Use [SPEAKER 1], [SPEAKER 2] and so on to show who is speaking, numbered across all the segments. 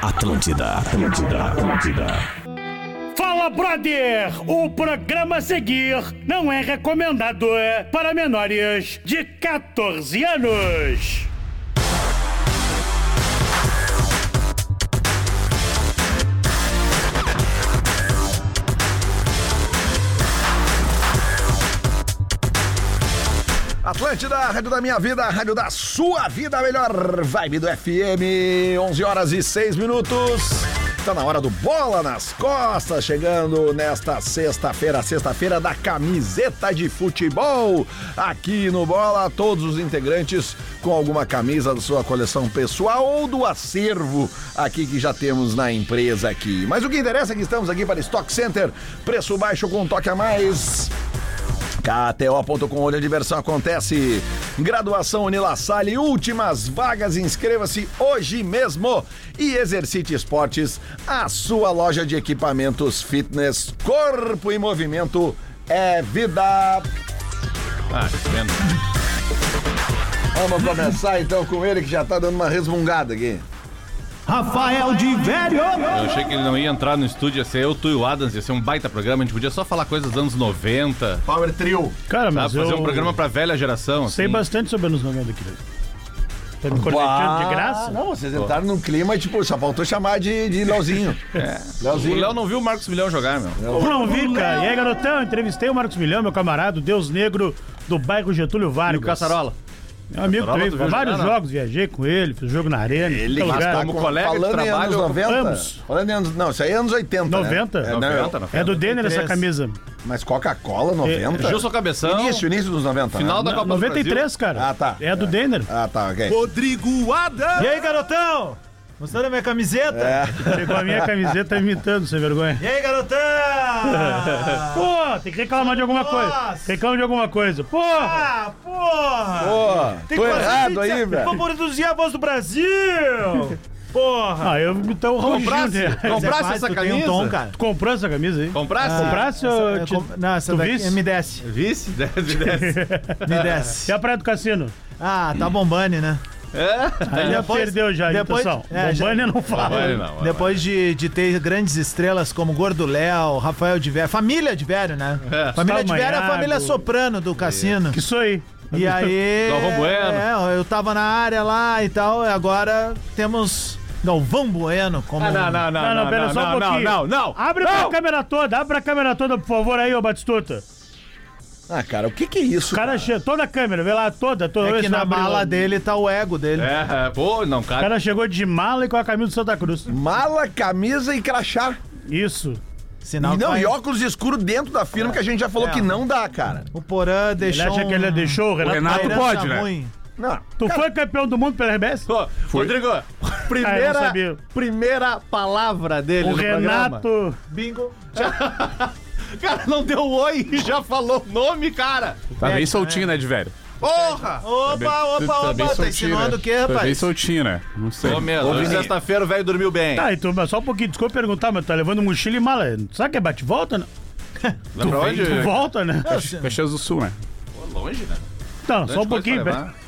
[SPEAKER 1] Atlântida, Atlântida, Atlântida.
[SPEAKER 2] Fala, brother! O programa a seguir não é recomendado é para menores de 14 anos.
[SPEAKER 3] Atlântida, a rádio da minha vida, a rádio da sua vida, a melhor vibe do FM. 11 horas e 6 minutos. Tá na hora do Bola nas Costas, chegando nesta sexta-feira, sexta-feira da camiseta de futebol. Aqui no Bola, todos os integrantes com alguma camisa da sua coleção pessoal ou do acervo aqui que já temos na empresa aqui. Mas o que interessa é que estamos aqui para Stock Center, preço baixo com um toque a mais. KTO.com, onde a diversão acontece. Graduação Unilassalle, últimas vagas, inscreva-se hoje mesmo. E Exercite Esportes, a sua loja de equipamentos fitness, corpo e movimento é vida.
[SPEAKER 4] Ah, vendo.
[SPEAKER 3] Vamos começar então com ele que já tá dando uma resmungada aqui.
[SPEAKER 2] Rafael de Velho!
[SPEAKER 4] Eu achei que ele não ia entrar no estúdio, ia ser eu, tu e o Adams, ia ser um baita programa, a gente podia só falar coisas dos anos 90, sabe?
[SPEAKER 3] Power Trio.
[SPEAKER 5] Cara, Ah, mas eu
[SPEAKER 4] Fazer um programa pra velha geração.
[SPEAKER 5] sei
[SPEAKER 4] assim.
[SPEAKER 5] bastante sobre anos 90, querido. Tá me cornetando de graça?
[SPEAKER 3] Ah, Não, vocês entraram num clima, tipo, só faltou chamar de, de Leozinho.
[SPEAKER 4] O
[SPEAKER 3] Leozinho.
[SPEAKER 4] Léo não viu o Marcos Milhão jogar, meu.
[SPEAKER 5] Eu não vi, cara. E aí, garotão, entrevistei o Marcos Milhão, meu camarada, o Deus Negro do bairro Getúlio
[SPEAKER 4] E
[SPEAKER 5] Vargas.
[SPEAKER 4] o Caçarola.
[SPEAKER 5] Meu amigo
[SPEAKER 4] Caçarola,
[SPEAKER 5] também.
[SPEAKER 4] tu viu
[SPEAKER 5] vários
[SPEAKER 4] jogar, né?
[SPEAKER 5] jogos, viajei com ele, fiz jogo na arena.
[SPEAKER 3] Ele
[SPEAKER 5] em todo
[SPEAKER 3] que
[SPEAKER 5] lugar.
[SPEAKER 3] está
[SPEAKER 4] como
[SPEAKER 3] com-
[SPEAKER 4] colega de
[SPEAKER 3] falando em
[SPEAKER 4] trabalho,
[SPEAKER 3] anos 90.
[SPEAKER 5] Ambos.
[SPEAKER 3] Falando em anos, não, isso aí é anos 80. né?
[SPEAKER 5] 90?
[SPEAKER 3] É, não,
[SPEAKER 4] 90,
[SPEAKER 3] eu-
[SPEAKER 4] não.
[SPEAKER 5] É do Denner essa
[SPEAKER 4] 93.
[SPEAKER 5] camisa.
[SPEAKER 3] Mas Coca-Cola
[SPEAKER 6] É,
[SPEAKER 3] 90?
[SPEAKER 4] Gilson Cabeção.
[SPEAKER 6] então,
[SPEAKER 3] Início, início dos 90.
[SPEAKER 4] Final
[SPEAKER 3] né?
[SPEAKER 4] da Copa do
[SPEAKER 5] 93, cara.
[SPEAKER 3] Ah, tá.
[SPEAKER 5] É do Denner.
[SPEAKER 3] Ah, tá, ok.
[SPEAKER 4] Rodrigo Adams.
[SPEAKER 7] E aí, garotão? Mostrando a minha camiseta?
[SPEAKER 4] É.
[SPEAKER 5] Pegou a minha camiseta tá imitando, sem vergonha.
[SPEAKER 7] E aí, garotão?
[SPEAKER 5] Pô, tem que reclamar de alguma coisa.
[SPEAKER 7] Ah. Nossa.
[SPEAKER 5] Reclama de alguma coisa. Pô!
[SPEAKER 7] ah, porra!
[SPEAKER 3] Pô,
[SPEAKER 7] Tem
[SPEAKER 3] tô
[SPEAKER 7] que fazer
[SPEAKER 3] errado
[SPEAKER 7] isso,
[SPEAKER 3] aí, velho.
[SPEAKER 7] Vamos produzir a voz do Brasil! Porra!
[SPEAKER 5] Ah, eu então
[SPEAKER 4] Comprasse,
[SPEAKER 5] rugindo.
[SPEAKER 4] comprasse
[SPEAKER 7] Mas é fácil,
[SPEAKER 4] essa
[SPEAKER 7] tu
[SPEAKER 4] camisa?
[SPEAKER 7] Tem um tom, cara.
[SPEAKER 5] Tu comprou essa camisa aí?
[SPEAKER 4] Comprasse?
[SPEAKER 5] Comprasse ou
[SPEAKER 7] eu
[SPEAKER 5] te-
[SPEAKER 7] comp- Não, essa
[SPEAKER 5] tu
[SPEAKER 7] daqui é
[SPEAKER 5] visse?
[SPEAKER 7] me desce.
[SPEAKER 4] Vice? Desce, desce.
[SPEAKER 7] Me desce.
[SPEAKER 5] E a Praia do Cassino?
[SPEAKER 7] Ah, tá bombando, né?
[SPEAKER 4] É.
[SPEAKER 5] Aí já
[SPEAKER 7] Depois-
[SPEAKER 5] perdeu já a
[SPEAKER 7] depois-
[SPEAKER 5] imitação.
[SPEAKER 7] é, já-
[SPEAKER 5] Bombani eu não fala.
[SPEAKER 4] Vai, não, é vai,
[SPEAKER 7] Depois de, de ter grandes estrelas como Gordo Léo, Rafael de Vério, família de Vério, né?
[SPEAKER 4] É.
[SPEAKER 7] Família de Vério é a
[SPEAKER 5] Amanhado.
[SPEAKER 7] família soprano do cassino.
[SPEAKER 5] Isso aí.
[SPEAKER 7] E aí.
[SPEAKER 4] Galvão Bueno.
[SPEAKER 7] É, eu tava na área lá e tal, e agora temos Galvão Bueno como.
[SPEAKER 4] vai. Ah, Não, não, não,
[SPEAKER 5] Não, não,
[SPEAKER 4] não,
[SPEAKER 5] pera
[SPEAKER 4] não,
[SPEAKER 5] só um
[SPEAKER 4] não,
[SPEAKER 5] pouquinho.
[SPEAKER 4] não, não, não.
[SPEAKER 5] Abre pra câmera toda, abre pra câmera toda, por favor, aí, ô Batistuta.
[SPEAKER 3] Ah, cara, o que que é isso?
[SPEAKER 5] O cara che... toda a câmera, vê lá, toda, toda.
[SPEAKER 7] É
[SPEAKER 5] vê
[SPEAKER 7] que
[SPEAKER 5] se
[SPEAKER 7] na
[SPEAKER 5] abre
[SPEAKER 7] mala
[SPEAKER 5] logo.
[SPEAKER 7] dele tá o ego dele.
[SPEAKER 4] É, é, pô, não,
[SPEAKER 5] O
[SPEAKER 4] cara.
[SPEAKER 5] cara chegou de mala e com a camisa do Santa Cruz.
[SPEAKER 3] Mala, camisa e crachá.
[SPEAKER 5] Isso.
[SPEAKER 7] Sinal
[SPEAKER 3] e não,
[SPEAKER 7] que tá
[SPEAKER 3] e
[SPEAKER 7] vai-
[SPEAKER 3] óculos escuro dentro da firma que a gente já falou
[SPEAKER 7] É.
[SPEAKER 3] que não dá, cara.
[SPEAKER 7] O Porã
[SPEAKER 5] Ele
[SPEAKER 7] deixou. um-
[SPEAKER 5] acha que ele é deixou o Renato.
[SPEAKER 7] Renato
[SPEAKER 4] pode, né?
[SPEAKER 3] Não.
[SPEAKER 5] Tu foi campeão do mundo pela RBS?
[SPEAKER 4] Pô, Rodrigo,
[SPEAKER 5] Ah, eu não
[SPEAKER 4] primeira,
[SPEAKER 5] sabia.
[SPEAKER 4] primeira palavra dele
[SPEAKER 5] O
[SPEAKER 4] no programa.
[SPEAKER 5] Renato.
[SPEAKER 7] Bingo.
[SPEAKER 4] Cara, não deu oi e já falou o nome, cara.
[SPEAKER 6] Tá bem soltinho, né, de velho?
[SPEAKER 4] Porra!
[SPEAKER 7] Opa, opa,
[SPEAKER 6] tá bem
[SPEAKER 7] opa. Tá
[SPEAKER 6] soltinho,
[SPEAKER 7] insinuando
[SPEAKER 6] né?
[SPEAKER 7] o quê,
[SPEAKER 6] Tá bem
[SPEAKER 7] rapaz?
[SPEAKER 6] soltinho, né? Não sei.
[SPEAKER 4] Ô, meu,
[SPEAKER 6] assim-
[SPEAKER 4] hoje sexta-feira o velho dormiu bem.
[SPEAKER 5] Tá, e tu, mas só um pouquinho, desculpa perguntar, mas tá levando mochila e mala. Sabe que é bate-volta? né?
[SPEAKER 4] Lá pra onde?
[SPEAKER 5] Tu volta, né?
[SPEAKER 7] Tá
[SPEAKER 6] Caxias do Sul, né?
[SPEAKER 4] Pô, longe, né?
[SPEAKER 5] Não,
[SPEAKER 4] Tanta
[SPEAKER 5] só um
[SPEAKER 4] coisa
[SPEAKER 5] pouquinho,
[SPEAKER 4] pra
[SPEAKER 5] velho.
[SPEAKER 4] levar.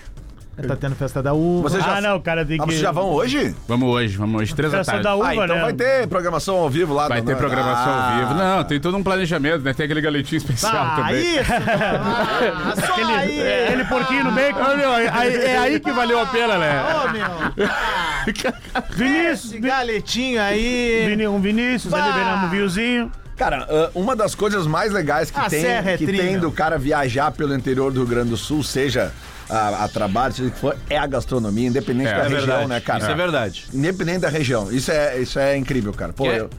[SPEAKER 7] Tá tendo festa da uva.
[SPEAKER 3] Vocês já,
[SPEAKER 5] Ah, não, o cara tem
[SPEAKER 3] Ah,
[SPEAKER 5] que.
[SPEAKER 3] vocês já vão hoje?
[SPEAKER 6] Vamos hoje, vamos hoje, três da
[SPEAKER 5] Festa
[SPEAKER 6] tarde.
[SPEAKER 5] da uva,
[SPEAKER 3] Ah, então
[SPEAKER 5] né?
[SPEAKER 3] vai ter programação ao vivo lá.
[SPEAKER 6] Vai
[SPEAKER 3] do-
[SPEAKER 6] ter programação
[SPEAKER 3] Ah.
[SPEAKER 6] ao vivo. Não, tem todo um planejamento, né? Tem aquele galetinho especial
[SPEAKER 4] Tá,
[SPEAKER 7] Ah,
[SPEAKER 6] também.
[SPEAKER 7] isso! Ah, só
[SPEAKER 5] Aquele, é,
[SPEAKER 7] aí!
[SPEAKER 3] É.
[SPEAKER 5] aquele porquinho no bacon.
[SPEAKER 6] Ah, meu, é, aí- é aí que valeu a pena, né?
[SPEAKER 7] Ô, meu!
[SPEAKER 5] Vinícius,
[SPEAKER 3] é,
[SPEAKER 7] Esse
[SPEAKER 5] Vi-
[SPEAKER 7] galetinho aí.
[SPEAKER 5] Vini, um Vinícius, aí
[SPEAKER 7] Bah!
[SPEAKER 5] liberamos um vinhozinho.
[SPEAKER 3] Cara, ah, uma das coisas mais legais que,
[SPEAKER 7] A
[SPEAKER 3] tem,
[SPEAKER 7] serra é
[SPEAKER 3] que
[SPEAKER 7] tri,
[SPEAKER 3] tem
[SPEAKER 7] meu.
[SPEAKER 3] do cara viajar pelo interior do Rio Grande do Sul, seja a, a trabalho, seja o que for, é a gastronomia, independente
[SPEAKER 6] É,
[SPEAKER 3] da
[SPEAKER 6] é
[SPEAKER 3] região,
[SPEAKER 4] verdade.
[SPEAKER 3] né, cara?
[SPEAKER 4] Isso é verdade.
[SPEAKER 3] Independente da região. Isso é, isso é incrível, cara. Pô,
[SPEAKER 4] Que-
[SPEAKER 3] eu,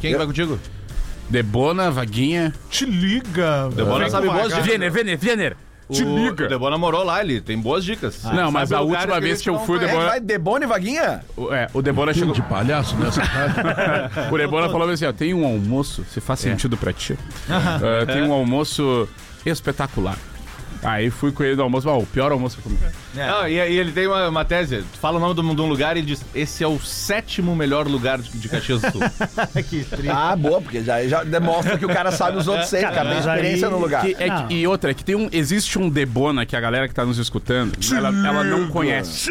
[SPEAKER 4] Quem que vai contigo?
[SPEAKER 6] Debona, vaguinha.
[SPEAKER 7] Te liga!
[SPEAKER 4] Debora sabe boas dicas.
[SPEAKER 6] Viener, Viener, Viener. Te
[SPEAKER 4] O
[SPEAKER 6] liga.
[SPEAKER 4] Debora morou lá, ele tem boas dicas.
[SPEAKER 6] Não, mas
[SPEAKER 4] Sabe
[SPEAKER 6] a
[SPEAKER 4] o lugar
[SPEAKER 6] última vez que eu
[SPEAKER 4] eles
[SPEAKER 6] fui,
[SPEAKER 4] vão-
[SPEAKER 3] é,
[SPEAKER 6] Debora.
[SPEAKER 3] vai Debona e Vaguinha?
[SPEAKER 6] O- É, o Debora chegou. de palhaço nessa O Debora falou assim: ó, tem um almoço, se faz sentido pra ti. Ah, tem um almoço espetacular. Aí fui com ele no almoço, ah, o pior almoço que eu comi.
[SPEAKER 4] É. Não, e, e ele tem uma, uma tese. Tu fala o nome de um, de um lugar e ele diz: Esse é o sétimo melhor lugar de, de Caxias do Sul.
[SPEAKER 7] que triste.
[SPEAKER 3] Ah, boa, porque já, já demonstra que o cara sabe os outros seis, cara, tem
[SPEAKER 5] mas
[SPEAKER 3] experiência
[SPEAKER 5] aí-
[SPEAKER 3] no lugar.
[SPEAKER 6] Que- é que- e outra, é que tem um. Existe um Debona que a galera que tá nos escutando, ela, ela não conhece.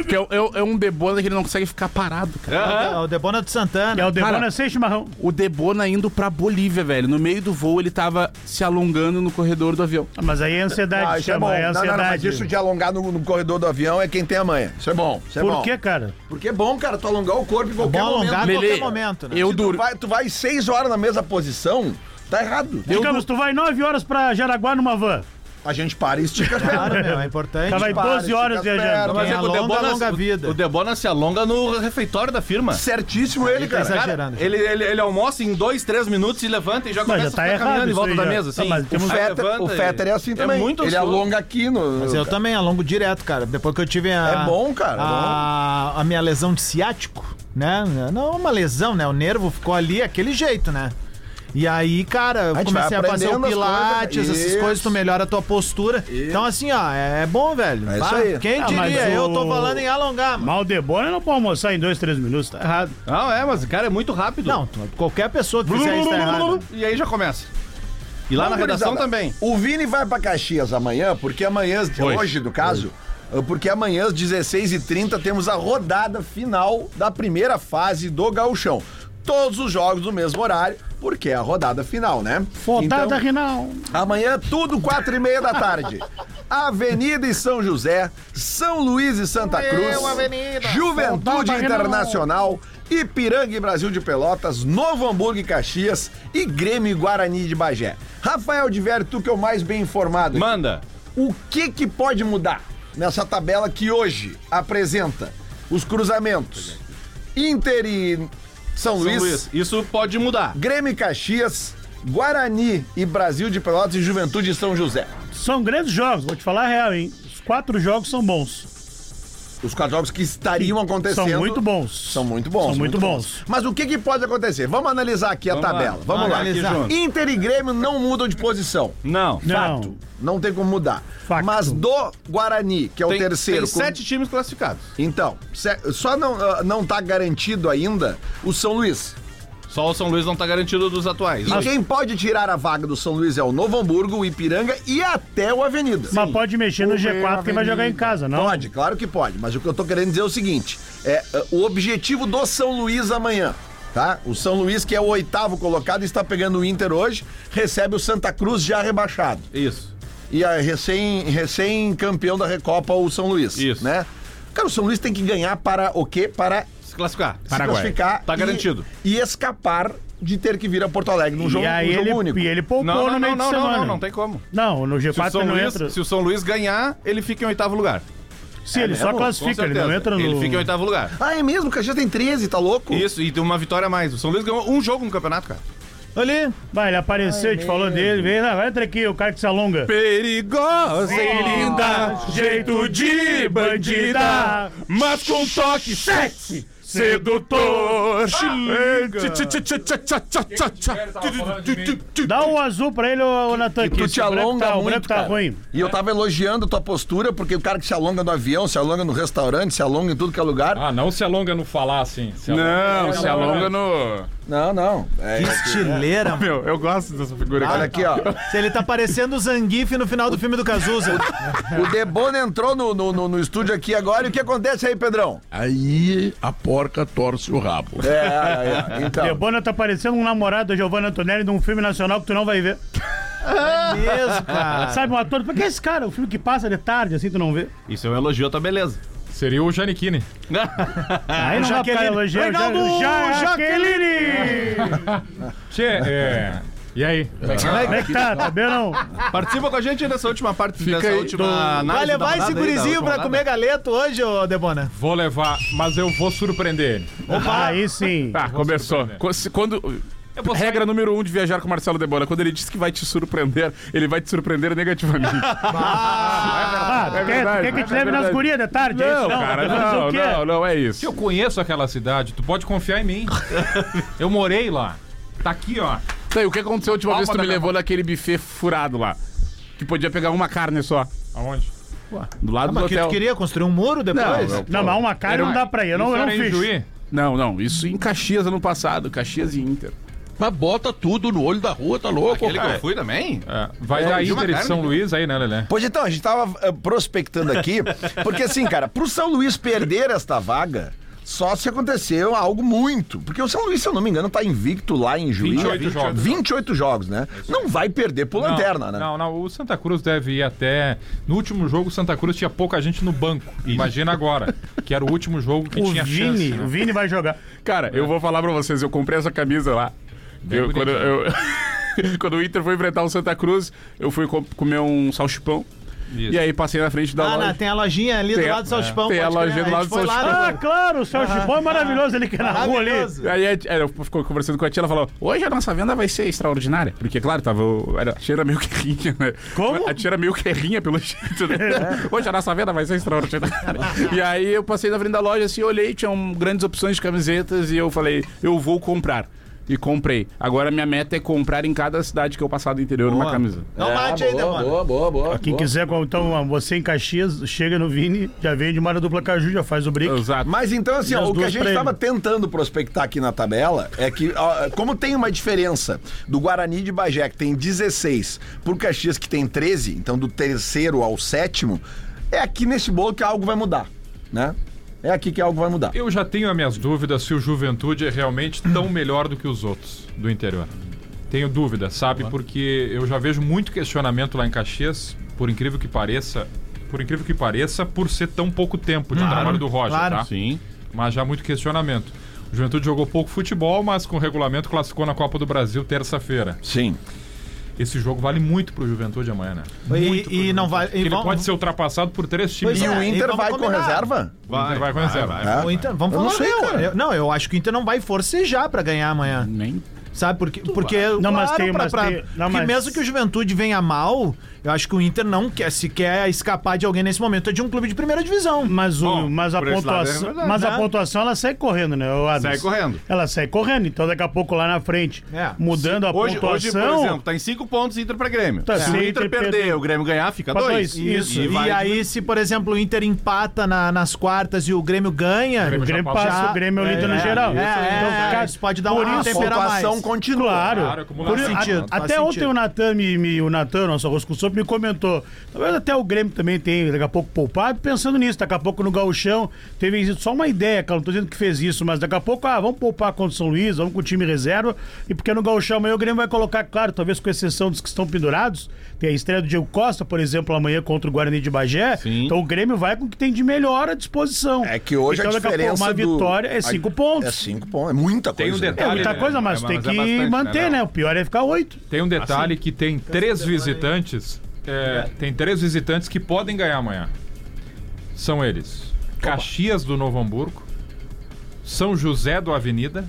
[SPEAKER 6] Porque é, é- é um Debona que ele não consegue ficar parado, cara.
[SPEAKER 7] É o Debona do Santana.
[SPEAKER 5] É o Debona
[SPEAKER 6] Cara.
[SPEAKER 5] sem chimarrão.
[SPEAKER 6] O Debona indo pra Bolívia, velho. No meio do voo, ele tava se alongando no corredor do avião.
[SPEAKER 5] Ah, Mas aí é ansiedade,
[SPEAKER 3] Ah,
[SPEAKER 5] que
[SPEAKER 3] isso é
[SPEAKER 5] chama,
[SPEAKER 3] bom.
[SPEAKER 5] é
[SPEAKER 3] Não, não, não, mas
[SPEAKER 5] ansiedade.
[SPEAKER 3] isso de alongar no, no corredor do avião é quem tem a manha. Isso é bom. Isso é bom.
[SPEAKER 5] Por que, cara?
[SPEAKER 3] Porque é bom, cara, tu alongar o corpo em qualquer
[SPEAKER 7] Bom
[SPEAKER 3] momento.
[SPEAKER 7] alongado a qualquer
[SPEAKER 6] Lele,
[SPEAKER 7] momento, né?
[SPEAKER 6] Eu
[SPEAKER 3] Se tu
[SPEAKER 6] durmo.
[SPEAKER 3] vai, tu vai seis horas na mesma posição, tá errado.
[SPEAKER 5] Digamos, tu vai 9 horas pra Jaraguá numa van.
[SPEAKER 3] A gente para e estica as
[SPEAKER 7] Claro,
[SPEAKER 3] pernas.
[SPEAKER 7] meu, é importante.
[SPEAKER 5] Tava aí
[SPEAKER 3] Para,
[SPEAKER 5] 12 horas
[SPEAKER 3] estica as
[SPEAKER 5] viajando.
[SPEAKER 7] Mas
[SPEAKER 4] Mas
[SPEAKER 7] é
[SPEAKER 4] é
[SPEAKER 7] que
[SPEAKER 4] o
[SPEAKER 7] o Debona-
[SPEAKER 4] Debona,
[SPEAKER 7] longa vida.
[SPEAKER 4] O Debona se alonga no refeitório da firma.
[SPEAKER 3] Certíssimo ele,
[SPEAKER 7] tá
[SPEAKER 3] cara.
[SPEAKER 7] exagerando.
[SPEAKER 4] Cara, ele, ele, ele almoça em dois, três minutos, se levanta e já começa
[SPEAKER 5] já tá
[SPEAKER 4] a ficar
[SPEAKER 5] errado
[SPEAKER 4] caminhando em
[SPEAKER 5] isso
[SPEAKER 4] volta
[SPEAKER 5] aí
[SPEAKER 4] da
[SPEAKER 5] já.
[SPEAKER 4] mesa. assim.
[SPEAKER 5] Tá,
[SPEAKER 4] Sim.
[SPEAKER 5] mas temos-
[SPEAKER 3] O
[SPEAKER 4] Aí
[SPEAKER 3] Fetter,
[SPEAKER 4] levanta
[SPEAKER 3] o
[SPEAKER 4] e-
[SPEAKER 3] Fetter é assim também.
[SPEAKER 4] muito
[SPEAKER 3] ele
[SPEAKER 4] ansioso.
[SPEAKER 3] alonga aqui no.
[SPEAKER 7] Mas eu também alongo direto, cara. Depois que eu tive a.
[SPEAKER 3] É bom, cara, é
[SPEAKER 7] A, a minha lesão de ciático, né? Não é uma lesão, né? O nervo ficou ali aquele jeito, né? E aí, cara, eu
[SPEAKER 3] A gente vai
[SPEAKER 7] comecei a fazer o
[SPEAKER 3] aprendendo as
[SPEAKER 7] pilates,
[SPEAKER 3] coisas,
[SPEAKER 7] essas
[SPEAKER 3] isso.
[SPEAKER 7] coisas, tu melhora a tua postura. Então, assim, ó, é bom, velho.
[SPEAKER 3] É isso
[SPEAKER 7] Bah,
[SPEAKER 3] aí.
[SPEAKER 7] Quem
[SPEAKER 5] Ah, mas
[SPEAKER 7] diria? Eu
[SPEAKER 5] o-
[SPEAKER 7] tô falando em alongar, mano.
[SPEAKER 5] Mal Debona não pode almoçar em 2, 3 minutos, tá errado.
[SPEAKER 4] Não, é, mas cara, é muito rápido.
[SPEAKER 7] Não, tu- qualquer pessoa que fizer isso tá errado.
[SPEAKER 4] E aí já começa. E lá na
[SPEAKER 3] Vamos,
[SPEAKER 4] redação
[SPEAKER 3] gurizada.
[SPEAKER 4] também.
[SPEAKER 3] O Vini vai pra Caxias amanhã, porque amanhã, hoje, no caso, porque amanhã às 16h30 temos a rodada final da primeira fase do Gauchão. Todos os jogos no mesmo horário, porque é a rodada final, né?
[SPEAKER 5] Fotada,
[SPEAKER 3] Então,
[SPEAKER 5] Rinal.
[SPEAKER 3] Amanhã, tudo quatro e meia da tarde. Avenida e São José, São Luís e Santa Cruz, Juventude Internacional, Ipiranga e Brasil de Pelotas, Novo Hamburgo e Caxias e Grêmio e Guarani de Bagé. Rafael de Vério, tu que é o mais bem informado.
[SPEAKER 4] Manda.
[SPEAKER 3] O que que pode mudar nessa tabela que hoje apresenta os cruzamentos? Inter e São,
[SPEAKER 4] São
[SPEAKER 3] Luís,
[SPEAKER 4] Luís, Isso pode mudar.
[SPEAKER 3] Grêmio e Caxias, Guarani e Brasil de Pelotas e Juventude e São José.
[SPEAKER 5] São grandes jogos, vou te falar a real, hein? Os quatro jogos são bons.
[SPEAKER 3] Os quatro jogos que estariam um acontecendo.
[SPEAKER 5] São muito bons.
[SPEAKER 3] São muito bons.
[SPEAKER 5] São muito bons.
[SPEAKER 3] Mas o que, que pode acontecer? Vamos analisar aqui
[SPEAKER 4] Vamos
[SPEAKER 3] a
[SPEAKER 4] lá,
[SPEAKER 3] tabela. Vamos
[SPEAKER 7] vamos
[SPEAKER 3] lá.
[SPEAKER 7] analisar.
[SPEAKER 3] Inter e Grêmio não mudam de posição.
[SPEAKER 4] Não.
[SPEAKER 5] Não.
[SPEAKER 3] Não tem como mudar.
[SPEAKER 5] Facto.
[SPEAKER 3] Mas do Guarani, que é o
[SPEAKER 4] Tem,
[SPEAKER 3] terceiro.
[SPEAKER 4] tem
[SPEAKER 3] com-
[SPEAKER 4] sete times classificados.
[SPEAKER 3] Então, se- só não, ah, não tá garantido ainda o São Luís.
[SPEAKER 4] Só o São Luís não tá garantido dos atuais.
[SPEAKER 3] E quem pode tirar a vaga do São Luís é o Novo Hamburgo, o Ipiranga e até o Avenida.
[SPEAKER 5] Mas pode mexer no G4 quem vai jogar em casa, não?
[SPEAKER 3] Pode, claro que pode, mas o que eu tô querendo dizer é o seguinte: é é, o objetivo do São Luís amanhã. Tá? O São Luís, que é o oitavo colocado, está pegando o Inter hoje, recebe o Santa Cruz já rebaixado.
[SPEAKER 4] Isso.
[SPEAKER 3] E a recém, recém campeão da Recopa, o São Luís.
[SPEAKER 4] Isso.
[SPEAKER 3] Né? Cara, o São Luís tem que ganhar para o quê? Para
[SPEAKER 4] Se classificar.
[SPEAKER 3] se classificar.
[SPEAKER 4] Tá
[SPEAKER 3] e-
[SPEAKER 4] garantido.
[SPEAKER 3] E, escapar de ter que vir a Porto Alegre num jogo,
[SPEAKER 5] e aí
[SPEAKER 3] num jogo
[SPEAKER 5] ele,
[SPEAKER 3] único.
[SPEAKER 5] e ele poupou
[SPEAKER 4] Não, não,
[SPEAKER 5] no meio
[SPEAKER 4] não, não,
[SPEAKER 5] de semana.
[SPEAKER 4] não, não, não tem como.
[SPEAKER 5] Não, no
[SPEAKER 4] Se o,
[SPEAKER 5] G4
[SPEAKER 4] São
[SPEAKER 5] ele não
[SPEAKER 4] Luís,
[SPEAKER 5] entra.
[SPEAKER 4] se o São Luís ganhar, ele fica em oitavo lugar.
[SPEAKER 5] Sim, ele só
[SPEAKER 3] mesmo?
[SPEAKER 5] classifica, ele não entra no.
[SPEAKER 4] Ele fica em oitavo lugar.
[SPEAKER 3] Ah, é mesmo? O Caxias tem 13, tá louco?
[SPEAKER 4] Isso, e tem uma vitória a mais. O São Luís ganhou um jogo no campeonato, cara.
[SPEAKER 7] Ali,
[SPEAKER 5] Vai, ele apareceu, a gente falou dele, vem, não, entra aqui, o cara que se alonga.
[SPEAKER 6] Perigosa e linda,
[SPEAKER 5] jeito de bandida,
[SPEAKER 6] mas com toque sexy,
[SPEAKER 4] Ah,
[SPEAKER 6] sedutor.
[SPEAKER 5] Dá o azul pra ele, ô ô, Natan.
[SPEAKER 3] E
[SPEAKER 5] que
[SPEAKER 3] tu
[SPEAKER 5] esse
[SPEAKER 3] te
[SPEAKER 5] branco
[SPEAKER 3] alonga
[SPEAKER 5] tá, O
[SPEAKER 3] muito,
[SPEAKER 5] branco tá
[SPEAKER 3] cara.
[SPEAKER 5] ruim.
[SPEAKER 3] E eu tava elogiando tua postura, porque o cara que se alonga no avião, se alonga no restaurante, se alonga em tudo que é lugar.
[SPEAKER 8] Ah, não se alonga no falar assim. Se
[SPEAKER 6] Não, se alonga no.
[SPEAKER 3] Não, não. É,
[SPEAKER 7] estileira, mano.
[SPEAKER 6] Meu, eu gosto dessa figura
[SPEAKER 8] Ah,
[SPEAKER 3] olha
[SPEAKER 6] aqui.
[SPEAKER 3] aqui, ó.
[SPEAKER 7] Ele tá parecendo o Zangief no final do filme do Cazuza.
[SPEAKER 3] O Debona entrou no, no, no- no estúdio aqui agora e o que acontece aí, Pedrão?
[SPEAKER 9] Aí a porca torce o rabo.
[SPEAKER 3] É, é, é. Então.
[SPEAKER 5] Debona tá parecendo um namorado da Giovanna Antonelli de um filme nacional que tu não vai ver.
[SPEAKER 7] Mesmo, cara.
[SPEAKER 5] Sabe, um ator. Por que esse cara? O filme que passa de tarde, assim, tu não vê.
[SPEAKER 4] Isso é um elogio à tua beleza.
[SPEAKER 8] Seria o Janikini.
[SPEAKER 5] Aí não
[SPEAKER 7] Jaqueline.
[SPEAKER 5] vai pra elogiar.
[SPEAKER 7] Reinaldo
[SPEAKER 5] é Jaqueline!
[SPEAKER 8] Tchê, é. E aí? Como é que-
[SPEAKER 5] Como é que tá? Tá bem ou não?
[SPEAKER 4] Participa com a gente dessa última parte, dessa
[SPEAKER 6] aí.
[SPEAKER 4] última
[SPEAKER 7] Vai
[SPEAKER 4] análise da
[SPEAKER 7] levar esse
[SPEAKER 4] rodada aí, da
[SPEAKER 7] gurizinho
[SPEAKER 4] última
[SPEAKER 7] pra comer
[SPEAKER 4] rodada.
[SPEAKER 7] galeto hoje, ô Debona?
[SPEAKER 8] Vou levar, mas eu vou surpreender ele.
[SPEAKER 5] Aí sim.
[SPEAKER 6] Tá, começou. Co- se- Quando. Regra número um de viajar com o Marcelo Debona. Quando ele diz que vai te surpreender, ele vai te surpreender negativamente.
[SPEAKER 5] Ah, tu quer, tu quer que te leve nas gurias de tarde? é isso?
[SPEAKER 6] Não,
[SPEAKER 5] vai
[SPEAKER 6] cara,
[SPEAKER 5] fazer
[SPEAKER 6] não,
[SPEAKER 5] o quê?
[SPEAKER 6] não, não é
[SPEAKER 8] Se
[SPEAKER 6] isso.
[SPEAKER 8] eu conheço aquela cidade, tu pode confiar em mim. Eu morei lá. Tá aqui, ó.
[SPEAKER 6] Tá, e o que aconteceu a última vez que tu
[SPEAKER 8] Palma
[SPEAKER 6] me
[SPEAKER 8] da
[SPEAKER 6] levou naquele buffet furado lá? Que podia pegar uma carne só.
[SPEAKER 8] Aonde?
[SPEAKER 6] Do lado do
[SPEAKER 7] Ah, Mas que tu
[SPEAKER 6] hotel.
[SPEAKER 7] queria construir um muro depois?
[SPEAKER 6] Não, eu-
[SPEAKER 5] Não, mas uma cara não dá pra ir. Eu não, eu não
[SPEAKER 8] Era em
[SPEAKER 5] fiz.
[SPEAKER 8] Juí?
[SPEAKER 6] Não, não. Isso em Caxias ano passado. Caxias e Inter.
[SPEAKER 10] Mas bota tudo no olho da rua, tá louco,
[SPEAKER 4] Aquele que
[SPEAKER 10] cara.
[SPEAKER 4] eu fui também?
[SPEAKER 8] É, Vai dar
[SPEAKER 4] de uma
[SPEAKER 8] Inter e
[SPEAKER 4] carne.
[SPEAKER 8] São Luís aí, né, Lelé?
[SPEAKER 3] Pois então, a gente tava eh, prospectando aqui, porque assim, cara, pro São Luís perder esta vaga, só se aconteceu algo muito. Porque o São Luís, se eu não me engano, tá invicto lá em Juiz.
[SPEAKER 8] 28 jogos.
[SPEAKER 3] 28 jogos, né? Não vai perder pro Lanterna, né?
[SPEAKER 8] Não, não, o Santa Cruz deve ir até. No último jogo, o Santa Cruz tinha pouca gente no banco. Imagina agora, que era o último jogo que
[SPEAKER 5] O
[SPEAKER 8] tinha
[SPEAKER 5] Vini,
[SPEAKER 8] chance. né?
[SPEAKER 5] o Vini vai jogar.
[SPEAKER 6] Cara, eu vou falar pra vocês, eu comprei essa camisa lá. Eu, quando, eu- quando o Inter foi enfrentar o Santa Cruz, eu fui co- comer um salchipão.
[SPEAKER 8] Isso.
[SPEAKER 6] E aí passei na frente da
[SPEAKER 7] Ah,
[SPEAKER 6] loja.
[SPEAKER 7] não, tem a lojinha ali
[SPEAKER 6] Tá Tem
[SPEAKER 7] do
[SPEAKER 6] a-
[SPEAKER 7] lado do Salchipão.
[SPEAKER 6] tem a
[SPEAKER 7] pode crer,
[SPEAKER 6] lojinha do
[SPEAKER 7] gente
[SPEAKER 6] lado do
[SPEAKER 7] foi lá,
[SPEAKER 6] Salchipão.
[SPEAKER 7] né?
[SPEAKER 5] Ah, claro, o seu Chibão é maravilhoso ali que é na rua ali.
[SPEAKER 7] Maravilhoso.
[SPEAKER 6] Aí a- é, eu ficou conversando com a tia, ela falou: hoje a nossa venda vai ser extraordinária. Porque, claro, tava, o- era, a tia era meio querrinha, né?
[SPEAKER 5] Como?
[SPEAKER 6] A tia era meio querrinha pelo jeito, né? Hoje a nossa venda vai ser extraordinária. e aí eu passei na frente da loja assim, olhei, tinham grandes opções de camisetas e eu falei: eu vou comprar. E comprei. Agora minha meta é comprar em cada cidade que eu passar do interior uma camisa.
[SPEAKER 7] Não mate aí,
[SPEAKER 10] boa,
[SPEAKER 7] demora.
[SPEAKER 10] boa, boa, boa.
[SPEAKER 5] Quem quiser, então, você em Caxias, chega no Vini, já vende uma dupla caju, já faz o brick.
[SPEAKER 6] Exato.
[SPEAKER 3] Mas então, assim,
[SPEAKER 5] E
[SPEAKER 3] ó,
[SPEAKER 5] as
[SPEAKER 3] o que a
[SPEAKER 5] duas
[SPEAKER 3] gente
[SPEAKER 5] pra ele.
[SPEAKER 3] estava tentando prospectar aqui na tabela é que, ó, como tem uma diferença do Guarani de Bagé, que tem 16, pro Caxias, que tem 13, então do terceiro ao sétimo, é aqui nesse bolo que algo vai mudar, né? É aqui que algo vai mudar.
[SPEAKER 8] Eu já tenho as minhas dúvidas se o Juventude é realmente tão melhor do que os outros do interior. Tenho dúvida, sabe? Porque eu já vejo muito questionamento lá em Caxias, por incrível que pareça, por incrível que pareça, por ser tão pouco tempo de trabalho do Roger,
[SPEAKER 7] claro.
[SPEAKER 8] tá?
[SPEAKER 4] Sim.
[SPEAKER 8] Mas já muito questionamento. O Juventude jogou pouco futebol, mas com regulamento classificou na Copa do Brasil terça-feira.
[SPEAKER 3] Sim.
[SPEAKER 8] Esse jogo vale muito pro Juventude amanhã, né?
[SPEAKER 7] E, e não vai. E
[SPEAKER 8] Ele
[SPEAKER 7] vamos,
[SPEAKER 8] pode ser ultrapassado por três times.
[SPEAKER 7] Pois
[SPEAKER 3] E
[SPEAKER 7] é,
[SPEAKER 3] o
[SPEAKER 7] e
[SPEAKER 3] Inter
[SPEAKER 7] vamos
[SPEAKER 3] vai com
[SPEAKER 7] combinar.
[SPEAKER 3] reserva?
[SPEAKER 8] Vai, vai, vai, vai.
[SPEAKER 3] É?
[SPEAKER 7] o Inter, vamos
[SPEAKER 3] Eu não
[SPEAKER 7] falar
[SPEAKER 3] sei,
[SPEAKER 7] não,
[SPEAKER 3] cara.
[SPEAKER 7] Eu, não, eu acho que o Inter não vai forcejar pra ganhar amanhã.
[SPEAKER 6] Nem.
[SPEAKER 7] Sabe por quê? Porque
[SPEAKER 5] Não, mas tem-
[SPEAKER 7] pra-
[SPEAKER 5] mas
[SPEAKER 7] pra-
[SPEAKER 5] tem- não,
[SPEAKER 7] porque
[SPEAKER 5] mas-
[SPEAKER 7] mesmo que o Juventude venha mal, eu acho que o Inter não quer, se quer escapar de alguém nesse momento é de um clube de primeira divisão.
[SPEAKER 5] Mas, o,
[SPEAKER 4] Bom,
[SPEAKER 5] mas, a,
[SPEAKER 4] por esse lado é
[SPEAKER 5] pontuação,
[SPEAKER 4] verdade,
[SPEAKER 5] mas a
[SPEAKER 7] né?
[SPEAKER 5] pontuação ela segue correndo, né? o Adams?
[SPEAKER 4] Segue correndo.
[SPEAKER 5] Ela segue correndo, então daqui a pouco lá na frente,
[SPEAKER 7] É.
[SPEAKER 5] mudando a
[SPEAKER 4] Hoje,
[SPEAKER 5] pontuação.
[SPEAKER 4] hoje, por exemplo, tá em 5 pontos Inter pra Grêmio.
[SPEAKER 5] Tá,
[SPEAKER 4] Se
[SPEAKER 5] se
[SPEAKER 4] o
[SPEAKER 5] o
[SPEAKER 4] Inter
[SPEAKER 5] Inter
[SPEAKER 4] perder,
[SPEAKER 5] perder,
[SPEAKER 4] o Grêmio ganhar, fica
[SPEAKER 5] pra
[SPEAKER 4] 2.
[SPEAKER 5] dois,
[SPEAKER 7] Isso.
[SPEAKER 4] E
[SPEAKER 7] E,
[SPEAKER 4] vai-
[SPEAKER 7] aí, se, por exemplo, o Inter empata na- nas quartas e o Grêmio
[SPEAKER 5] o
[SPEAKER 7] ganha.
[SPEAKER 5] Grêmio
[SPEAKER 8] já
[SPEAKER 5] passa,
[SPEAKER 7] já-
[SPEAKER 5] o Grêmio é o líder no
[SPEAKER 7] é,
[SPEAKER 5] geral. Então,
[SPEAKER 7] é, é,
[SPEAKER 5] cara,
[SPEAKER 7] isso pode dar
[SPEAKER 5] por
[SPEAKER 7] uma
[SPEAKER 5] isso,
[SPEAKER 7] temperada. Esperar mais.
[SPEAKER 3] pontuação continua.
[SPEAKER 5] Claro.
[SPEAKER 8] Claro, acumulação.
[SPEAKER 5] Por isso,
[SPEAKER 7] Faz
[SPEAKER 5] a-
[SPEAKER 7] sentido, faz
[SPEAKER 5] até ontem
[SPEAKER 7] sentido.
[SPEAKER 5] o Natan, me, me- o Natan, nosso Rosco Sopo, me comentou. Talvez até o Grêmio também tem daqui a pouco poupado, pensando nisso. Daqui a pouco no Gauchão teve só uma ideia, cara. Não tô dizendo que fez isso, mas daqui a pouco, ah, vamos poupar contra o São Luís, vamos com o time reserva. E porque no Gauchão amanhã o Grêmio vai colocar, claro, talvez com exceção dos que estão pendurados. Tem a estreia do Diego Costa, por exemplo, amanhã contra o Guarani de Bagé.
[SPEAKER 4] Sim.
[SPEAKER 5] Então o Grêmio vai com o que tem de melhor à disposição.
[SPEAKER 3] É que hoje
[SPEAKER 5] então,
[SPEAKER 3] a
[SPEAKER 5] daqui a
[SPEAKER 3] diferença
[SPEAKER 5] pouco, uma
[SPEAKER 3] do-
[SPEAKER 5] vitória é
[SPEAKER 3] a-
[SPEAKER 5] cinco pontos.
[SPEAKER 3] É cinco pontos, é muita
[SPEAKER 8] Tem
[SPEAKER 3] coisa.
[SPEAKER 8] um
[SPEAKER 3] né?
[SPEAKER 8] detalhe.
[SPEAKER 5] É muita
[SPEAKER 8] né?
[SPEAKER 5] coisa, mas
[SPEAKER 8] É,
[SPEAKER 5] tem
[SPEAKER 8] mas é
[SPEAKER 5] que
[SPEAKER 8] bastante,
[SPEAKER 5] manter,
[SPEAKER 8] né?
[SPEAKER 5] né? O pior é ficar oito.
[SPEAKER 8] Tem um detalhe que tem três visitantes. é, tem três visitantes que podem ganhar amanhã. São eles: Caxias do Novo Hamburgo, São José do Avenida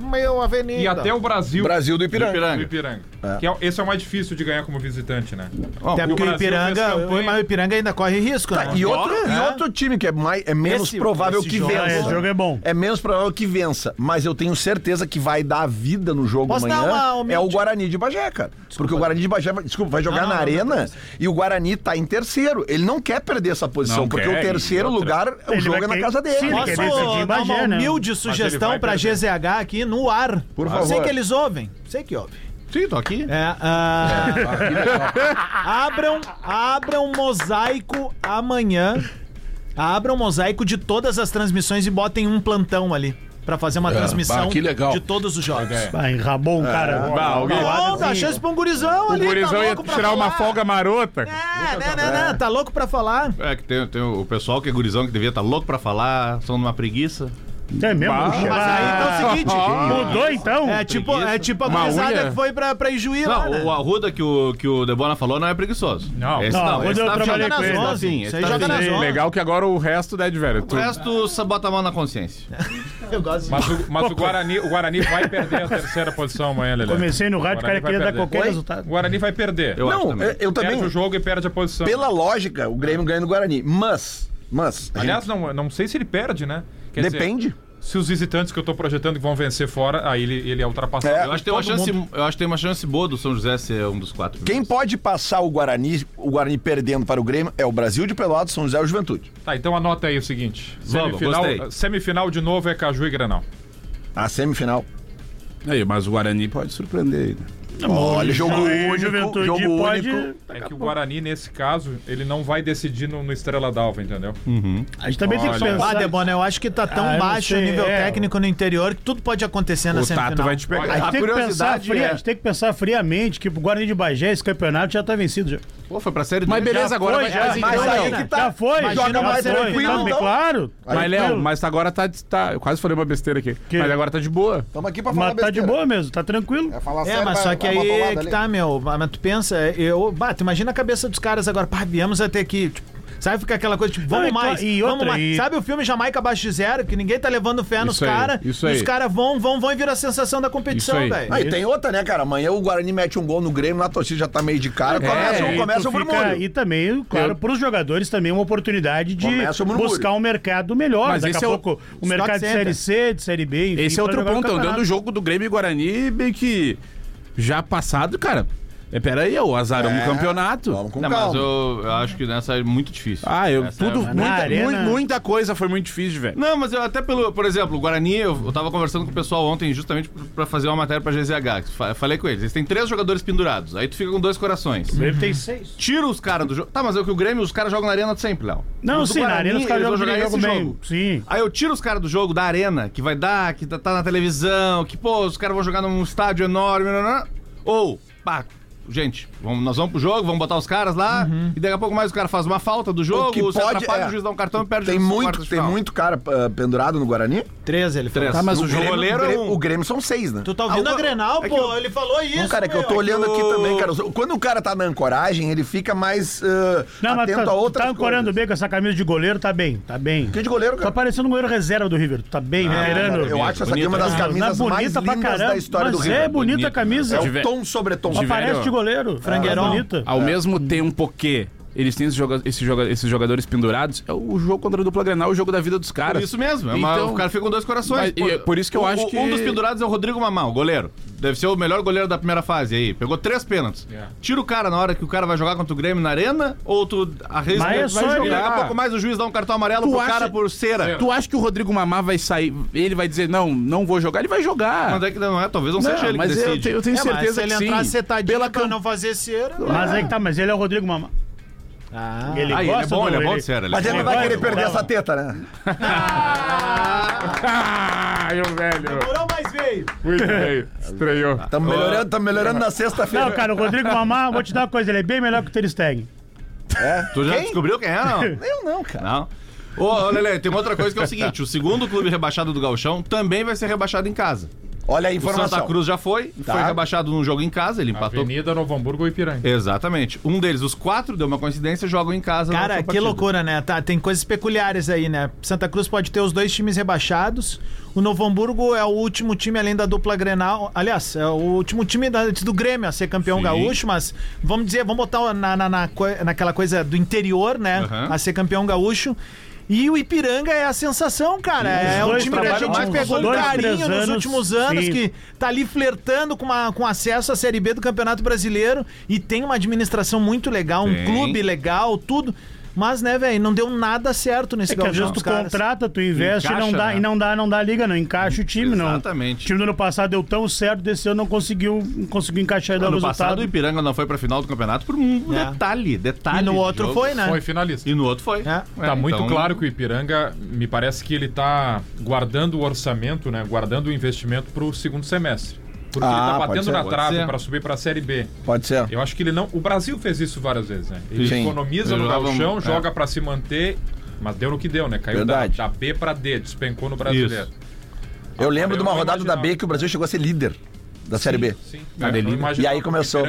[SPEAKER 7] Meu avenida.
[SPEAKER 8] e até o Brasil
[SPEAKER 3] Brasil do
[SPEAKER 4] Do
[SPEAKER 3] Ipiranga.
[SPEAKER 8] do
[SPEAKER 4] Ipiranga.
[SPEAKER 8] Ipiranga. Que é o- esse é o mais difícil de ganhar como visitante, né?
[SPEAKER 7] Até porque o
[SPEAKER 8] Brasil
[SPEAKER 7] Ipiranga,
[SPEAKER 8] fez campanha.
[SPEAKER 7] mas o Ipiranga ainda corre risco, né?
[SPEAKER 3] Tá, e, outro, e outro time que é, mais, é menos
[SPEAKER 7] Esse-
[SPEAKER 3] provável
[SPEAKER 7] esse
[SPEAKER 3] que
[SPEAKER 7] jogo-
[SPEAKER 3] vença.
[SPEAKER 5] Ah, esse jogo é bom.
[SPEAKER 3] É menos provável que vença, mas eu tenho certeza que vai dar vida no jogo
[SPEAKER 7] Posso dar
[SPEAKER 3] amanhã.
[SPEAKER 7] uma humilde-
[SPEAKER 3] é o Guarani de Bagé, cara. Porque o Guarani de Bagé, vai- desculpa, vai jogar
[SPEAKER 7] Não,
[SPEAKER 3] na
[SPEAKER 7] não,
[SPEAKER 3] arena
[SPEAKER 7] não, não.
[SPEAKER 3] e o Guarani tá em terceiro. Ele não quer perder essa posição,
[SPEAKER 6] Não
[SPEAKER 3] porque
[SPEAKER 6] quer,
[SPEAKER 3] o terceiro
[SPEAKER 6] e outra-
[SPEAKER 3] lugar, o
[SPEAKER 5] Ele
[SPEAKER 3] jogo
[SPEAKER 5] vai
[SPEAKER 3] é na
[SPEAKER 5] querer-
[SPEAKER 3] casa dele.
[SPEAKER 5] Sim, ele
[SPEAKER 3] cara.
[SPEAKER 5] quer
[SPEAKER 7] Posso
[SPEAKER 5] decidir em
[SPEAKER 7] dar
[SPEAKER 5] Bagé,
[SPEAKER 7] uma
[SPEAKER 5] né?
[SPEAKER 7] humilde
[SPEAKER 8] Mas
[SPEAKER 7] sugestão
[SPEAKER 8] ele vai
[SPEAKER 7] pra
[SPEAKER 8] perder.
[SPEAKER 7] GZH aqui no ar?
[SPEAKER 3] Por
[SPEAKER 7] Sei
[SPEAKER 3] favor.
[SPEAKER 7] que eles ouvem. Sei que ouvem.
[SPEAKER 4] Sim, tô aqui.
[SPEAKER 7] É, ah, abram, abram mosaico amanhã. Abram mosaico de todas as transmissões e botem um plantão ali pra fazer uma transmissão
[SPEAKER 10] bah, que legal.
[SPEAKER 7] de todos os jogos.
[SPEAKER 5] Vai, enrabou um cara.
[SPEAKER 6] Bah, alguém-
[SPEAKER 7] Não, dá chance pra um gurizão
[SPEAKER 6] O
[SPEAKER 7] ali.
[SPEAKER 6] gurizão
[SPEAKER 7] tá
[SPEAKER 6] ia
[SPEAKER 7] louco pra
[SPEAKER 6] tirar uma
[SPEAKER 7] falar.
[SPEAKER 6] folga marota.
[SPEAKER 7] É, né, né, né, tá louco pra falar?
[SPEAKER 4] É que tem, tem o pessoal que é gurizão que devia estar louco pra falar, são numa preguiça.
[SPEAKER 5] É mesmo?
[SPEAKER 6] Bah,
[SPEAKER 5] Puxa.
[SPEAKER 7] Mas aí então é o seguinte.
[SPEAKER 5] Mudou então?
[SPEAKER 7] É tipo, é tipo a
[SPEAKER 6] Uma
[SPEAKER 7] gurizada
[SPEAKER 6] unha?
[SPEAKER 7] que foi pra, pra Ijuí lá,
[SPEAKER 4] Não,
[SPEAKER 7] né?
[SPEAKER 4] o Arruda que o, que o Debona falou não é preguiçoso.
[SPEAKER 8] Não.
[SPEAKER 4] Esse
[SPEAKER 5] Não,
[SPEAKER 4] não,
[SPEAKER 5] Arruda
[SPEAKER 4] esse
[SPEAKER 5] eu
[SPEAKER 4] tá
[SPEAKER 5] trabalhei
[SPEAKER 4] fino.
[SPEAKER 5] com ele.
[SPEAKER 4] Esse tá
[SPEAKER 7] 11,
[SPEAKER 4] fino,
[SPEAKER 7] isso
[SPEAKER 4] esse
[SPEAKER 7] aí
[SPEAKER 4] tá
[SPEAKER 7] joga
[SPEAKER 4] fino.
[SPEAKER 7] nas
[SPEAKER 5] bem.
[SPEAKER 7] 11.
[SPEAKER 6] Legal que agora o resto, né, de velho?
[SPEAKER 4] O
[SPEAKER 6] Tu-
[SPEAKER 4] resto, só bota a mão na consciência.
[SPEAKER 7] Eu gosto.
[SPEAKER 8] Mas, o, mas o Guarani, o Guarani vai perder a terceira posição amanhã, Lelé.
[SPEAKER 5] Comecei no rádio, o cara
[SPEAKER 8] Guarani vai
[SPEAKER 5] queria dar
[SPEAKER 8] perder.
[SPEAKER 5] qualquer
[SPEAKER 3] Oi?
[SPEAKER 5] resultado.
[SPEAKER 8] O Guarani vai perder.
[SPEAKER 4] Eu acho
[SPEAKER 3] Não,
[SPEAKER 4] também.
[SPEAKER 3] eu, eu
[SPEAKER 8] Perde o
[SPEAKER 3] também.
[SPEAKER 8] jogo e perde a posição.
[SPEAKER 3] Pela lógica, o Grêmio ganha no Guarani. Mas, mas, a
[SPEAKER 8] Aliás, não, não sei se ele perde, né? Quer
[SPEAKER 3] gente,
[SPEAKER 8] dizer,
[SPEAKER 3] depende.
[SPEAKER 8] se os visitantes que eu tô projetando que vão vencer fora, aí ele, ele é ultrapassado.
[SPEAKER 3] É,
[SPEAKER 8] por
[SPEAKER 4] Eu acho, que tem uma
[SPEAKER 8] todo
[SPEAKER 4] chance,
[SPEAKER 8] mundo.
[SPEAKER 4] eu acho que tem uma chance boa do São José ser um dos quatro.
[SPEAKER 3] Quem pode passar o Guarani, o Guarani perdendo para o Grêmio é o Brasil de Pelotas, São José e o Juventude.
[SPEAKER 8] Tá, então anota aí o seguinte:
[SPEAKER 4] Vamos,
[SPEAKER 8] semifinal,
[SPEAKER 4] gostei.
[SPEAKER 8] semifinal de novo é Caju e Granal.
[SPEAKER 3] A semifinal.
[SPEAKER 6] Aí, mas o Guarani pode surpreender né? ainda.
[SPEAKER 11] Olha, jogo
[SPEAKER 5] Aí,
[SPEAKER 11] único,
[SPEAKER 5] Juventude
[SPEAKER 11] jogo
[SPEAKER 5] pode-
[SPEAKER 11] único.
[SPEAKER 8] É que o Guarani, nesse caso, ele não vai decidir no, no Estrela d'Alva, entendeu?
[SPEAKER 5] A gente também tem que
[SPEAKER 7] Ah,
[SPEAKER 8] Olha.
[SPEAKER 5] pensar.
[SPEAKER 7] Debona, eu acho que tá tão
[SPEAKER 5] Ah, eu não
[SPEAKER 7] baixo o
[SPEAKER 5] sei,
[SPEAKER 7] nível
[SPEAKER 5] é.
[SPEAKER 7] técnico no interior que tudo pode acontecer na
[SPEAKER 6] O
[SPEAKER 7] semifinal.
[SPEAKER 6] Tato tá, vai te pegar.
[SPEAKER 5] a, gente
[SPEAKER 11] A
[SPEAKER 5] tem que pensar
[SPEAKER 11] curiosidade
[SPEAKER 5] fria,
[SPEAKER 11] é-
[SPEAKER 5] a gente tem que pensar friamente que o Guarani de Bagé, esse campeonato já tá vencido. Já,
[SPEAKER 4] Pô, foi pra série
[SPEAKER 6] Mas
[SPEAKER 4] D,
[SPEAKER 6] beleza,
[SPEAKER 4] já
[SPEAKER 6] agora
[SPEAKER 4] foi,
[SPEAKER 6] vai
[SPEAKER 4] já.
[SPEAKER 6] fazer-
[SPEAKER 11] Mas
[SPEAKER 6] Não,
[SPEAKER 11] aí
[SPEAKER 6] não.
[SPEAKER 11] que
[SPEAKER 5] já
[SPEAKER 11] tá.
[SPEAKER 5] foi,
[SPEAKER 11] Mas
[SPEAKER 5] já
[SPEAKER 11] joga mais
[SPEAKER 5] foi,
[SPEAKER 11] tranquilo,
[SPEAKER 5] tá bem
[SPEAKER 11] então.
[SPEAKER 5] claro.
[SPEAKER 6] Mas, Léo, mas agora tá, tá. Eu quase falei uma besteira aqui. Mas agora tá de boa.
[SPEAKER 3] Estamos aqui pra falar
[SPEAKER 5] Mas tá de
[SPEAKER 3] besteira.
[SPEAKER 5] boa mesmo, tá tranquilo.
[SPEAKER 3] É, falar
[SPEAKER 7] É,
[SPEAKER 3] sério,
[SPEAKER 7] mas
[SPEAKER 3] vai-
[SPEAKER 7] só que
[SPEAKER 3] vai uma
[SPEAKER 7] aí
[SPEAKER 3] bolada
[SPEAKER 7] que
[SPEAKER 3] ali.
[SPEAKER 7] tá, meu. Mas tu pensa, eu. Bah, tu imagina a cabeça dos caras agora. Pá, viemos até aqui. Tipo, sabe, fica aquela coisa, tipo,
[SPEAKER 5] Não,
[SPEAKER 7] vamos
[SPEAKER 5] e
[SPEAKER 7] mais.
[SPEAKER 5] cla- e
[SPEAKER 7] vamos
[SPEAKER 5] outra,
[SPEAKER 7] mais.
[SPEAKER 5] e-
[SPEAKER 7] Sabe o filme Jamaica Abaixo de Zero, que ninguém tá levando fé nos
[SPEAKER 6] Isso aí,
[SPEAKER 7] caras.
[SPEAKER 6] isso
[SPEAKER 7] e
[SPEAKER 6] aí.
[SPEAKER 7] Os caras vão, vão, vão e vira a sensação da competição,
[SPEAKER 6] Isso aí.
[SPEAKER 7] velho.
[SPEAKER 3] Ah, e tem outra, né, cara? Amanhã o Guarani mete um gol no Grêmio, lá a torcida já tá meio de cara.
[SPEAKER 7] É,
[SPEAKER 3] começa,
[SPEAKER 5] É, e
[SPEAKER 3] começa
[SPEAKER 5] tu
[SPEAKER 3] o
[SPEAKER 5] fica-
[SPEAKER 3] murmúrio.
[SPEAKER 5] E também, claro, para os jogadores também uma oportunidade de
[SPEAKER 3] Começa o murmúrio.
[SPEAKER 5] buscar um mercado melhor.
[SPEAKER 6] Mas
[SPEAKER 5] Daqui
[SPEAKER 6] esse
[SPEAKER 5] a
[SPEAKER 6] é o-
[SPEAKER 5] pouco o
[SPEAKER 7] Stock
[SPEAKER 5] mercado de
[SPEAKER 7] Center.
[SPEAKER 5] Série C, de Série B, enfim,
[SPEAKER 6] Esse é
[SPEAKER 5] pra
[SPEAKER 6] outro
[SPEAKER 5] jogar
[SPEAKER 6] ponto. Eu dando
[SPEAKER 5] campeonato.
[SPEAKER 6] o jogo do Grêmio e Guarani, bem que já passado, cara. É, pera aí, o azarão
[SPEAKER 3] É,
[SPEAKER 6] do campeonato.
[SPEAKER 3] Vamos com
[SPEAKER 4] Não, mas
[SPEAKER 3] calma.
[SPEAKER 4] eu, eu acho que nessa é muito difícil.
[SPEAKER 6] Ah, eu,
[SPEAKER 4] Essa
[SPEAKER 6] tudo,
[SPEAKER 4] é-
[SPEAKER 6] muita,
[SPEAKER 5] arena-
[SPEAKER 6] mui- muita coisa foi muito difícil, velho.
[SPEAKER 4] Não, mas eu até pelo, por exemplo, o Guarani, eu, eu tava conversando com o pessoal ontem justamente pra- pra fazer uma matéria pra GZH. Fa- Falei com eles, eles têm três jogadores pendurados, aí tu fica com dois corações.
[SPEAKER 5] O Grêmio tem seis.
[SPEAKER 4] Tira os caras do jogo. Tá, mas é o que o Grêmio, os caras jogam na arena sempre, Léo.
[SPEAKER 5] Não,
[SPEAKER 4] Mas o
[SPEAKER 5] sim, na
[SPEAKER 4] Guarani,
[SPEAKER 5] Arena os caras
[SPEAKER 4] eles
[SPEAKER 5] jogam
[SPEAKER 4] vão
[SPEAKER 5] bem,
[SPEAKER 4] jogar
[SPEAKER 5] jogam
[SPEAKER 4] esse
[SPEAKER 5] bem.
[SPEAKER 4] jogo.
[SPEAKER 5] Sim.
[SPEAKER 4] Aí eu tiro os caras do jogo, da arena, que vai dar, que tá, tá na televisão, que, pô, os caras vão jogar num estádio enorme, não, não, não. ou, pá, gente, vamos, nós vamos pro jogo, vamos botar os caras lá,
[SPEAKER 5] Uhum.
[SPEAKER 4] e daqui a pouco mais o cara faz uma falta do jogo,
[SPEAKER 3] que
[SPEAKER 4] se
[SPEAKER 3] pode
[SPEAKER 4] atrapalha,
[SPEAKER 3] é,
[SPEAKER 4] o juiz dá um cartão e perde
[SPEAKER 3] Tem
[SPEAKER 4] os
[SPEAKER 3] muito,
[SPEAKER 4] quartos de
[SPEAKER 3] tem
[SPEAKER 4] final.
[SPEAKER 3] muito cara ah, pendurado no Guarani.
[SPEAKER 7] Três, ele falou.
[SPEAKER 4] Três.
[SPEAKER 6] Tá, mas o
[SPEAKER 3] Grêmio-
[SPEAKER 6] jogo.
[SPEAKER 4] goleiro é
[SPEAKER 3] Grêmio-
[SPEAKER 4] um.
[SPEAKER 3] O Grêmio são seis, né?
[SPEAKER 7] Tu tá ouvindo
[SPEAKER 4] Ah, o-
[SPEAKER 7] a Grenal,
[SPEAKER 4] é que
[SPEAKER 7] pô.
[SPEAKER 4] eu-
[SPEAKER 7] Ele falou isso.
[SPEAKER 3] Não, cara, é que eu
[SPEAKER 7] meu.
[SPEAKER 3] tô olhando aqui
[SPEAKER 4] o-
[SPEAKER 3] também, cara. Quando o cara tá na ancoragem, ele fica mais ah,
[SPEAKER 5] Não, mas
[SPEAKER 3] atento a
[SPEAKER 5] tá,
[SPEAKER 3] outras
[SPEAKER 5] tá ancorando bem com essa camisa de goleiro, tá bem, tá bem.
[SPEAKER 3] Que de goleiro,
[SPEAKER 5] Tá
[SPEAKER 3] cara.
[SPEAKER 5] parecendo um goleiro reserva do River, tá bem,
[SPEAKER 7] Ah,
[SPEAKER 5] veterano.
[SPEAKER 3] Eu acho essa aqui uma das
[SPEAKER 5] Ah,
[SPEAKER 3] camisas
[SPEAKER 5] tá
[SPEAKER 3] mais
[SPEAKER 5] bonita pra
[SPEAKER 3] lindas
[SPEAKER 5] caramba,
[SPEAKER 3] da história
[SPEAKER 5] mas
[SPEAKER 3] do Rio.
[SPEAKER 5] é bonita a camisa.
[SPEAKER 3] É
[SPEAKER 5] É
[SPEAKER 3] o tom sobre tom.
[SPEAKER 5] Só parece de goleiro. Frangueirão. bonita.
[SPEAKER 3] É.
[SPEAKER 6] Ao mesmo tempo que eles têm esses, joga- esse joga- esses jogadores pendurados, é o jogo contra a dupla Grenal, é o jogo da vida dos caras.
[SPEAKER 4] Por isso mesmo, é uma-
[SPEAKER 6] Então-
[SPEAKER 4] o cara fica com dois corações.
[SPEAKER 6] Mas, e, é por isso que eu
[SPEAKER 4] o-
[SPEAKER 6] acho
[SPEAKER 4] o-
[SPEAKER 6] que-
[SPEAKER 4] Um dos pendurados é o Rodrigo Mamal, goleiro. Deve ser o melhor goleiro da primeira fase aí. Pegou três pênaltis.
[SPEAKER 5] É.
[SPEAKER 4] Tira o cara na hora que o cara vai jogar contra o Grêmio na arena, ou tu arrisca
[SPEAKER 5] Mas é
[SPEAKER 4] vai
[SPEAKER 5] só
[SPEAKER 4] jogar.
[SPEAKER 5] ele-
[SPEAKER 4] Daqui a pouco mais o juiz dá um cartão amarelo
[SPEAKER 6] Tu
[SPEAKER 4] pro
[SPEAKER 6] acha-
[SPEAKER 4] cara por cera.
[SPEAKER 6] Tu acha que o Rodrigo Mamá vai sair, ele vai dizer, não, não vou jogar? Ele vai jogar.
[SPEAKER 4] Mas é que não é, talvez não,
[SPEAKER 6] Não,
[SPEAKER 4] seja ele que
[SPEAKER 6] mas eu,
[SPEAKER 4] decide.
[SPEAKER 6] te- eu tenho
[SPEAKER 7] É, mas se
[SPEAKER 6] certeza
[SPEAKER 7] ele
[SPEAKER 6] que sim.
[SPEAKER 7] entrar setadinho
[SPEAKER 6] Pela
[SPEAKER 7] pra
[SPEAKER 6] cam-
[SPEAKER 7] não fazer cera.
[SPEAKER 5] Mas aí que tá, mas ele é o Rodrigo Mamá.
[SPEAKER 7] Ah.
[SPEAKER 5] Ele
[SPEAKER 4] Ah, ele
[SPEAKER 5] gosta
[SPEAKER 4] é bom,
[SPEAKER 5] do-
[SPEAKER 4] ele é bom de cera. ele é
[SPEAKER 3] Mas ele
[SPEAKER 4] bom.
[SPEAKER 3] não vai querer
[SPEAKER 5] Não.
[SPEAKER 3] perder essa teta, né?
[SPEAKER 6] Ai, o velho.
[SPEAKER 7] Demorou, mas veio.
[SPEAKER 6] Muito bem. Estranhou.
[SPEAKER 3] Estamos Tá melhorando, tamo melhorando na
[SPEAKER 5] Não,
[SPEAKER 3] sexta-feira.
[SPEAKER 5] cara, o Rodrigo Mamá, vou te dar uma coisa, ele é bem melhor que o Ter Stegen.
[SPEAKER 4] Tu já descobriu quem é, não?
[SPEAKER 3] Eu não, cara.
[SPEAKER 4] Não. Ô, ô, Lele, tem uma outra coisa que é o seguinte: o segundo clube rebaixado do Gauchão também vai ser rebaixado em casa.
[SPEAKER 3] Olha a
[SPEAKER 4] O Santa
[SPEAKER 3] informação.
[SPEAKER 4] Cruz já foi,
[SPEAKER 6] Tá.
[SPEAKER 4] foi rebaixado num jogo em casa, ele empatou.
[SPEAKER 8] Avenida Novo Hamburgo ou Ipiranga.
[SPEAKER 4] Exatamente. Um deles, os quatro, deu uma coincidência, jogam em casa. na
[SPEAKER 7] Cara,
[SPEAKER 4] última
[SPEAKER 7] que
[SPEAKER 4] partida.
[SPEAKER 7] loucura, né? Tá, tem coisas peculiares aí, né? Santa Cruz pode ter os dois times rebaixados. O Novo Hamburgo é o último time além da dupla Grenal. Aliás, é o último time da- antes do Grêmio a ser campeão gaúcho, mas vamos dizer, vamos botar na, na- na coi- naquela coisa do interior, né?
[SPEAKER 4] Aham.
[SPEAKER 7] A ser campeão gaúcho. E o Ipiranga é a sensação, cara. É o
[SPEAKER 5] dois
[SPEAKER 7] time que a
[SPEAKER 5] trabalham
[SPEAKER 7] gente
[SPEAKER 5] com
[SPEAKER 7] pegou
[SPEAKER 5] uns
[SPEAKER 7] um
[SPEAKER 5] dois,
[SPEAKER 7] carinho
[SPEAKER 5] três
[SPEAKER 7] nos
[SPEAKER 5] anos,
[SPEAKER 7] últimos anos,
[SPEAKER 5] sim.
[SPEAKER 7] que tá ali flertando com, uma, com acesso à Série B do Campeonato Brasileiro e tem uma administração muito legal, um
[SPEAKER 4] Tem.
[SPEAKER 7] clube legal, tudo. Mas, né, velho, não deu nada certo nesse
[SPEAKER 5] É que às
[SPEAKER 7] gauchão
[SPEAKER 5] vezes tu
[SPEAKER 7] dos caras.
[SPEAKER 5] contrata, tu investe e não
[SPEAKER 4] Encaixa,
[SPEAKER 5] dá,
[SPEAKER 4] né?
[SPEAKER 5] e não dá, não dá liga, não encaixa o time, não.
[SPEAKER 4] Exatamente.
[SPEAKER 5] O time do ano passado deu tão certo, desse ano não conseguiu, não conseguiu encaixar e dar o
[SPEAKER 4] Ano
[SPEAKER 5] resultado.
[SPEAKER 4] passado, o Ipiranga não foi pra final do campeonato por um
[SPEAKER 7] É.
[SPEAKER 4] detalhe, detalhe.
[SPEAKER 7] E no
[SPEAKER 4] de
[SPEAKER 7] outro
[SPEAKER 4] jogo.
[SPEAKER 7] foi, né?
[SPEAKER 8] Foi finalista.
[SPEAKER 4] E no outro foi.
[SPEAKER 7] Tá
[SPEAKER 8] Tá muito
[SPEAKER 4] então-
[SPEAKER 8] claro que o Ipiranga, me parece que ele tá guardando o orçamento, né? Guardando o investimento pro segundo semestre. Porque ele
[SPEAKER 3] Ah,
[SPEAKER 8] tá
[SPEAKER 3] pode
[SPEAKER 8] batendo
[SPEAKER 3] ser,
[SPEAKER 8] na
[SPEAKER 4] pode
[SPEAKER 8] trave
[SPEAKER 4] ser.
[SPEAKER 8] para subir pra Série B.
[SPEAKER 3] Pode ser.
[SPEAKER 8] Eu acho que ele não. O Brasil fez isso várias vezes, né? Ele
[SPEAKER 3] Sim.
[SPEAKER 8] economiza
[SPEAKER 4] Ele
[SPEAKER 8] no
[SPEAKER 4] jogava-
[SPEAKER 8] gauchão,
[SPEAKER 4] é.
[SPEAKER 8] joga pra se manter, mas deu no que deu, né? Caiu da,
[SPEAKER 3] Verdade.
[SPEAKER 8] da B pra D, despencou no brasileiro.
[SPEAKER 3] Eu lembro
[SPEAKER 8] Eu
[SPEAKER 3] de uma
[SPEAKER 8] não
[SPEAKER 3] rodada da
[SPEAKER 8] imaginava.
[SPEAKER 3] B que o Brasil chegou a ser líder da Série B.
[SPEAKER 8] Sim.
[SPEAKER 6] Ah, delícia.
[SPEAKER 3] Tá E aí começou.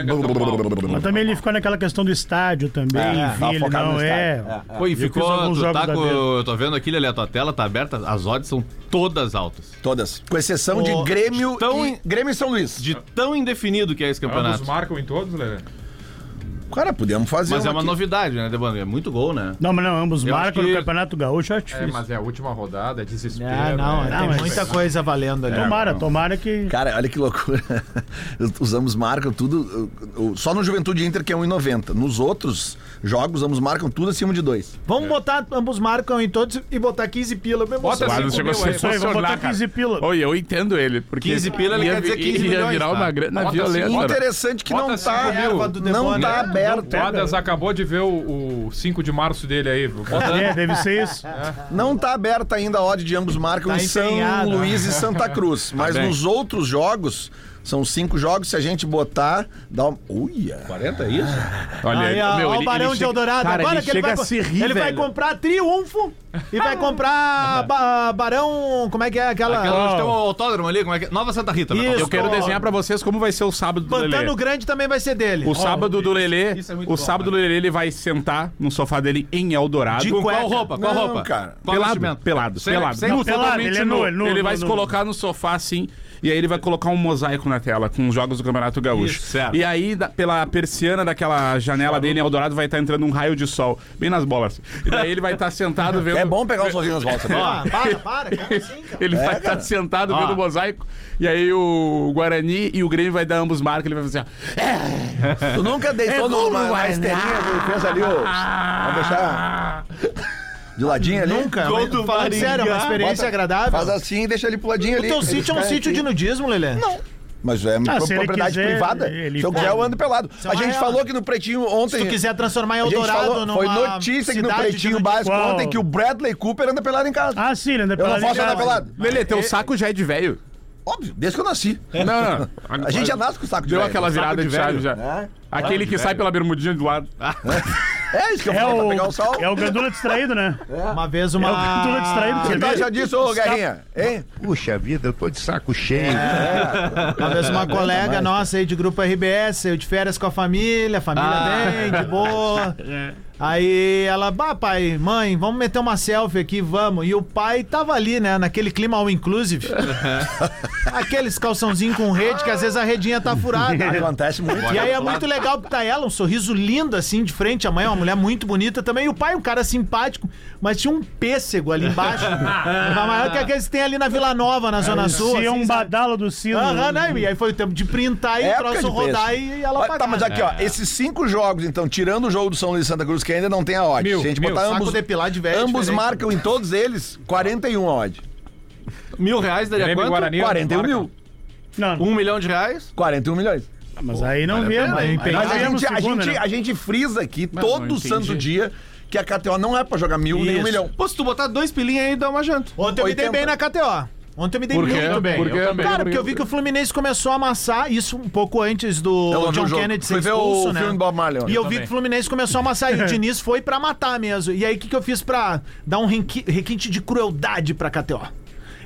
[SPEAKER 5] Mas também ele ficou naquela questão do estádio também,
[SPEAKER 3] É,
[SPEAKER 5] enfim,
[SPEAKER 3] tava
[SPEAKER 5] ele
[SPEAKER 3] focado
[SPEAKER 5] não
[SPEAKER 3] no
[SPEAKER 5] é.
[SPEAKER 3] estádio.
[SPEAKER 4] Pô, e
[SPEAKER 5] Eu
[SPEAKER 4] ficou.
[SPEAKER 5] fiz alguns
[SPEAKER 4] Tu
[SPEAKER 5] jogos
[SPEAKER 4] tá
[SPEAKER 5] da
[SPEAKER 4] com,
[SPEAKER 5] mesa.
[SPEAKER 4] eu tô vendo aqui, Lele, a tua tela tá aberta, as odds são todas altas.
[SPEAKER 3] Todas. Com exceção
[SPEAKER 7] Ô,
[SPEAKER 3] de Grêmio
[SPEAKER 4] tão
[SPEAKER 3] e
[SPEAKER 4] em-
[SPEAKER 3] Grêmio e São Luís.
[SPEAKER 4] De tão indefinido que é esse
[SPEAKER 8] Ambos
[SPEAKER 4] campeonato.
[SPEAKER 8] marcam em todos, Lelê?
[SPEAKER 12] Cara, podemos fazer.
[SPEAKER 3] um
[SPEAKER 4] Mas é uma
[SPEAKER 12] aqui.
[SPEAKER 4] novidade, né, Debando? É muito gol, né?
[SPEAKER 5] Não, mas não, ambos
[SPEAKER 4] Eu acho
[SPEAKER 5] marcam no
[SPEAKER 4] que-
[SPEAKER 5] Campeonato Gaúcho, eu acho
[SPEAKER 8] É,
[SPEAKER 5] difícil.
[SPEAKER 8] mas é a última rodada, é desespero.
[SPEAKER 7] Ah, não,
[SPEAKER 8] é-
[SPEAKER 7] tem
[SPEAKER 5] mas-
[SPEAKER 7] muita coisa valendo ali.
[SPEAKER 5] Tomara, tomara que.
[SPEAKER 3] Cara, olha que loucura. Os Amos marcam tudo. o- o- Só no Juventude Inter que é 1,90. Nos outros jogos, os Amos marcam tudo acima de 2.
[SPEAKER 7] Vamos botar ambos marcam em todos e botar 15 pila. Mesmo
[SPEAKER 8] Bota
[SPEAKER 7] assim.
[SPEAKER 8] assim,
[SPEAKER 6] Guarda, chegou a
[SPEAKER 8] comeu,
[SPEAKER 6] ser
[SPEAKER 8] é.
[SPEAKER 5] Isso aí, vamos botar 15 pila.
[SPEAKER 6] Oi, eu entendo ele. Porque
[SPEAKER 4] 15 pila, ele
[SPEAKER 6] ia
[SPEAKER 4] quer dizer
[SPEAKER 6] vi-
[SPEAKER 4] 15
[SPEAKER 6] ia
[SPEAKER 4] milhões,
[SPEAKER 6] virar uma
[SPEAKER 4] tá?
[SPEAKER 6] grana
[SPEAKER 8] Bota
[SPEAKER 6] violenta.
[SPEAKER 8] cinco.
[SPEAKER 6] né?
[SPEAKER 3] Interessante que
[SPEAKER 8] Bota
[SPEAKER 3] não
[SPEAKER 8] cinco
[SPEAKER 3] tá,
[SPEAKER 8] mil.
[SPEAKER 7] Erva do
[SPEAKER 3] não
[SPEAKER 7] demônio.
[SPEAKER 3] tá aberto.
[SPEAKER 8] O Quadras acabou de ver o, o 5 de março dele aí. Bota-
[SPEAKER 5] É, deve ser isso.
[SPEAKER 3] Não tá aberta ainda a odd de ambos marcam
[SPEAKER 7] Tá
[SPEAKER 3] em São
[SPEAKER 7] empenhado.
[SPEAKER 3] Luís e Santa Cruz. Mas
[SPEAKER 6] bem.
[SPEAKER 3] nos outros jogos, são cinco jogos, se a gente botar, dá uma. Uia! Ah.
[SPEAKER 6] 40 é isso? Olha
[SPEAKER 7] Aí, ó,
[SPEAKER 6] meu,
[SPEAKER 7] ó,
[SPEAKER 6] ele-
[SPEAKER 7] o Barão
[SPEAKER 6] ele
[SPEAKER 7] de
[SPEAKER 6] chega-
[SPEAKER 7] Eldorado.
[SPEAKER 13] cara,
[SPEAKER 7] Agora
[SPEAKER 13] ele
[SPEAKER 7] que ele
[SPEAKER 13] chega
[SPEAKER 7] vai,
[SPEAKER 13] a se rir,
[SPEAKER 7] ele vai
[SPEAKER 13] velho.
[SPEAKER 7] comprar Triunfo e vai comprar ba- Barão. Como é que é
[SPEAKER 8] Ah,
[SPEAKER 7] aquela.
[SPEAKER 4] Aquela onde tem o autódromo ali, como é que é? Nova Santa Rita.
[SPEAKER 7] Isso.
[SPEAKER 6] Eu quero desenhar pra vocês como vai ser o sábado do
[SPEAKER 7] Pantano
[SPEAKER 6] Lelê.
[SPEAKER 7] Grande também vai ser dele.
[SPEAKER 6] O sábado do Lelê,
[SPEAKER 4] isso é muito
[SPEAKER 6] o
[SPEAKER 4] bom,
[SPEAKER 6] sábado do Lelê, ele vai sentar no sofá dele em Eldorado.
[SPEAKER 4] Com qual
[SPEAKER 7] cueca.
[SPEAKER 4] roupa? Qual
[SPEAKER 3] Não,
[SPEAKER 4] roupa?
[SPEAKER 3] cara.
[SPEAKER 4] Qual é
[SPEAKER 6] pelado,
[SPEAKER 4] vestimento?
[SPEAKER 6] pelado,
[SPEAKER 4] Sem-
[SPEAKER 6] pelado.
[SPEAKER 4] sem-
[SPEAKER 6] Nu,
[SPEAKER 5] pelado,
[SPEAKER 6] totalmente
[SPEAKER 5] ele é
[SPEAKER 6] nu.
[SPEAKER 5] nu, é nu,
[SPEAKER 6] Ele
[SPEAKER 5] nu,
[SPEAKER 6] vai
[SPEAKER 5] nu,
[SPEAKER 6] se
[SPEAKER 5] nu.
[SPEAKER 6] colocar no sofá assim, e aí ele vai colocar um mosaico na tela com os jogos do Campeonato Gaúcho.
[SPEAKER 4] Isso, certo.
[SPEAKER 6] E aí, da- pela persiana daquela janela dele em Eldorado, vai estar entrando um raio de sol, bem nas bolas. E daí ele vai estar sentado vendo.
[SPEAKER 3] É bom pegar um sorriso nas voltas.
[SPEAKER 7] Ah, para, para. Como assim, cara?
[SPEAKER 6] Ele vai estar sentado vendo o mosaico. E aí o Guarani e o Grêmio vai dar ambos marcos. Ele vai fazer. assim, ó,
[SPEAKER 3] Tu nunca deitou numa na esteirinha que fez ali, ô. Vai deixar. De ladinho ali?
[SPEAKER 7] Nunca. mas tô falando sério, é uma experiência agradável.
[SPEAKER 3] Faz assim e deixa ele pro ladinho
[SPEAKER 7] O
[SPEAKER 3] ali.
[SPEAKER 7] teu
[SPEAKER 3] Deixa
[SPEAKER 7] sítio é um
[SPEAKER 3] ele assim.
[SPEAKER 7] sítio de
[SPEAKER 3] aqui.
[SPEAKER 7] nudismo, Lelê? Não.
[SPEAKER 3] Mas é uma
[SPEAKER 5] Ah, se ele
[SPEAKER 3] propriedade
[SPEAKER 5] quiser,
[SPEAKER 3] privada.
[SPEAKER 5] ele
[SPEAKER 3] Se eu
[SPEAKER 5] pode.
[SPEAKER 3] quiser, eu ando pelado.
[SPEAKER 7] é
[SPEAKER 3] A gente
[SPEAKER 7] real.
[SPEAKER 3] falou que no Pretinho ontem...
[SPEAKER 7] Se tu quiser transformar em
[SPEAKER 3] A gente
[SPEAKER 7] Eldorado
[SPEAKER 3] falou-
[SPEAKER 7] numa
[SPEAKER 3] Foi notícia que no
[SPEAKER 7] cidade de
[SPEAKER 3] Pretinho
[SPEAKER 7] nudismo.
[SPEAKER 3] Básico
[SPEAKER 5] Qual?
[SPEAKER 3] ontem que o Bradley Cooper anda pelado em casa.
[SPEAKER 5] Ah, sim, ele anda
[SPEAKER 3] eu não
[SPEAKER 5] pelado em
[SPEAKER 3] posso andar
[SPEAKER 5] casa.
[SPEAKER 3] pelado.
[SPEAKER 6] Lelê, teu saco já é de velho.
[SPEAKER 3] Óbvio, desde que eu nasci.
[SPEAKER 6] Não, não.
[SPEAKER 3] A gente já nasce com o saco de
[SPEAKER 6] Deu
[SPEAKER 3] velho. né?
[SPEAKER 6] aquela virada de velho já. Aquele que sai pela bermudinha do lado.
[SPEAKER 3] É isso que eu
[SPEAKER 5] É
[SPEAKER 3] falo, pra pegar
[SPEAKER 5] o,
[SPEAKER 3] o sol.
[SPEAKER 5] é o Gandula distraído, né?
[SPEAKER 7] Uma vez
[SPEAKER 5] É
[SPEAKER 7] uma.
[SPEAKER 5] o Gandula distraído.
[SPEAKER 3] O que
[SPEAKER 5] você
[SPEAKER 3] tu acha
[SPEAKER 5] vê?
[SPEAKER 3] disso, ô Guerrinha? Hein?
[SPEAKER 1] Puxa vida, eu tô de saco cheio.
[SPEAKER 7] Uma vez uma colega nossa aí de grupo RBS, saiu de férias com a família, a família
[SPEAKER 3] Ah.
[SPEAKER 7] bem, de boa.
[SPEAKER 3] É.
[SPEAKER 7] Aí ela, bah, pai, mãe, vamos meter uma selfie aqui, vamos. E o pai tava ali, né, naquele clima all inclusive. Aqueles calçãozinho com rede, que às vezes a redinha tá furada.
[SPEAKER 3] Acontece muito.
[SPEAKER 7] E aí é muito legal que tá ela, um sorriso lindo assim de frente. A mãe é uma mulher muito bonita também. E o pai, um cara simpático, mas tinha um pêssego ali embaixo. maior que aqueles que tem ali na Vila Nova, na Zona Sul.
[SPEAKER 5] Se é
[SPEAKER 7] assim,
[SPEAKER 5] um
[SPEAKER 7] sabe?
[SPEAKER 5] badalo do sino.
[SPEAKER 7] Aham, né? E aí foi o tempo de printar e
[SPEAKER 3] É
[SPEAKER 7] o
[SPEAKER 3] época
[SPEAKER 7] troço
[SPEAKER 3] de preço.
[SPEAKER 7] rodar e ela
[SPEAKER 3] Olha,
[SPEAKER 7] pagar.
[SPEAKER 3] Tá, mas
[SPEAKER 7] né?
[SPEAKER 3] aqui, ó, esses cinco jogos, então, tirando o jogo do São Luís e Santa Cruz, que ainda não tem a odd.
[SPEAKER 8] Mil,
[SPEAKER 3] Se a gente
[SPEAKER 8] mil,
[SPEAKER 3] botar
[SPEAKER 7] Saco
[SPEAKER 3] ambos,
[SPEAKER 7] depilar de velho. é
[SPEAKER 3] ambos
[SPEAKER 7] diferente.
[SPEAKER 3] marcam em todos eles 41 a odd.
[SPEAKER 4] Mil reais daria
[SPEAKER 8] Grêmio e
[SPEAKER 4] quanto?
[SPEAKER 8] Guarani.
[SPEAKER 3] 41
[SPEAKER 8] né, marca.
[SPEAKER 3] mil.
[SPEAKER 5] Não,
[SPEAKER 4] Um milhão de reais?
[SPEAKER 3] 41 milhões.
[SPEAKER 5] mas aí não vê, mano.
[SPEAKER 7] pena.
[SPEAKER 3] Mas a
[SPEAKER 5] Aí vemos
[SPEAKER 3] gente, a,
[SPEAKER 5] segunda,
[SPEAKER 3] gente,
[SPEAKER 5] né?
[SPEAKER 3] a gente frisa aqui
[SPEAKER 6] não
[SPEAKER 3] todo
[SPEAKER 6] entendi.
[SPEAKER 3] santo dia que a KTO não é pra jogar mil nem um
[SPEAKER 4] Isso.
[SPEAKER 3] milhão.
[SPEAKER 4] Pô, se tu botar dois pilinhas aí, dá uma janta.
[SPEAKER 7] Ontem eu me dei
[SPEAKER 3] 80.
[SPEAKER 7] bem na KTO. Ontem eu me dei
[SPEAKER 6] Por quê?
[SPEAKER 7] muito bem.
[SPEAKER 6] Por quê?
[SPEAKER 7] Eu também.
[SPEAKER 6] Por quê?
[SPEAKER 7] Cara, porque eu vi que o Fluminense começou a amassar isso um pouco antes do
[SPEAKER 3] Eu não vi É o
[SPEAKER 7] John
[SPEAKER 3] jogo.
[SPEAKER 7] Kennedy ser
[SPEAKER 3] Fui ver
[SPEAKER 7] expulso,
[SPEAKER 3] o
[SPEAKER 7] né?
[SPEAKER 3] filme do Bob Marley ontem.
[SPEAKER 7] E eu vi
[SPEAKER 8] também.
[SPEAKER 7] que o Fluminense começou a amassar e o Diniz foi pra matar mesmo. E aí o que, que eu fiz pra dar um requi- requinte de crueldade pra KTO?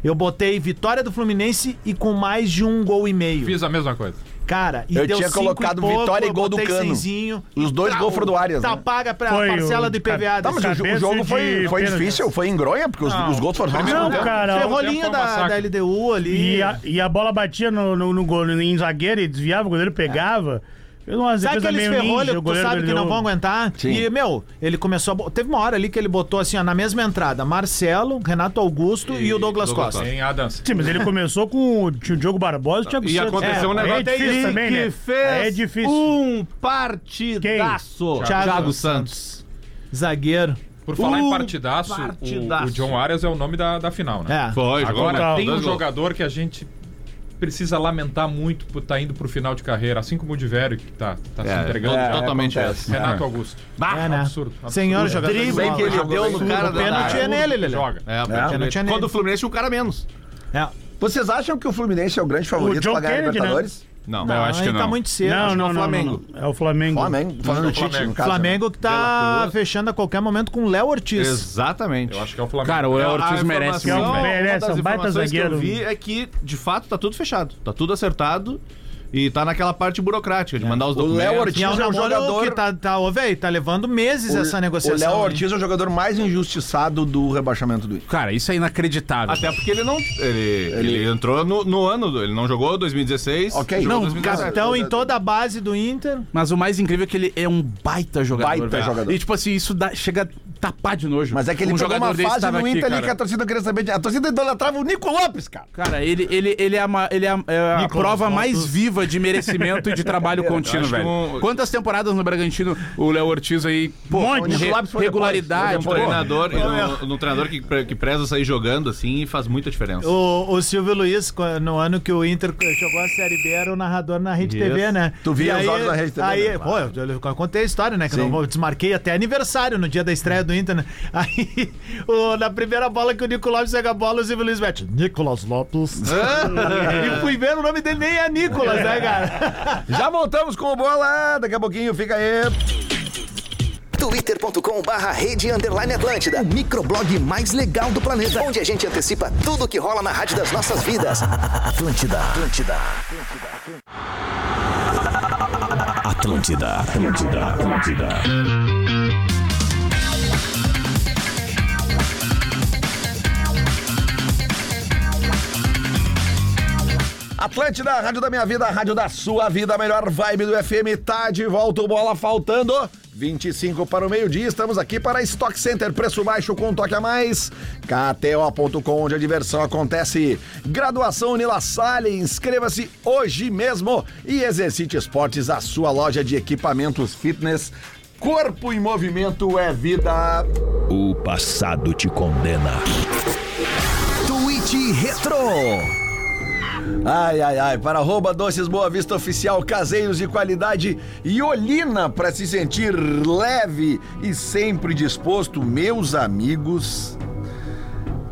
[SPEAKER 7] Eu botei vitória do Fluminense e com mais de um gol e meio.
[SPEAKER 8] Fiz a mesma coisa.
[SPEAKER 7] Cara, e
[SPEAKER 3] Eu
[SPEAKER 7] deu
[SPEAKER 3] tinha
[SPEAKER 7] cinco
[SPEAKER 3] colocado
[SPEAKER 7] e pouco,
[SPEAKER 3] vitória e
[SPEAKER 7] eu
[SPEAKER 3] gol do
[SPEAKER 7] botei
[SPEAKER 3] Cano.
[SPEAKER 7] cenzinho.
[SPEAKER 3] Os dois
[SPEAKER 7] Tá,
[SPEAKER 3] gols foram do Arias,
[SPEAKER 7] Tá
[SPEAKER 3] né?
[SPEAKER 7] paga pra
[SPEAKER 5] Foi
[SPEAKER 7] parcela
[SPEAKER 5] o-
[SPEAKER 7] do IPVA.
[SPEAKER 3] Tá, mas o, jo- o
[SPEAKER 5] Cabeça
[SPEAKER 3] jogo foi,
[SPEAKER 5] de
[SPEAKER 3] foi
[SPEAKER 5] pênalti.
[SPEAKER 3] difícil, foi engronha, porque os, os gols foram
[SPEAKER 5] Não,
[SPEAKER 3] rápidos.
[SPEAKER 5] cara.
[SPEAKER 7] Ferrou a
[SPEAKER 8] tempo
[SPEAKER 7] linha
[SPEAKER 8] foi um
[SPEAKER 7] da,
[SPEAKER 8] massacre.
[SPEAKER 7] da LDU ali.
[SPEAKER 5] é E a, e a bola batia no, no, no gol, em zagueiro e desviava, o goleiro pegava. Eu não
[SPEAKER 7] Sabe
[SPEAKER 5] coisa
[SPEAKER 7] aqueles
[SPEAKER 5] meio ninja,
[SPEAKER 7] ferrolhos
[SPEAKER 5] o
[SPEAKER 7] que tu
[SPEAKER 5] goleiro
[SPEAKER 7] sabe que não
[SPEAKER 5] ganhou.
[SPEAKER 7] vão aguentar? E, meu, ele começou a. bo- Teve uma hora ali que ele botou assim, ó, na mesma entrada, Marcelo, Renato Augusto e, o Douglas,
[SPEAKER 4] Douglas
[SPEAKER 7] Costa.
[SPEAKER 8] Em a dança.
[SPEAKER 5] Sim, mas ele começou com o, tinha o Diogo Barbosa e o Thiago
[SPEAKER 4] E
[SPEAKER 5] Santos.
[SPEAKER 4] aconteceu um
[SPEAKER 5] aí
[SPEAKER 4] negócio
[SPEAKER 5] é difícil também,
[SPEAKER 4] que
[SPEAKER 5] né? Aí
[SPEAKER 4] fez
[SPEAKER 5] é difícil.
[SPEAKER 4] um partidaço.
[SPEAKER 7] Quem?
[SPEAKER 4] Thiago,
[SPEAKER 7] Thiago
[SPEAKER 4] Santos.
[SPEAKER 7] Zagueiro.
[SPEAKER 8] Por falar em
[SPEAKER 4] Um
[SPEAKER 8] partidaço, o-
[SPEAKER 4] partidaço.
[SPEAKER 8] O, John Arias é o nome da, da final, né?
[SPEAKER 7] É.
[SPEAKER 4] Foi,
[SPEAKER 8] Agora, tem
[SPEAKER 4] tá, Dois
[SPEAKER 8] um
[SPEAKER 4] gols.
[SPEAKER 8] jogador que a gente precisa lamentar muito por estar indo pro final de carreira, assim como o de Vério, que tá, tá se
[SPEAKER 4] É,
[SPEAKER 8] entregando.
[SPEAKER 4] é,
[SPEAKER 8] já.
[SPEAKER 4] totalmente
[SPEAKER 3] acontece.
[SPEAKER 4] essa.
[SPEAKER 8] Renato Augusto.
[SPEAKER 7] É, né?
[SPEAKER 8] absurdo, absurdo.
[SPEAKER 7] Senhor jogador. de
[SPEAKER 4] Drible
[SPEAKER 7] bola.
[SPEAKER 4] que ele deu no cara
[SPEAKER 7] O
[SPEAKER 4] da
[SPEAKER 7] pênalti é
[SPEAKER 4] área.
[SPEAKER 7] nele, Lelê.
[SPEAKER 8] Joga.
[SPEAKER 4] É, o pênalti
[SPEAKER 7] não tinha
[SPEAKER 4] nele. Quando
[SPEAKER 7] nem-
[SPEAKER 4] o Fluminense tinha um cara a menos.
[SPEAKER 7] É.
[SPEAKER 3] Vocês acham que o Fluminense é o grande favorito
[SPEAKER 5] John
[SPEAKER 3] pra ganhar a
[SPEAKER 5] Kennedy, né?
[SPEAKER 3] Libertadores?
[SPEAKER 4] Não,
[SPEAKER 6] eu acho que
[SPEAKER 7] Ainda tá
[SPEAKER 6] não.
[SPEAKER 7] muito cedo.
[SPEAKER 5] Não,
[SPEAKER 4] Acho que é
[SPEAKER 5] não,
[SPEAKER 4] o
[SPEAKER 5] não, não,
[SPEAKER 4] Flamengo.
[SPEAKER 5] não. É o Flamengo.
[SPEAKER 3] Flamengo, falando do Tite, no
[SPEAKER 8] Flamengo.
[SPEAKER 3] caso. né?
[SPEAKER 7] Flamengo que
[SPEAKER 4] Bela
[SPEAKER 7] tá
[SPEAKER 4] Cruz.
[SPEAKER 7] fechando a qualquer momento com o Léo Ortiz.
[SPEAKER 4] Exatamente.
[SPEAKER 8] Eu acho que é o Flamengo.
[SPEAKER 6] Cara, o Léo Ortiz
[SPEAKER 4] A
[SPEAKER 6] merece
[SPEAKER 4] informação-
[SPEAKER 6] muito,
[SPEAKER 5] Não,
[SPEAKER 6] velho.
[SPEAKER 5] merece,
[SPEAKER 4] Uma das
[SPEAKER 5] é um baita
[SPEAKER 4] informações que eu
[SPEAKER 5] zagueiro.
[SPEAKER 4] vi é que, de fato, tá tudo fechado. Tá tudo acertado. E tá naquela parte burocrática de mandar os
[SPEAKER 3] O Léo
[SPEAKER 4] documentos.
[SPEAKER 3] Ortiz
[SPEAKER 7] E é
[SPEAKER 3] é
[SPEAKER 7] um
[SPEAKER 3] um
[SPEAKER 7] namoro
[SPEAKER 3] jogador-
[SPEAKER 7] que tá, tá, ô, velho, tá levando meses essa negociação.
[SPEAKER 3] né? O Léo
[SPEAKER 7] aí.
[SPEAKER 3] Ortiz é o jogador mais injustiçado do rebaixamento do Inter.
[SPEAKER 6] Cara, isso é inacreditável.
[SPEAKER 4] Até porque ele não. Ele, ele entrou no, no ano, do- ele não jogou 2016.
[SPEAKER 3] Ok.
[SPEAKER 4] jogou
[SPEAKER 3] Não,
[SPEAKER 4] 2017.
[SPEAKER 7] Capitão Então, em toda a base do Inter.
[SPEAKER 6] Mas o mais incrível é que ele é um baita jogador.
[SPEAKER 3] Baita
[SPEAKER 6] velho.
[SPEAKER 3] jogador.
[SPEAKER 6] E tipo assim, isso dá- chega a tapar de nojo.
[SPEAKER 3] Mas é que ele
[SPEAKER 6] um
[SPEAKER 3] jogou
[SPEAKER 6] jogador
[SPEAKER 3] uma
[SPEAKER 6] desse
[SPEAKER 3] fase
[SPEAKER 6] tava
[SPEAKER 3] no
[SPEAKER 6] aqui,
[SPEAKER 3] Inter ali
[SPEAKER 6] cara.
[SPEAKER 3] que a torcida queria saber. de- A torcida idolatrava o Nico Lopes, cara.
[SPEAKER 6] Cara, ele, ele, ele é a, ma- ele é a, é a prova mais viva de merecimento e de trabalho contínuo,
[SPEAKER 4] Acho que
[SPEAKER 6] velho.
[SPEAKER 4] um-
[SPEAKER 6] Quantas temporadas no Bragantino o Léo Ortiz aí... Pô,
[SPEAKER 2] Monte.
[SPEAKER 6] re- regularidade.
[SPEAKER 4] Um treinador, e no, no treinador que, pre- que preza sair jogando assim faz muita diferença.
[SPEAKER 7] O, o Silvio Luiz, qu- no ano que o Inter jogou a Série B, era o narrador na Rede
[SPEAKER 4] Isso.
[SPEAKER 7] TV, né?
[SPEAKER 3] Tu via
[SPEAKER 7] E
[SPEAKER 3] os
[SPEAKER 7] aí-
[SPEAKER 3] jogos na Rede TV,
[SPEAKER 7] Aí,
[SPEAKER 3] né?
[SPEAKER 7] pô, eu, eu contei a história, né? Que eu,
[SPEAKER 3] Sim.
[SPEAKER 7] não- eu desmarquei até aniversário no dia da estreia do Inter, né? Aí, o- na primeira bola que o Nico Lopes pega a bola, o Silvio Luiz mete Nicolas Lopes. e fui ver, o nome dele nem é Nicolas, né, cara?
[SPEAKER 3] Já voltamos com o bola. Daqui a pouquinho fica aí.
[SPEAKER 13] twitter.com barra rede underline Atlântida, o microblog mais legal do planeta, onde a gente antecipa tudo que rola na rádio das nossas vidas. Atlântida, Atlântida.
[SPEAKER 3] Atlântida, a rádio da minha vida, a rádio da sua vida, a melhor vibe do FM, tá de volta o bola faltando. 25 para o meio-dia, estamos aqui para Stock Center, preço baixo com um toque a mais. KTO.com, onde a diversão acontece. Graduação Nila Salle, inscreva-se hoje mesmo e exercite esportes, a sua loja de equipamentos fitness. Corpo em movimento é vida.
[SPEAKER 14] O passado te condena.
[SPEAKER 3] Twitch Retro. Ai, ai, ai, para arroba Doces Boa Vista Oficial, caseiros de qualidade e olina para se sentir leve e sempre disposto, meus amigos.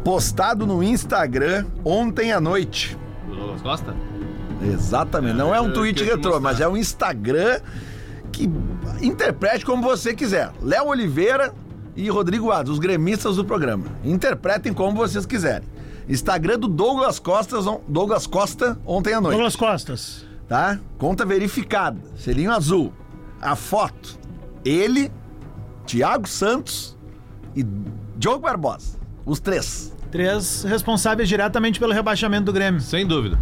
[SPEAKER 3] Postado no Instagram ontem à noite.
[SPEAKER 4] O Douglas Costa?
[SPEAKER 3] Exatamente, não é um
[SPEAKER 4] eu
[SPEAKER 3] tweet
[SPEAKER 4] queria te
[SPEAKER 3] retrô,
[SPEAKER 4] mostrar.
[SPEAKER 3] mas é um Instagram que interprete como você quiser. Léo Oliveira e Rodrigo Adas, os gremistas do programa. Interpretem como vocês quiserem. Instagram do Douglas Costa, Douglas Costa ontem à noite
[SPEAKER 5] Douglas Costas.
[SPEAKER 3] tá? Conta verificada, selinho azul. A foto, ele, Thiago Santos e Diogo Barbosa, os três.
[SPEAKER 7] Três responsáveis diretamente pelo rebaixamento do Grêmio.
[SPEAKER 4] Sem dúvida.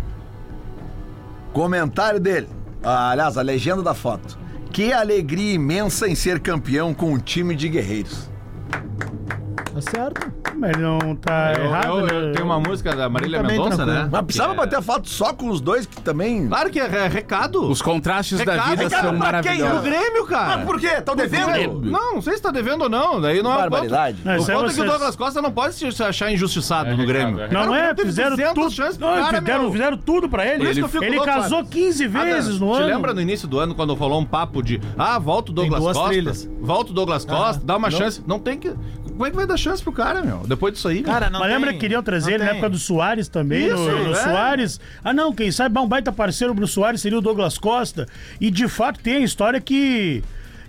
[SPEAKER 3] Comentário dele, ah, aliás, a legenda da foto. Que alegria imensa em ser campeão com um time de guerreiros.
[SPEAKER 7] Tá certo?
[SPEAKER 5] Mas ele não tá
[SPEAKER 4] Eu,
[SPEAKER 5] errado,
[SPEAKER 4] eu-
[SPEAKER 5] né?
[SPEAKER 4] eu tenho uma música da Marília
[SPEAKER 7] Também
[SPEAKER 4] Mendonça,
[SPEAKER 7] tranquilo.
[SPEAKER 4] né?
[SPEAKER 3] Mas precisava
[SPEAKER 4] Que é-
[SPEAKER 3] bater a foto só com os dois, que também.
[SPEAKER 4] Claro que é, é recado.
[SPEAKER 6] Os
[SPEAKER 5] É
[SPEAKER 6] contrastes da
[SPEAKER 4] Recado,
[SPEAKER 6] vida
[SPEAKER 4] recado
[SPEAKER 6] são
[SPEAKER 3] pra quem?
[SPEAKER 4] do
[SPEAKER 6] maravilhosos.
[SPEAKER 4] Grêmio, cara.
[SPEAKER 3] Mas Ah, por quê? Estão devendo?
[SPEAKER 4] Não, não sei se tá devendo ou não. Daí não é o ponto.
[SPEAKER 3] Barbaridade.
[SPEAKER 5] Não,
[SPEAKER 4] O
[SPEAKER 5] isso aí
[SPEAKER 4] ponto é que
[SPEAKER 5] vocês-
[SPEAKER 4] o Douglas Costa não pode se se achar injustiçado
[SPEAKER 8] É
[SPEAKER 4] no
[SPEAKER 8] recado,
[SPEAKER 4] Grêmio.
[SPEAKER 8] é recado.
[SPEAKER 5] Não,
[SPEAKER 4] Cara, o
[SPEAKER 5] é,
[SPEAKER 4] Grêmio teve
[SPEAKER 5] fizeram
[SPEAKER 4] 200
[SPEAKER 5] tudo.
[SPEAKER 4] chances pro
[SPEAKER 5] Não,
[SPEAKER 4] cara,
[SPEAKER 5] fizeram,
[SPEAKER 4] meu.
[SPEAKER 5] fizeram tudo pra ele.
[SPEAKER 4] Por isso
[SPEAKER 5] Ele,
[SPEAKER 4] que eu fico louco,
[SPEAKER 5] casou
[SPEAKER 4] Adams.
[SPEAKER 5] 15
[SPEAKER 4] Adam,
[SPEAKER 5] vezes no
[SPEAKER 4] Te
[SPEAKER 5] ano.
[SPEAKER 4] lembra no início do ano quando rolou um papo de ah, volta o Douglas
[SPEAKER 7] duas
[SPEAKER 4] Costa?
[SPEAKER 7] trilhas.
[SPEAKER 4] Volta o Douglas Costa, dá uma
[SPEAKER 7] Não.
[SPEAKER 4] chance. Não tem que. Como é que vai dar chance pro cara, meu? Depois disso aí.
[SPEAKER 7] Cara, não
[SPEAKER 5] Mas lembra
[SPEAKER 7] tem-
[SPEAKER 5] que queriam trazer
[SPEAKER 7] não
[SPEAKER 5] ele né? na
[SPEAKER 7] tem.
[SPEAKER 5] época do Soares também?
[SPEAKER 4] Isso,
[SPEAKER 5] no no
[SPEAKER 4] é.
[SPEAKER 5] Soares. Ah, não, quem sabe um baita parceiro pro Soares seria o Douglas Costa. E de fato tem a história que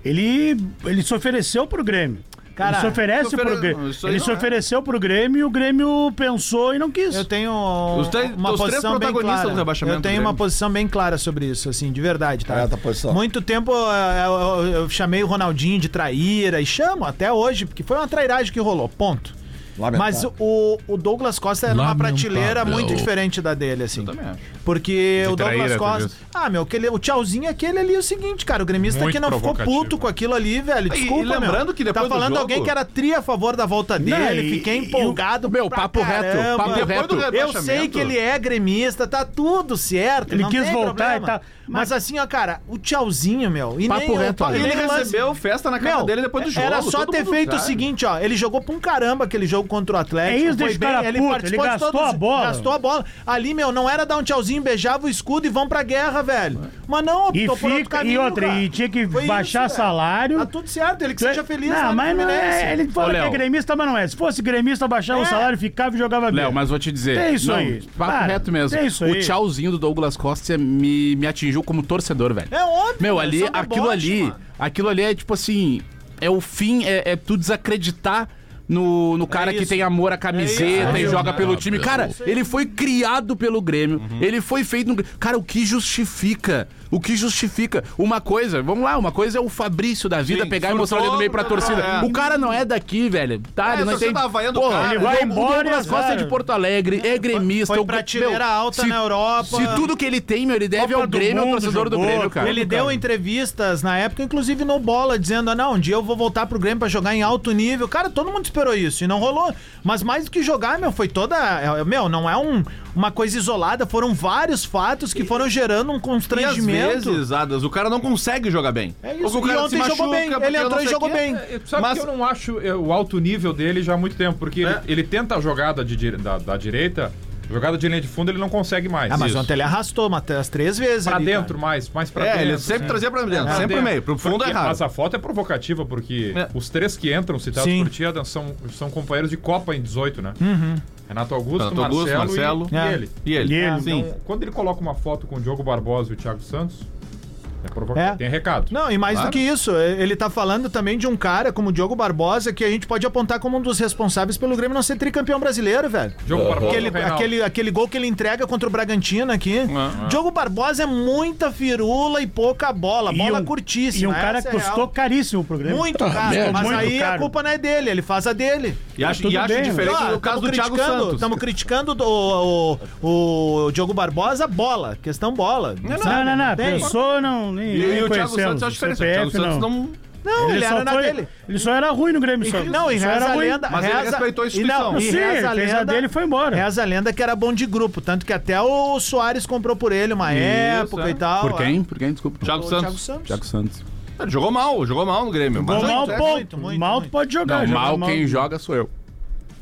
[SPEAKER 5] ele, ele se ofereceu pro Grêmio.
[SPEAKER 7] Cara,
[SPEAKER 5] ele se oferece
[SPEAKER 4] se
[SPEAKER 5] pro
[SPEAKER 4] ofere-
[SPEAKER 5] Grêmio.
[SPEAKER 4] isso aí
[SPEAKER 5] Ele
[SPEAKER 4] não
[SPEAKER 5] se
[SPEAKER 4] é.
[SPEAKER 5] ofereceu pro Grêmio e o Grêmio pensou e não quis.
[SPEAKER 7] Eu tenho
[SPEAKER 4] Os três-
[SPEAKER 7] uma
[SPEAKER 4] os três
[SPEAKER 7] posição bem
[SPEAKER 4] protagonistas
[SPEAKER 7] clara.
[SPEAKER 4] do rebaixamento
[SPEAKER 7] eu
[SPEAKER 4] do
[SPEAKER 7] tenho
[SPEAKER 4] Grêmio.
[SPEAKER 7] uma posição bem clara sobre isso, assim, de verdade, tá?
[SPEAKER 3] Qual é a tua posição?
[SPEAKER 7] Muito tempo eh, eu, eu- eu chamei o Ronaldinho de traíra e chamo até hoje, porque foi uma trairagem que rolou, ponto. Mas o, o Douglas Costa era uma
[SPEAKER 11] Lamentável.
[SPEAKER 7] prateleira muito diferente da dele, assim.
[SPEAKER 4] também acho.
[SPEAKER 7] Porque o Douglas
[SPEAKER 6] traíra, tu
[SPEAKER 7] Costa.
[SPEAKER 6] diz.
[SPEAKER 7] Ah, meu, aquele, o tchauzinho aquele ali é o seguinte, cara. O gremista
[SPEAKER 8] Muito
[SPEAKER 7] que não ficou
[SPEAKER 8] provocativo.
[SPEAKER 7] puto com aquilo ali, velho.
[SPEAKER 4] E- e
[SPEAKER 7] Desculpa, meu.
[SPEAKER 4] lembrando que depois
[SPEAKER 7] Tá
[SPEAKER 4] do
[SPEAKER 7] falando
[SPEAKER 4] jogo-
[SPEAKER 7] alguém que era tri a favor da volta dele,
[SPEAKER 5] e-
[SPEAKER 7] fiquei
[SPEAKER 5] e o-
[SPEAKER 7] empolgado.
[SPEAKER 6] Meu,
[SPEAKER 7] pra
[SPEAKER 6] papo reto,
[SPEAKER 7] caramba.
[SPEAKER 6] papo
[SPEAKER 4] Depois
[SPEAKER 6] reto.
[SPEAKER 4] do
[SPEAKER 7] Eu
[SPEAKER 4] rebaixamento.
[SPEAKER 7] sei que ele é gremista, tá tudo certo.
[SPEAKER 5] Ele
[SPEAKER 7] não
[SPEAKER 5] quis
[SPEAKER 7] tem
[SPEAKER 5] voltar
[SPEAKER 7] problema.
[SPEAKER 5] e tá- tal.
[SPEAKER 7] Mas assim, ó, cara, o tchauzinho, meu. E
[SPEAKER 6] Papo
[SPEAKER 7] nem o-
[SPEAKER 6] reto, olha.
[SPEAKER 7] e
[SPEAKER 4] Ele
[SPEAKER 7] nem o lance-
[SPEAKER 4] recebeu festa na casa
[SPEAKER 7] Meu,
[SPEAKER 4] dele depois do jogo.
[SPEAKER 7] Era só
[SPEAKER 4] todo
[SPEAKER 7] ter
[SPEAKER 4] mundo
[SPEAKER 7] feito o
[SPEAKER 4] sabe.
[SPEAKER 7] seguinte, ó. Ele jogou pra um caramba aquele jogo contra o Atlético.
[SPEAKER 5] É isso,
[SPEAKER 7] foi
[SPEAKER 5] deixa o cara
[SPEAKER 7] ele
[SPEAKER 5] puto,
[SPEAKER 7] participou
[SPEAKER 5] ele
[SPEAKER 7] de
[SPEAKER 5] gastou
[SPEAKER 7] todos-
[SPEAKER 5] a bola.
[SPEAKER 7] Gastou a bola. Ali, meu, não era dar um tchauzinho, beijava o escudo e vão pra guerra, velho. Mas não,
[SPEAKER 5] E
[SPEAKER 7] optou por outro
[SPEAKER 5] fica- e
[SPEAKER 7] caminho,
[SPEAKER 5] outra,
[SPEAKER 7] cara.
[SPEAKER 5] e tinha que
[SPEAKER 7] Foi
[SPEAKER 5] baixar
[SPEAKER 7] velho.
[SPEAKER 5] salário. é-
[SPEAKER 7] Tá tudo certo, ele que seja feliz. né, lá
[SPEAKER 5] Não,
[SPEAKER 7] no
[SPEAKER 5] mas não
[SPEAKER 7] Fluminense.
[SPEAKER 5] é. Ele
[SPEAKER 6] Ô,
[SPEAKER 5] fala que
[SPEAKER 6] Léo.
[SPEAKER 5] é gremista, mas não é. Se fosse gremista, baixava
[SPEAKER 7] É.
[SPEAKER 5] o salário, ficava e jogava bem.
[SPEAKER 6] Léo, mas vou te dizer.
[SPEAKER 5] Tem É isso
[SPEAKER 6] não,
[SPEAKER 5] aí.
[SPEAKER 6] Papo
[SPEAKER 5] Para,
[SPEAKER 6] reto mesmo.
[SPEAKER 5] tem isso
[SPEAKER 6] o
[SPEAKER 5] aí.
[SPEAKER 6] tchauzinho do Douglas Costa me, me atingiu como torcedor, velho.
[SPEAKER 7] É óbvio.
[SPEAKER 6] Meu,
[SPEAKER 7] é
[SPEAKER 6] ali,
[SPEAKER 7] só deboche,
[SPEAKER 6] aquilo ali,
[SPEAKER 7] mano.
[SPEAKER 6] aquilo ali é tipo assim, é o fim, é, é tu desacreditar no, no cara que
[SPEAKER 7] isso.
[SPEAKER 6] tem amor à
[SPEAKER 7] É
[SPEAKER 6] camiseta
[SPEAKER 7] isso.
[SPEAKER 6] e joga
[SPEAKER 7] Ah,
[SPEAKER 6] pelo time.
[SPEAKER 7] meu.
[SPEAKER 6] Cara, ele foi criado pelo Grêmio.
[SPEAKER 7] Uhum.
[SPEAKER 6] Ele foi feito no Grêmio. Cara, o que justifica? O que justifica? Uma coisa, vamos lá, uma coisa é o Fabrício da vida
[SPEAKER 4] Sim,
[SPEAKER 6] pegar e mostrar ali no meio pra
[SPEAKER 4] surtou,
[SPEAKER 6] torcida.
[SPEAKER 4] é.
[SPEAKER 6] O cara não é daqui, velho. Tá,
[SPEAKER 4] É,
[SPEAKER 6] ele não
[SPEAKER 4] a torcida
[SPEAKER 6] entende.
[SPEAKER 4] tava vaiando o cara.
[SPEAKER 6] Ele
[SPEAKER 7] né?
[SPEAKER 4] Ele vai
[SPEAKER 6] vai
[SPEAKER 4] embora
[SPEAKER 6] embora.
[SPEAKER 4] e
[SPEAKER 6] Douglas Costa é de
[SPEAKER 4] azar.
[SPEAKER 6] Porto Alegre, é gremista.
[SPEAKER 7] foi
[SPEAKER 6] o-
[SPEAKER 7] prateleira
[SPEAKER 6] meu,
[SPEAKER 7] alta
[SPEAKER 6] se-
[SPEAKER 7] na Europa.
[SPEAKER 6] Se tudo que ele tem, meu, ele deve ao
[SPEAKER 7] Copa do
[SPEAKER 6] Grêmio, ao
[SPEAKER 7] Mundo
[SPEAKER 6] torcedor do
[SPEAKER 7] jogou,
[SPEAKER 6] Grêmio, cara.
[SPEAKER 7] Ele deu entrevistas na época, inclusive no Bola, dizendo: ah, não, um dia eu vou voltar pro Grêmio pra jogar em alto nível. Cara, todo mundo esperou isso e não rolou. Mas mais do que jogar, meu, foi toda. é, Meu, não é um- uma coisa isolada, foram vários fatos que foram gerando um
[SPEAKER 4] E às
[SPEAKER 7] constrangimento.
[SPEAKER 4] vezes, Adas, o cara não consegue jogar bem.
[SPEAKER 7] É isso.
[SPEAKER 4] Ou que o
[SPEAKER 7] E
[SPEAKER 4] cara se
[SPEAKER 7] ontem jogou
[SPEAKER 4] machuca,
[SPEAKER 7] bem. Ele
[SPEAKER 4] porque
[SPEAKER 7] entrou
[SPEAKER 4] não
[SPEAKER 7] e
[SPEAKER 4] sei
[SPEAKER 7] jogou
[SPEAKER 4] o quê.
[SPEAKER 7] bem.
[SPEAKER 8] É, Sabe
[SPEAKER 4] Mas-
[SPEAKER 8] que eu não acho é, o alto nível dele já há muito tempo, porque ele, ele tenta a jogada de dire- da, da direita, jogada de linha de fundo ele não consegue mais.
[SPEAKER 7] Ah, mas
[SPEAKER 8] Isso.
[SPEAKER 7] ontem ele arrastou Matheus três vezes.
[SPEAKER 8] Pra
[SPEAKER 7] ali, cara.
[SPEAKER 8] dentro mais, mais pra
[SPEAKER 4] É,
[SPEAKER 8] dentro. É.
[SPEAKER 4] ele sempre trazia pra dentro,
[SPEAKER 8] Pra
[SPEAKER 4] Tá sempre
[SPEAKER 8] dentro.
[SPEAKER 4] meio. Pro fundo
[SPEAKER 8] Porque-
[SPEAKER 4] é raro.
[SPEAKER 8] Mas a foto é provocativa, porque
[SPEAKER 4] É.
[SPEAKER 8] os três que entram, citados
[SPEAKER 7] Sim.
[SPEAKER 8] por ti, Adam, são, são companheiros de Copa em 18, né?
[SPEAKER 7] Uhum.
[SPEAKER 8] Renato Augusto,
[SPEAKER 4] Renato Augusto,
[SPEAKER 8] Marcelo,
[SPEAKER 7] Marcelo.
[SPEAKER 8] e- e,
[SPEAKER 7] É.
[SPEAKER 8] ele.
[SPEAKER 4] E ele?
[SPEAKER 5] E ele?
[SPEAKER 8] Então,
[SPEAKER 4] Sim.
[SPEAKER 8] quando ele coloca uma foto com o Diogo Barbosa e o Thiago Santos, é provocativa.
[SPEAKER 7] É.
[SPEAKER 8] Tem recado.
[SPEAKER 7] Não, e mais
[SPEAKER 4] Claro.
[SPEAKER 7] do que isso, é, ele tá falando também de um cara como o Diogo Barbosa, que a gente pode apontar como um dos responsáveis pelo Grêmio não ser tricampeão brasileiro, velho.
[SPEAKER 8] Diogo Barbosa.
[SPEAKER 7] Aquele,
[SPEAKER 8] Reinaldo.
[SPEAKER 7] aquele, aquele gol que ele entrega contra o Bragantino aqui.
[SPEAKER 4] Ah, ah.
[SPEAKER 7] Diogo Barbosa é muita firula e pouca bola. Bola curtíssima.
[SPEAKER 5] E um cara
[SPEAKER 7] essa é a
[SPEAKER 5] custou
[SPEAKER 7] real.
[SPEAKER 5] caríssimo o programa.
[SPEAKER 7] muito caro.
[SPEAKER 11] merda.
[SPEAKER 7] mas
[SPEAKER 5] Muito
[SPEAKER 7] aí a
[SPEAKER 5] caro.
[SPEAKER 7] culpa não é dele, ele faz a dele.
[SPEAKER 4] E acho,
[SPEAKER 5] tudo
[SPEAKER 4] e acho
[SPEAKER 5] bem,
[SPEAKER 4] diferente
[SPEAKER 7] Ó,
[SPEAKER 4] do caso
[SPEAKER 7] tamo
[SPEAKER 4] do Thiago
[SPEAKER 7] criticando-
[SPEAKER 4] Santos.
[SPEAKER 7] Tamo criticando do- o, o, o Diogo Barbosa, bola. Questão bola.
[SPEAKER 5] Não, não, não.
[SPEAKER 7] Tem.
[SPEAKER 5] Pensou, não. Nem,
[SPEAKER 4] E, e
[SPEAKER 5] nem
[SPEAKER 4] o Thiago
[SPEAKER 5] conhecemos.
[SPEAKER 4] Santos eu acho diferente. o
[SPEAKER 5] CPF,
[SPEAKER 4] Thiago Santos
[SPEAKER 5] não.
[SPEAKER 4] não...
[SPEAKER 7] Não, ele,
[SPEAKER 5] só
[SPEAKER 7] era na
[SPEAKER 5] foi-
[SPEAKER 7] dele.
[SPEAKER 5] Ele só era ruim no Grêmio Santos.
[SPEAKER 7] Não, e
[SPEAKER 5] só
[SPEAKER 7] reza
[SPEAKER 5] era
[SPEAKER 7] a
[SPEAKER 5] ruim.
[SPEAKER 7] lenda.
[SPEAKER 4] Mas ele
[SPEAKER 7] reza...
[SPEAKER 4] respeitou a instituição.
[SPEAKER 7] E não, e
[SPEAKER 5] Sim,
[SPEAKER 7] reza a
[SPEAKER 5] ele fez a
[SPEAKER 7] lenda-
[SPEAKER 5] dele e foi embora.
[SPEAKER 7] Reza a lenda que era bom de grupo. Tanto que até o Soares comprou por ele uma época
[SPEAKER 4] é.
[SPEAKER 7] e tal.
[SPEAKER 6] Por quem? Por quem? Desculpa.
[SPEAKER 4] Thiago
[SPEAKER 7] O Thiago
[SPEAKER 4] Santos.
[SPEAKER 7] Santos.
[SPEAKER 6] Thiago Santos.
[SPEAKER 4] Ele jogou mal, jogou mal no Grêmio.
[SPEAKER 5] Jogou
[SPEAKER 4] mas-
[SPEAKER 5] mal,
[SPEAKER 7] muito, é muito,
[SPEAKER 5] pouco.
[SPEAKER 7] muito,
[SPEAKER 5] Mal
[SPEAKER 7] muito.
[SPEAKER 5] pode jogar.
[SPEAKER 6] Não,
[SPEAKER 5] joga
[SPEAKER 6] mal quem joga sou eu.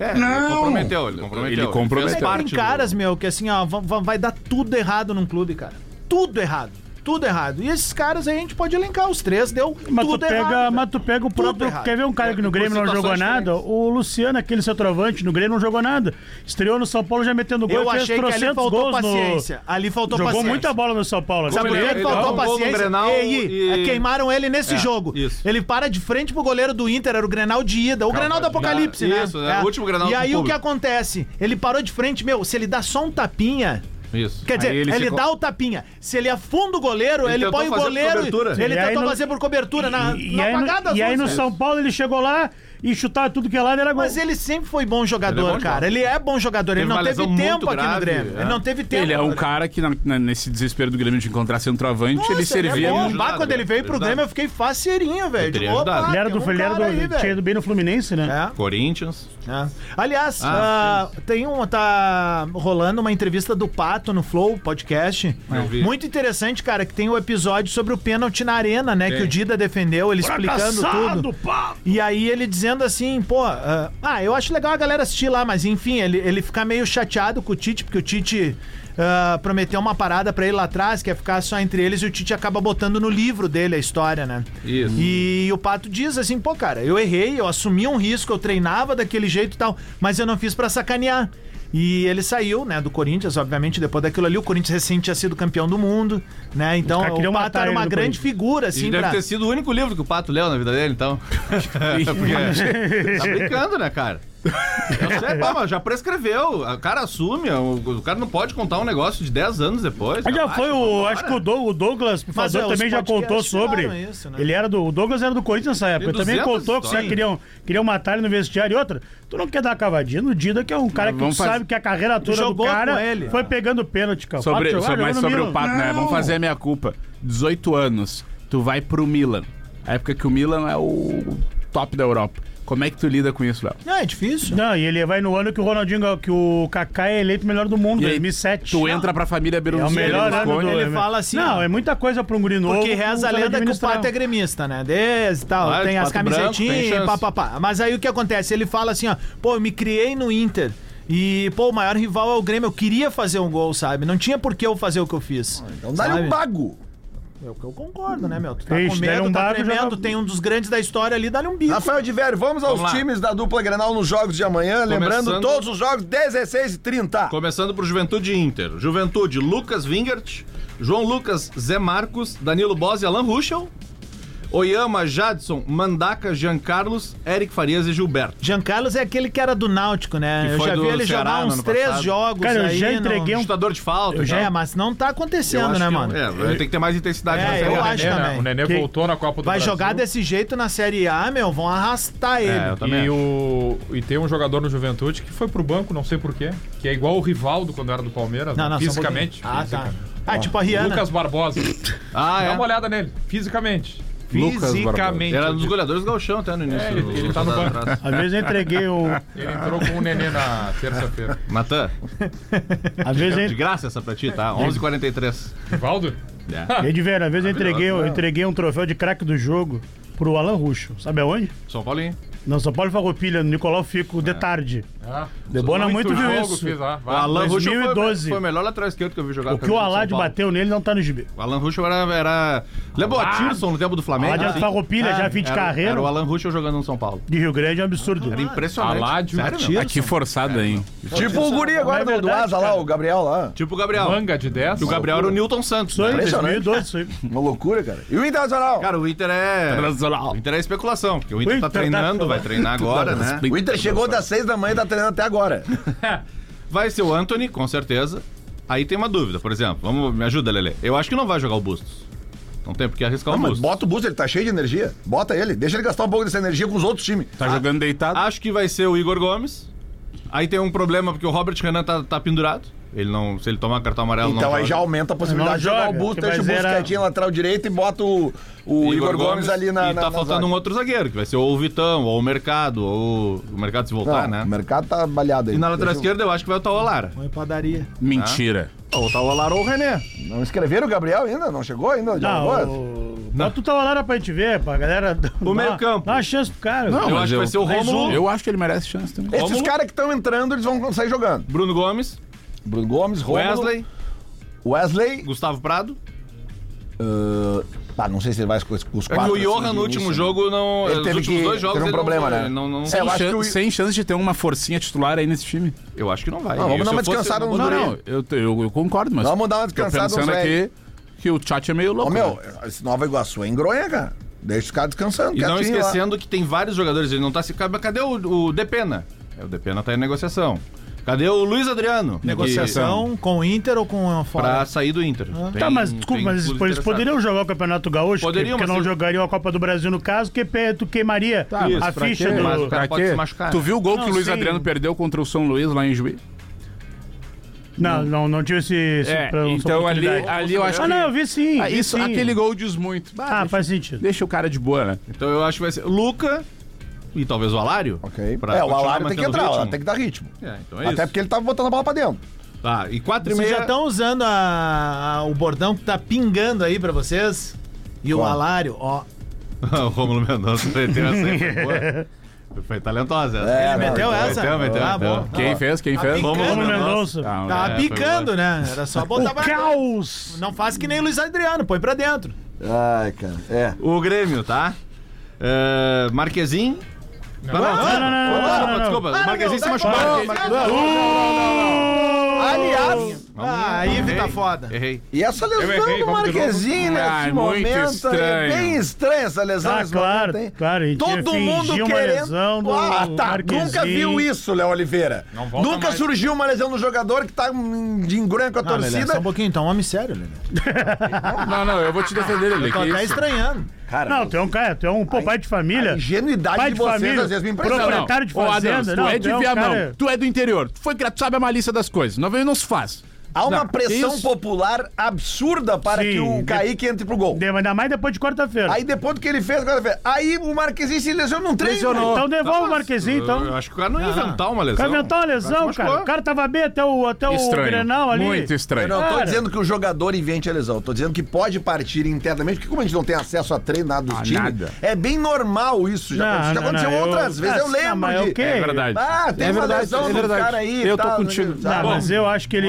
[SPEAKER 4] É, Ele comprometeu, ele comprometeu.
[SPEAKER 6] Ele comprometeu.
[SPEAKER 7] Mas
[SPEAKER 6] Tem
[SPEAKER 7] tem caras, meu, que assim, ó, va- va- vai dar tudo errado num clube, cara. Tudo errado. Tudo errado. E esses caras aí a gente pode elencar. Os três deu
[SPEAKER 5] Mas tu,
[SPEAKER 7] tudo
[SPEAKER 5] pega,
[SPEAKER 7] errado.
[SPEAKER 5] mas tu pega o próprio.
[SPEAKER 7] errado.
[SPEAKER 5] Quer ver um cara que
[SPEAKER 4] É,
[SPEAKER 5] no Grêmio
[SPEAKER 4] por
[SPEAKER 5] não jogou
[SPEAKER 4] situações
[SPEAKER 5] nada? O Luciano, aquele centroavante, no Grêmio não jogou nada. Estreou no São Paulo já metendo gol
[SPEAKER 7] Eu
[SPEAKER 5] e fez
[SPEAKER 7] achei que ali
[SPEAKER 5] 300
[SPEAKER 7] faltou
[SPEAKER 5] gols
[SPEAKER 7] paciência.
[SPEAKER 5] no.
[SPEAKER 7] Ali faltou
[SPEAKER 5] jogou
[SPEAKER 7] paciência.
[SPEAKER 5] muita bola então. no São Paulo.
[SPEAKER 7] Sabe por
[SPEAKER 5] Ele-
[SPEAKER 7] que
[SPEAKER 4] ele
[SPEAKER 7] que faltou
[SPEAKER 4] dá um gol no
[SPEAKER 7] paciência?
[SPEAKER 4] Grenal
[SPEAKER 7] Ei,
[SPEAKER 4] e-
[SPEAKER 7] Queimaram ele nesse
[SPEAKER 4] É,
[SPEAKER 7] jogo.
[SPEAKER 4] isso.
[SPEAKER 7] Ele para de frente pro goleiro do Inter, era o Grenal de ida. O Grenal do Apocalipse, né?
[SPEAKER 4] Isso, né? O último Grenal
[SPEAKER 7] E
[SPEAKER 4] com
[SPEAKER 7] aí o que
[SPEAKER 4] público.
[SPEAKER 7] acontece? Ele parou de frente, meu, se ele dá só um tapinha...
[SPEAKER 4] Isso.
[SPEAKER 7] Quer dizer,
[SPEAKER 6] Aí
[SPEAKER 7] ele,
[SPEAKER 6] ele ficou-
[SPEAKER 7] dá o tapinha. Se ele afunda o goleiro,
[SPEAKER 4] Ele
[SPEAKER 7] ele,
[SPEAKER 4] tentou
[SPEAKER 7] põe o
[SPEAKER 4] fazer por
[SPEAKER 7] goleiro.
[SPEAKER 4] cobertura.
[SPEAKER 7] Ele
[SPEAKER 5] E aí
[SPEAKER 7] tentou
[SPEAKER 5] no-
[SPEAKER 7] fazer por cobertura na,
[SPEAKER 5] E,
[SPEAKER 7] na
[SPEAKER 5] aí, no,
[SPEAKER 7] apagada
[SPEAKER 5] e aí no
[SPEAKER 7] Zé.
[SPEAKER 5] São Paulo ele chegou lá e chutava tudo que é lado era gol.
[SPEAKER 7] Mas ele sempre foi bom jogador,
[SPEAKER 4] Ele é bom
[SPEAKER 7] cara.
[SPEAKER 4] jogador.
[SPEAKER 7] Ele é bom jogador. Ele,
[SPEAKER 4] Teve
[SPEAKER 7] não
[SPEAKER 4] uma
[SPEAKER 7] teve
[SPEAKER 4] lesão muito
[SPEAKER 7] tempo aqui no
[SPEAKER 4] grave,
[SPEAKER 7] Grêmio.
[SPEAKER 4] é.
[SPEAKER 7] Ele não teve tempo.
[SPEAKER 6] Ele é um cara que, na- na- nesse desespero do Grêmio de encontrar centroavante,
[SPEAKER 7] Nossa,
[SPEAKER 6] tipo ele um servia
[SPEAKER 7] é bom.
[SPEAKER 6] muito.
[SPEAKER 7] Bah, quando ele veio pro
[SPEAKER 4] Exato.
[SPEAKER 7] Grêmio, eu fiquei faceirinho, velho.
[SPEAKER 4] teria
[SPEAKER 7] Digo, opa,
[SPEAKER 4] ajudado.
[SPEAKER 5] Ele era
[SPEAKER 7] tem
[SPEAKER 5] do,
[SPEAKER 7] um
[SPEAKER 5] ele era
[SPEAKER 7] cara
[SPEAKER 5] do,
[SPEAKER 7] aí, velho.
[SPEAKER 5] tinha ido bem no Fluminense, né?
[SPEAKER 7] É.
[SPEAKER 4] Corinthians.
[SPEAKER 7] É. Aliás,
[SPEAKER 4] Ah,
[SPEAKER 7] ah, tem um, tá rolando uma entrevista do Pato no Flow podcast. Ah.
[SPEAKER 4] Eu vi.
[SPEAKER 7] Muito interessante, cara, que tem o episódio sobre o pênalti na arena, né? Que o Dida defendeu, ele explicando tudo. E aí ele dizendo assim, pô, ah, ah, eu acho legal a galera assistir lá, mas enfim, ele, ele fica meio chateado com o Tite, porque o Tite ah, prometeu uma parada pra ele lá atrás, que é ficar só entre eles, e o Tite acaba botando no livro dele a história, né?
[SPEAKER 4] Isso.
[SPEAKER 7] E o Pato diz assim, pô, cara, eu errei, eu assumi um risco, eu treinava daquele jeito e tal, mas eu não fiz pra sacanear. E ele saiu, né, do Corinthians, obviamente, depois daquilo ali, o Corinthians recente tinha sido campeão do mundo, né? Então,
[SPEAKER 5] caras
[SPEAKER 7] o
[SPEAKER 5] queriam
[SPEAKER 7] Pato
[SPEAKER 5] matar
[SPEAKER 7] era
[SPEAKER 5] ele
[SPEAKER 7] uma
[SPEAKER 5] no
[SPEAKER 7] grande
[SPEAKER 5] Corinthians.
[SPEAKER 7] figura,
[SPEAKER 4] E
[SPEAKER 7] assim,
[SPEAKER 4] deve
[SPEAKER 7] pra...
[SPEAKER 4] ter sido o único livro que o Pato leu na vida dele, então. Porque- tá brincando, né, cara? Eu sei, pá, mas já prescreveu. O cara assume. O, o cara não pode contar um negócio de 10 anos depois.
[SPEAKER 5] Mas já
[SPEAKER 4] relaxa,
[SPEAKER 5] foi o.
[SPEAKER 4] vambora.
[SPEAKER 5] Acho que o, Dou- o Douglas, o
[SPEAKER 7] Mas, é,
[SPEAKER 5] Fador,
[SPEAKER 7] os
[SPEAKER 5] também já contou
[SPEAKER 7] podcasts
[SPEAKER 5] sobre.
[SPEAKER 7] falaram isso, né?
[SPEAKER 5] Ele era do. O Douglas era do Corinthians nessa época.
[SPEAKER 4] Tem
[SPEAKER 5] Também
[SPEAKER 4] 200
[SPEAKER 5] contou que os caras
[SPEAKER 4] histórias.
[SPEAKER 5] queriam, queriam matar ele no vestiário e outra. Tu não quer dar uma cavadinha no Dida, que é um cara que tu
[SPEAKER 6] vamos fazer-
[SPEAKER 5] sabe que a carreira toda do
[SPEAKER 7] Jogou com
[SPEAKER 5] cara
[SPEAKER 7] ele.
[SPEAKER 5] foi pegando pênalti, cara. O Pato
[SPEAKER 6] Sobre,
[SPEAKER 5] jogava,
[SPEAKER 6] sobre- mas
[SPEAKER 5] jogava no
[SPEAKER 6] sobre o
[SPEAKER 5] Milan.
[SPEAKER 6] Pato, né? Vamos fazer a minha culpa. 18 anos, tu vai pro Milan. A época que o Milan é o top da Europa. Como é que tu lida com isso, Léo?
[SPEAKER 7] Não, é difícil.
[SPEAKER 5] Não, e ele vai no ano que o Ronaldinho, que o Kaká é eleito melhor do mundo,
[SPEAKER 6] E aí,
[SPEAKER 5] 2007.
[SPEAKER 6] Tu entra pra família
[SPEAKER 5] É o
[SPEAKER 6] Berlusconi.
[SPEAKER 5] melhor ano do
[SPEAKER 6] Berlusconi.
[SPEAKER 7] Ele fala assim,
[SPEAKER 5] Não,
[SPEAKER 7] ó,
[SPEAKER 5] é muita coisa pra um guri novo.
[SPEAKER 7] Porque reza a
[SPEAKER 5] sabe
[SPEAKER 7] lenda que o
[SPEAKER 5] administrar.
[SPEAKER 7] Pato é gremista, né? Desde e tal.
[SPEAKER 4] Claro,
[SPEAKER 7] tem as
[SPEAKER 4] Pato branco, tem
[SPEAKER 7] camisetinhas,
[SPEAKER 4] chance.
[SPEAKER 7] papapá. Mas aí o que acontece? Ele fala assim, ó, pô, eu me criei no Inter. E, pô, o maior rival é o Grêmio. Eu queria fazer um gol, sabe? Não tinha por que eu fazer o que eu fiz.
[SPEAKER 3] Então dá-lhe um
[SPEAKER 7] Sabe?
[SPEAKER 3] bago.
[SPEAKER 7] Eu, é eu concordo, né, meu? Tu tá
[SPEAKER 5] Ixi,
[SPEAKER 7] com
[SPEAKER 5] dá-lhe
[SPEAKER 7] medo,
[SPEAKER 5] um
[SPEAKER 7] tá
[SPEAKER 5] bago,
[SPEAKER 7] tremendo.
[SPEAKER 5] joga-
[SPEAKER 7] Tem um dos grandes da história ali, dá-lhe um bico.
[SPEAKER 3] Rafael de Vério, vamos aos
[SPEAKER 4] Vamos lá.
[SPEAKER 3] times da dupla Grenal nos jogos de amanhã. Lembrando,
[SPEAKER 4] Começando-
[SPEAKER 3] todos os jogos 16 e 30.
[SPEAKER 4] Começando por Juventude e Inter. Juventude, Lucas Wingert, João Lucas, Zé Marcos, Danilo Bos e Alan Ruschel. Oyama, Jadson, Mandaca, Giancarlos, Eric Farias e Gilberto.
[SPEAKER 7] Giancarlos é aquele que era do Náutico, né?
[SPEAKER 4] Que
[SPEAKER 7] Eu
[SPEAKER 4] foi
[SPEAKER 7] já
[SPEAKER 4] do
[SPEAKER 7] vi ele
[SPEAKER 4] Ceará
[SPEAKER 7] jogar
[SPEAKER 4] no
[SPEAKER 7] uns
[SPEAKER 4] ano
[SPEAKER 7] três
[SPEAKER 4] passado.
[SPEAKER 7] jogos
[SPEAKER 4] Cara, eu
[SPEAKER 7] aí.
[SPEAKER 4] já
[SPEAKER 7] não-
[SPEAKER 4] entreguei um- Chutador de falta,
[SPEAKER 7] Eu
[SPEAKER 4] tá?
[SPEAKER 7] já, é, mas não tá
[SPEAKER 4] Eu
[SPEAKER 7] acontecendo,
[SPEAKER 4] acho
[SPEAKER 7] né,
[SPEAKER 4] que-
[SPEAKER 7] mano?
[SPEAKER 4] É, tem que ter mais intensidade
[SPEAKER 7] É,
[SPEAKER 4] na
[SPEAKER 7] eu
[SPEAKER 4] Série A.
[SPEAKER 7] acho
[SPEAKER 8] Nenê,
[SPEAKER 7] também.
[SPEAKER 8] O Nenê
[SPEAKER 7] Que-
[SPEAKER 8] voltou na Copa do
[SPEAKER 7] Vai
[SPEAKER 8] Brasil.
[SPEAKER 7] jogar desse jeito na Série A, meu, vão arrastar ele.
[SPEAKER 8] É, e, o, e tem um jogador no Juventude que foi pro banco, não sei porquê, que é igual o Rivaldo quando era do Palmeiras,
[SPEAKER 7] Não,
[SPEAKER 8] né?
[SPEAKER 7] não, só um
[SPEAKER 8] fisicamente.
[SPEAKER 7] pouquinho. Ah, tá.
[SPEAKER 8] fisicamente.
[SPEAKER 7] Ah,
[SPEAKER 8] Ó,
[SPEAKER 7] tipo a Rihanna.
[SPEAKER 8] Lucas Barbosa.
[SPEAKER 4] Ah,
[SPEAKER 8] Dá
[SPEAKER 4] é.
[SPEAKER 8] uma olhada nele, fisicamente.
[SPEAKER 4] Lucas Barbosa.
[SPEAKER 8] fisicamente.
[SPEAKER 4] Era
[SPEAKER 8] eu
[SPEAKER 4] um dos
[SPEAKER 8] digo.
[SPEAKER 4] goleadores do Galchão até no início.
[SPEAKER 8] É, ele- ele tá no banco.
[SPEAKER 5] Às vezes eu entreguei o.
[SPEAKER 8] Ele entrou com o Nenê na terça-feira.
[SPEAKER 4] Natan,
[SPEAKER 5] Às vezes
[SPEAKER 4] tá de
[SPEAKER 5] eu,
[SPEAKER 4] graça essa pra ti, tá? 11h43.
[SPEAKER 8] Rivaldo?
[SPEAKER 5] eu de ver, às vezes eu entreguei,
[SPEAKER 4] né?
[SPEAKER 5] eu entreguei um troféu de craque do jogo pro Alan Ruxo. Sabe aonde?
[SPEAKER 4] São Paulinho.
[SPEAKER 5] Não, São Paulo e Farroupilha, no Nicolau Fico,
[SPEAKER 4] É.
[SPEAKER 5] de tarde.
[SPEAKER 8] Ah,
[SPEAKER 5] De Bona muito viu
[SPEAKER 8] jogo
[SPEAKER 5] isso.
[SPEAKER 8] fez lá, vai.
[SPEAKER 4] O Alan Ruschel foi,
[SPEAKER 5] 2012.
[SPEAKER 4] foi o melhor lateral esquerdo que eu vi jogar.
[SPEAKER 5] O que o Alad bateu nele não tá no gibi.
[SPEAKER 4] O Alan Ruschel era... era... Lembra o Atirson no tempo do Flamengo?
[SPEAKER 5] Alad era
[SPEAKER 4] assim?
[SPEAKER 5] farroupilha, já fim de
[SPEAKER 4] Era-
[SPEAKER 5] carreira.
[SPEAKER 4] Era o Alan Ruschel jogando no São Paulo.
[SPEAKER 5] De Rio Grande é um absurdo.
[SPEAKER 4] Era impressionante.
[SPEAKER 8] Aládio,
[SPEAKER 4] Sério, meu?
[SPEAKER 6] Ah, que forçada, hein?
[SPEAKER 3] Tipo o guri agora
[SPEAKER 5] É
[SPEAKER 3] do- do
[SPEAKER 5] verdade,
[SPEAKER 3] Asa lá,
[SPEAKER 5] cara.
[SPEAKER 3] o Gabriel lá.
[SPEAKER 4] Tipo o Gabriel.
[SPEAKER 8] Manga de 10.
[SPEAKER 4] E o Gabriel era o Newton Santos.
[SPEAKER 5] Isso aí,
[SPEAKER 4] né?
[SPEAKER 5] 2012, isso aí.
[SPEAKER 3] Uma loucura, cara. E o Internacional?
[SPEAKER 4] Cara, o Inter é. O Inter é especulação, porque o Inter tá
[SPEAKER 5] Inter tá
[SPEAKER 4] treinando, vai
[SPEAKER 5] falando.
[SPEAKER 4] treinar agora, né?
[SPEAKER 3] o Inter chegou das seis da manhã e tá treinando até agora.
[SPEAKER 4] Vai ser o Anthony, com certeza. Aí tem uma dúvida, por exemplo. Vamos, me ajuda, Lele. Eu acho que não vai jogar o Bustos. Não tem porque arriscar
[SPEAKER 3] Não,
[SPEAKER 4] o
[SPEAKER 3] mas
[SPEAKER 4] Bustos.
[SPEAKER 3] bota o Busto, ele tá cheio de energia. Bota ele, deixa ele gastar um pouco dessa energia com os outros times.
[SPEAKER 6] Tá jogando deitado.
[SPEAKER 4] Acho que vai ser o Igor Gomes. Aí tem um problema porque o Robert Renan tá, tá pendurado. Ele não, se ele tomar cartão amarelo, não
[SPEAKER 3] Então aí
[SPEAKER 4] joga.
[SPEAKER 3] já aumenta a possibilidade
[SPEAKER 5] Não
[SPEAKER 3] de jogar o
[SPEAKER 5] joga,
[SPEAKER 3] Busto,
[SPEAKER 5] que
[SPEAKER 3] deixa o
[SPEAKER 5] vai
[SPEAKER 3] Busto
[SPEAKER 5] zerar.
[SPEAKER 3] quietinho lateral direito e bota o, o Igor, Gomes, ali na.
[SPEAKER 4] E
[SPEAKER 3] na-
[SPEAKER 4] tá
[SPEAKER 3] na
[SPEAKER 4] faltando
[SPEAKER 3] zaga.
[SPEAKER 4] um outro zagueiro, que vai ser ou o Vitão, ou o Mercado, ou o Mercado se
[SPEAKER 3] Não,
[SPEAKER 4] voltar, né?
[SPEAKER 3] O mercado tá balhado aí.
[SPEAKER 4] E na lateral
[SPEAKER 3] Deixa eu-
[SPEAKER 4] esquerda eu acho que vai o Taolara.
[SPEAKER 7] Põe padaria.
[SPEAKER 6] Mentira.
[SPEAKER 4] Ou o Taolara ou o René.
[SPEAKER 3] Não escreveram o Gabriel ainda? Não chegou ainda? Já jogou?
[SPEAKER 5] Não, Tá, o... Bota o Tawalara pra gente ver, pra galera. O
[SPEAKER 4] meio-campo.
[SPEAKER 5] Dá uma chance pro cara.
[SPEAKER 4] eu acho que vai ser o
[SPEAKER 5] Mais
[SPEAKER 4] Romulo,
[SPEAKER 5] um.
[SPEAKER 6] Eu acho que ele merece chance também.
[SPEAKER 3] Esses
[SPEAKER 4] Rômulo.
[SPEAKER 3] caras que estão entrando, eles vão sair jogando.
[SPEAKER 4] Bruno Gomes,
[SPEAKER 3] Bruno Gomes, Rômulo,
[SPEAKER 4] Wesley,
[SPEAKER 3] Wesley.
[SPEAKER 4] Gustavo Prado.
[SPEAKER 3] ah, tá, não sei se ele vai com os com os
[SPEAKER 4] É
[SPEAKER 3] quatro.
[SPEAKER 4] que o Johan
[SPEAKER 3] assim, de
[SPEAKER 4] no último
[SPEAKER 3] início, né?
[SPEAKER 4] jogo não.
[SPEAKER 3] Ele
[SPEAKER 4] os
[SPEAKER 3] teve
[SPEAKER 4] últimos
[SPEAKER 3] que-
[SPEAKER 4] dois jogos
[SPEAKER 3] teve um
[SPEAKER 4] ele
[SPEAKER 3] problema,
[SPEAKER 4] não,
[SPEAKER 3] né?
[SPEAKER 4] ele não, não-
[SPEAKER 3] É, eu
[SPEAKER 6] Sem
[SPEAKER 3] acho que
[SPEAKER 6] chan-
[SPEAKER 3] o-
[SPEAKER 6] Sem chance de ter uma forcinha titular aí nesse time.
[SPEAKER 4] Eu acho que não vai.
[SPEAKER 3] Não, Ah, vamos
[SPEAKER 4] Eu,
[SPEAKER 3] dar
[SPEAKER 4] se
[SPEAKER 3] uma
[SPEAKER 4] eu fosse-
[SPEAKER 3] descansada
[SPEAKER 4] eu
[SPEAKER 3] no
[SPEAKER 4] não-
[SPEAKER 3] Durinho.
[SPEAKER 6] Não, eu, eu, eu concordo, mas.
[SPEAKER 3] Vamos dar uma
[SPEAKER 6] Tô
[SPEAKER 3] descansada
[SPEAKER 6] pensando
[SPEAKER 3] nos velhos.
[SPEAKER 6] aqui que o chat é meio
[SPEAKER 3] Ô
[SPEAKER 6] louco.
[SPEAKER 3] meu,
[SPEAKER 6] né?
[SPEAKER 3] esse Nova Iguaçu é engronha, cara. Deixa os caras descansando.
[SPEAKER 4] E não
[SPEAKER 3] quietinho lá.
[SPEAKER 4] esquecendo que tem vários jogadores, ele não tá se. Mas Cadê o, o Depena? É, o Depena tá em negociação. Cadê o Luiz Adriano? Que-
[SPEAKER 7] Negociação com o Inter ou com o
[SPEAKER 4] Pra
[SPEAKER 7] fora?
[SPEAKER 4] sair do Inter.
[SPEAKER 3] Ah.
[SPEAKER 5] Tá, mas desculpa, mas eles, eles poderiam jogar o Campeonato Gaúcho?
[SPEAKER 4] Poderiam,
[SPEAKER 5] porque
[SPEAKER 4] mas
[SPEAKER 5] não
[SPEAKER 4] se- Tá,
[SPEAKER 5] jogariam a Copa do Brasil no caso, que pe- tu queimaria a ficha do.
[SPEAKER 4] Mas o cara
[SPEAKER 6] Tá, Pra
[SPEAKER 4] pode
[SPEAKER 6] quê?
[SPEAKER 4] se machucar.
[SPEAKER 6] Tu viu o gol
[SPEAKER 5] Não,
[SPEAKER 6] que o Luiz
[SPEAKER 5] sim.
[SPEAKER 6] Adriano perdeu contra o São Luís lá em Juiz?
[SPEAKER 5] Não, não, não tive esse. esse
[SPEAKER 6] É,
[SPEAKER 5] pra- essa
[SPEAKER 6] então ali,
[SPEAKER 5] oportunidade.
[SPEAKER 6] ali eu acho
[SPEAKER 5] Ah,
[SPEAKER 6] que.
[SPEAKER 5] não, eu vi sim.
[SPEAKER 6] Ah,
[SPEAKER 5] vi
[SPEAKER 6] isso,
[SPEAKER 5] sim.
[SPEAKER 6] aquele gol diz muito. Bah,
[SPEAKER 5] Ah,
[SPEAKER 6] deixa,
[SPEAKER 5] faz sentido.
[SPEAKER 6] deixa o cara de boa, né?
[SPEAKER 4] Então eu acho que vai ser. Luca e talvez o Alário.
[SPEAKER 3] Ok.
[SPEAKER 4] Pra
[SPEAKER 3] é, o
[SPEAKER 4] continuar
[SPEAKER 3] alarme tem que
[SPEAKER 4] mantendo o
[SPEAKER 3] entrar, ela
[SPEAKER 4] ritmo.
[SPEAKER 3] tem que dar ritmo.
[SPEAKER 4] É, então é
[SPEAKER 3] Até
[SPEAKER 4] isso.
[SPEAKER 3] porque ele tava botando a bola pra dentro.
[SPEAKER 4] Tá, e quatro e
[SPEAKER 7] Vocês
[SPEAKER 4] meia.
[SPEAKER 7] já estão usando a- a- o bordão que tá pingando aí pra vocês? E o
[SPEAKER 3] Qual?
[SPEAKER 7] Alário, ó.
[SPEAKER 4] o Romulo Mendonça meteu essa aí, foi boa. Foi talentosa. essa.
[SPEAKER 3] É,
[SPEAKER 4] Ele
[SPEAKER 3] não,
[SPEAKER 7] Meteu
[SPEAKER 3] então,
[SPEAKER 7] essa?
[SPEAKER 4] Meteu, meteu,
[SPEAKER 7] ah,
[SPEAKER 4] meteu.
[SPEAKER 7] bom.
[SPEAKER 6] Quem fez?
[SPEAKER 5] tá
[SPEAKER 6] Quem fez?
[SPEAKER 7] picando,
[SPEAKER 5] Vamos,
[SPEAKER 7] né?
[SPEAKER 5] Mendonça.
[SPEAKER 6] Ah,
[SPEAKER 7] Tava
[SPEAKER 4] É, foi
[SPEAKER 7] picando, né? Era só botar
[SPEAKER 5] O
[SPEAKER 7] pra
[SPEAKER 5] caos!
[SPEAKER 7] Não faz que nem Luiz Adriano, põe pra dentro.
[SPEAKER 3] Ai, cara. É.
[SPEAKER 4] O Grêmio, tá? É, Marquezin. Não, não,
[SPEAKER 5] Não, não, não, não, não, não.
[SPEAKER 4] desculpa. Marquezin se machucou.
[SPEAKER 3] Aliás,
[SPEAKER 7] Ah, aí tá foda.
[SPEAKER 4] Errei.
[SPEAKER 3] e essa lesão
[SPEAKER 8] errei,
[SPEAKER 3] do
[SPEAKER 8] vamos de novo.
[SPEAKER 3] Marquezinho nesse
[SPEAKER 6] Ah, é muito
[SPEAKER 3] momento aí, é
[SPEAKER 6] estranho.
[SPEAKER 3] bem estranha essa lesão.
[SPEAKER 5] Ah,
[SPEAKER 3] nesse
[SPEAKER 5] claro,
[SPEAKER 3] momento, hein?
[SPEAKER 5] claro, ele tinha-
[SPEAKER 3] Todo mundo
[SPEAKER 5] fingiu
[SPEAKER 3] querendo.
[SPEAKER 5] uma lesão do
[SPEAKER 3] ah, tá.
[SPEAKER 5] Marquezine.
[SPEAKER 3] Nunca viu isso, Léo Oliveira.
[SPEAKER 8] Não volta
[SPEAKER 3] Nunca
[SPEAKER 8] mais.
[SPEAKER 3] surgiu uma lesão no jogador que tá hum, de engronha com a
[SPEAKER 7] Ah, Lelé, só
[SPEAKER 3] torcida.
[SPEAKER 7] um pouquinho, então, homem sério, Lelé.
[SPEAKER 6] Não, não, eu vou te defender ele.
[SPEAKER 5] Tá
[SPEAKER 7] Tô até estranhando.
[SPEAKER 3] Cara,
[SPEAKER 5] Não, tu é um cara, tu é um pô, pai de família.
[SPEAKER 3] a ingenuidade
[SPEAKER 5] pai
[SPEAKER 3] de
[SPEAKER 5] de,
[SPEAKER 3] vocês
[SPEAKER 5] família,
[SPEAKER 3] às vezes me impressiona.
[SPEAKER 5] proprietário de
[SPEAKER 6] Ô,
[SPEAKER 5] fazenda.
[SPEAKER 6] Adams, tu
[SPEAKER 5] não,
[SPEAKER 6] é de
[SPEAKER 5] tu um
[SPEAKER 6] Viamão,
[SPEAKER 5] cara-
[SPEAKER 6] tu é do interior, tu foi grato, sabe a malícia das coisas. Não veio, não se faz.
[SPEAKER 3] há uma
[SPEAKER 6] Não,
[SPEAKER 3] pressão
[SPEAKER 6] isso-
[SPEAKER 3] popular absurda para
[SPEAKER 5] Sim,
[SPEAKER 3] que o
[SPEAKER 5] de-
[SPEAKER 3] Kaique entre pro gol.
[SPEAKER 5] De- Ainda mais depois de quarta-feira.
[SPEAKER 3] Aí depois do que ele fez, agora, aí o Marquezinho se lesionou num treino.
[SPEAKER 5] Então devolve o Marquezinho, então.
[SPEAKER 4] Eu acho que o cara não ia inventar uma lesão.
[SPEAKER 5] Vai inventar uma lesão,
[SPEAKER 4] Mas
[SPEAKER 5] cara.
[SPEAKER 4] machucou.
[SPEAKER 5] O cara tava bem até o, até o
[SPEAKER 6] Estranho.
[SPEAKER 5] Grenal ali.
[SPEAKER 6] Muito
[SPEAKER 3] Eu
[SPEAKER 6] estranho.
[SPEAKER 3] não tô
[SPEAKER 5] Então, Cara.
[SPEAKER 3] dizendo que o jogador invente a lesão, tô dizendo que pode partir internamente, porque como a gente não tem acesso a treinado dos
[SPEAKER 6] Ah,
[SPEAKER 3] times,
[SPEAKER 6] nada.
[SPEAKER 3] é bem normal isso. Já,
[SPEAKER 5] Não,
[SPEAKER 3] aconteceu- já
[SPEAKER 5] não,
[SPEAKER 3] aconteceu
[SPEAKER 5] não, eu-
[SPEAKER 3] outras vezes, eu
[SPEAKER 5] Ah,
[SPEAKER 3] lembro.
[SPEAKER 5] não, mas
[SPEAKER 3] de-
[SPEAKER 5] ok.
[SPEAKER 6] É verdade.
[SPEAKER 3] Ah, tem
[SPEAKER 6] é
[SPEAKER 3] uma
[SPEAKER 6] verdade,
[SPEAKER 3] lesão
[SPEAKER 6] é
[SPEAKER 3] do
[SPEAKER 6] verdade.
[SPEAKER 3] cara aí.
[SPEAKER 6] Eu
[SPEAKER 3] tá,
[SPEAKER 6] tô
[SPEAKER 3] né,
[SPEAKER 6] contigo.
[SPEAKER 3] tá.
[SPEAKER 5] Não, mas eu acho que ele,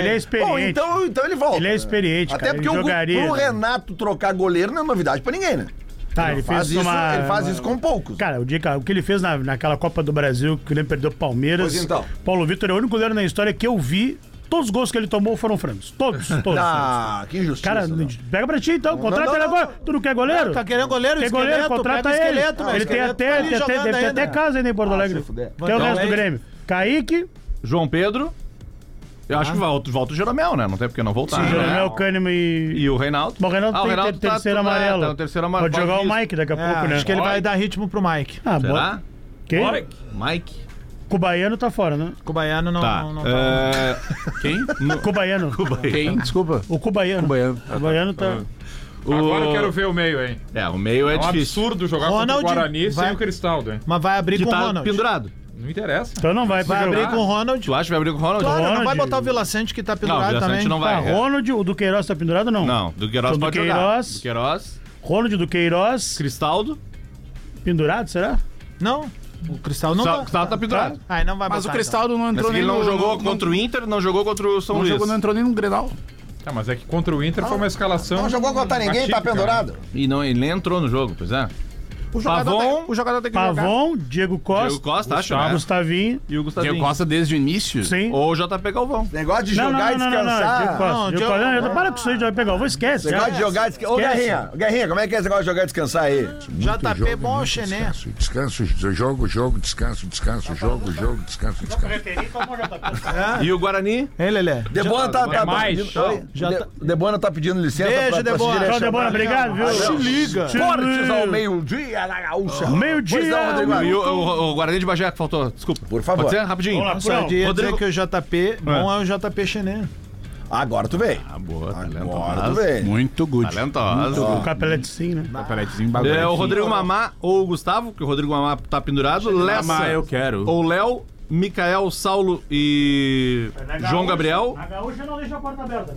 [SPEAKER 5] ele é experiente.
[SPEAKER 3] Bom, então, então ele volta.
[SPEAKER 5] Ele é experiente,
[SPEAKER 3] Até
[SPEAKER 5] cara,
[SPEAKER 3] porque
[SPEAKER 5] ele
[SPEAKER 3] o,
[SPEAKER 5] jogaria,
[SPEAKER 3] pro
[SPEAKER 5] né?
[SPEAKER 3] Renato trocar goleiro não é novidade pra ninguém, né?
[SPEAKER 5] tá, ele
[SPEAKER 3] Faz
[SPEAKER 5] fez
[SPEAKER 3] isso,
[SPEAKER 5] uma.
[SPEAKER 3] ele faz isso com poucos.
[SPEAKER 5] Cara, o, dia, que- o que ele fez na, naquela Copa do Brasil, que o Grêmio perdeu pro Palmeiras.
[SPEAKER 3] Pois então.
[SPEAKER 5] Paulo Vitor é o único goleiro na história que eu vi Todos os gols que ele tomou foram frangos. Todos, todos.
[SPEAKER 3] Ah,
[SPEAKER 5] todos.
[SPEAKER 3] que injustiça,
[SPEAKER 5] Cara,
[SPEAKER 3] não.
[SPEAKER 5] pega pra ti então, contrata
[SPEAKER 7] não,
[SPEAKER 5] ele
[SPEAKER 7] não,
[SPEAKER 5] agora. Tu não quer goleiro?
[SPEAKER 7] Não, tá querendo goleiro,
[SPEAKER 5] Tem goleiro,
[SPEAKER 7] esqueleto,
[SPEAKER 5] contrata
[SPEAKER 7] pega o
[SPEAKER 5] ele.
[SPEAKER 7] esqueleto, meu,
[SPEAKER 5] ele tem
[SPEAKER 7] esqueleto tá
[SPEAKER 5] até,
[SPEAKER 7] ali
[SPEAKER 5] tem até,
[SPEAKER 7] jogando
[SPEAKER 5] deve ter
[SPEAKER 7] ainda.
[SPEAKER 5] até casa ainda em Porto Alegre.
[SPEAKER 3] fuder.
[SPEAKER 5] Que é o
[SPEAKER 4] Então,
[SPEAKER 5] resto do
[SPEAKER 4] é-
[SPEAKER 5] Grêmio. Kaique,
[SPEAKER 4] João Pedro. Eu acho que volta, volta o Jeromel, né? Não tem porque não voltar. né?
[SPEAKER 5] Ah. Jeromel, Cânimo e...
[SPEAKER 4] E o Reinaldo.
[SPEAKER 5] Bom, o Reinaldo
[SPEAKER 4] Ah,
[SPEAKER 5] tem ter- terceiro
[SPEAKER 4] tá-
[SPEAKER 5] amarelo.
[SPEAKER 4] tá no terceiro amarelo.
[SPEAKER 5] Pode jogar o
[SPEAKER 4] Isso.
[SPEAKER 5] Mike daqui a
[SPEAKER 7] É,
[SPEAKER 5] pouco, né?
[SPEAKER 7] Acho que ele vai dar ritmo pro Mike.
[SPEAKER 5] Ah, bora.
[SPEAKER 4] Será?
[SPEAKER 5] Quem?
[SPEAKER 4] Mike.
[SPEAKER 5] Cubaiano tá fora, né?
[SPEAKER 7] O Baiano não,
[SPEAKER 4] Tá.
[SPEAKER 7] não, não
[SPEAKER 4] É, Quem? No-
[SPEAKER 5] Cubaiano.
[SPEAKER 6] Quem? Desculpa.
[SPEAKER 5] O Cubaiano.
[SPEAKER 6] Baiano.
[SPEAKER 5] O Cubaiano tá...
[SPEAKER 4] o...
[SPEAKER 8] Agora eu quero ver o meio, hein?
[SPEAKER 4] É, o meio é
[SPEAKER 8] É um
[SPEAKER 4] difícil.
[SPEAKER 8] absurdo jogar
[SPEAKER 7] Ronald
[SPEAKER 8] contra o Guarani
[SPEAKER 7] vai-
[SPEAKER 8] sem o Cristaldo, hein?
[SPEAKER 7] Mas vai abrir
[SPEAKER 4] Que
[SPEAKER 7] com o
[SPEAKER 4] tá
[SPEAKER 7] Ronald.
[SPEAKER 4] pendurado.
[SPEAKER 8] Não interessa.
[SPEAKER 5] Então não vai
[SPEAKER 7] Vai
[SPEAKER 5] pra
[SPEAKER 7] abrir
[SPEAKER 5] jogar.
[SPEAKER 7] com o Ronald.
[SPEAKER 4] Tu acha que vai abrir com o Ronald?
[SPEAKER 7] Claro, não
[SPEAKER 5] Ronald.
[SPEAKER 7] vai botar o Vila Sante que tá
[SPEAKER 4] Não, o
[SPEAKER 7] pendurado também.
[SPEAKER 4] Villasante não
[SPEAKER 5] Tá,
[SPEAKER 4] vai. é.
[SPEAKER 5] Ronald, o do Queiroz tá pendurado não?
[SPEAKER 4] Não, do Queiroz
[SPEAKER 5] Então, do
[SPEAKER 4] pode jogar.
[SPEAKER 5] Queiroz.
[SPEAKER 4] Do Queiroz.
[SPEAKER 5] Ronald do Queiroz,
[SPEAKER 4] Cristaldo.
[SPEAKER 5] pendurado, será?
[SPEAKER 7] Não, o Cristal não
[SPEAKER 4] Só-
[SPEAKER 7] tá.
[SPEAKER 4] Cristaldo tá pendurado.
[SPEAKER 7] Aí não vai
[SPEAKER 6] Mas o
[SPEAKER 7] botar,
[SPEAKER 6] Cristaldo não
[SPEAKER 4] Mas
[SPEAKER 6] entrou nem
[SPEAKER 4] ele não
[SPEAKER 6] no-
[SPEAKER 4] jogou
[SPEAKER 6] no-
[SPEAKER 4] contra o Inter, não jogou contra o São
[SPEAKER 6] Não
[SPEAKER 4] Luís.
[SPEAKER 6] jogou, não entrou nem no Grenal.
[SPEAKER 8] Tá, mas é que contra o Inter foi uma escalação.
[SPEAKER 3] Não jogou contra ninguém, tá
[SPEAKER 8] atípica,
[SPEAKER 3] pendurado.
[SPEAKER 4] E não, ele nem entrou no jogo, pois é.
[SPEAKER 6] O jogador
[SPEAKER 4] Pavon.
[SPEAKER 6] tem- o jogador tem que jogar.
[SPEAKER 5] Pavon, Diego Costa,
[SPEAKER 4] Diego Costa, acho,
[SPEAKER 5] Ah,
[SPEAKER 4] né?
[SPEAKER 5] Gustavinho,
[SPEAKER 4] E o Gustavinho.
[SPEAKER 6] Diego Costa desde o início.
[SPEAKER 5] sim.
[SPEAKER 4] Ou o JP Galvão.
[SPEAKER 3] Negócio de
[SPEAKER 5] Não, não,
[SPEAKER 3] jogar
[SPEAKER 5] não,
[SPEAKER 3] e
[SPEAKER 5] não, não, não,
[SPEAKER 3] descansar.
[SPEAKER 5] Diego Costa.
[SPEAKER 7] Não,
[SPEAKER 5] Diego
[SPEAKER 7] Diego-
[SPEAKER 5] Costa, não, não, para com isso aí, vai pegar, eu vou esquece.
[SPEAKER 3] Negócio
[SPEAKER 5] já.
[SPEAKER 3] de jogar e descansar. Ô,
[SPEAKER 5] Esquece.
[SPEAKER 3] Guerrinha, Guerrinha, como é que é esse negócio de jogar e descansar aí?
[SPEAKER 6] tá
[SPEAKER 1] Muito
[SPEAKER 7] JP
[SPEAKER 1] jogo,
[SPEAKER 7] bom,
[SPEAKER 1] muito
[SPEAKER 7] Chené.
[SPEAKER 1] Descanso, descanso, jogo, jogo, descanso, descanso, jogo, jogo, descanso, descanso.
[SPEAKER 5] um
[SPEAKER 4] E o Guarani?
[SPEAKER 7] Ei, Lelé.
[SPEAKER 3] Debona tá, tá,
[SPEAKER 8] É mais,
[SPEAKER 3] pedindo,
[SPEAKER 8] não.
[SPEAKER 3] Oi,
[SPEAKER 7] Já
[SPEAKER 3] De-
[SPEAKER 7] tá-
[SPEAKER 3] Debona tá pedindo licença
[SPEAKER 7] Beijo,
[SPEAKER 3] pra, pra
[SPEAKER 7] Debona.
[SPEAKER 3] se
[SPEAKER 5] Tchau,
[SPEAKER 3] direcionar.
[SPEAKER 5] Debora, obrigado, viu?
[SPEAKER 7] Se
[SPEAKER 5] liga.
[SPEAKER 3] Esportes ao meio-dia na gaúcha.
[SPEAKER 5] Meio-dia.
[SPEAKER 3] Pois não, Rodrigo
[SPEAKER 4] E o,
[SPEAKER 3] Adams.
[SPEAKER 4] o- o Guarani de Bagé que faltou, desculpa.
[SPEAKER 3] Por favor.
[SPEAKER 4] Pode ser? Rapidinho.
[SPEAKER 5] Vamos lá,
[SPEAKER 7] Só
[SPEAKER 5] Purão.
[SPEAKER 7] de dizer
[SPEAKER 4] Rodrigo-
[SPEAKER 7] que o JP bom é o JP Chené.
[SPEAKER 3] Agora tu vem.
[SPEAKER 4] Ah, boa,
[SPEAKER 3] Agora tu
[SPEAKER 4] talentosa.
[SPEAKER 3] vem.
[SPEAKER 6] Muito good.
[SPEAKER 5] O
[SPEAKER 4] Talentosa.
[SPEAKER 5] Capelete sim, né?
[SPEAKER 6] Papeletezinho
[SPEAKER 4] É, o
[SPEAKER 6] um bagulho.
[SPEAKER 4] Rodrigo Mamá ou o Gustavo, que o Rodrigo Mamá tá pendurado. Lessa.
[SPEAKER 6] Mamá, Ah, eu quero.
[SPEAKER 4] Ou Léo, Micael, Saulo e João Gabriel.
[SPEAKER 5] Na gaúcha não deixa a porta aberta,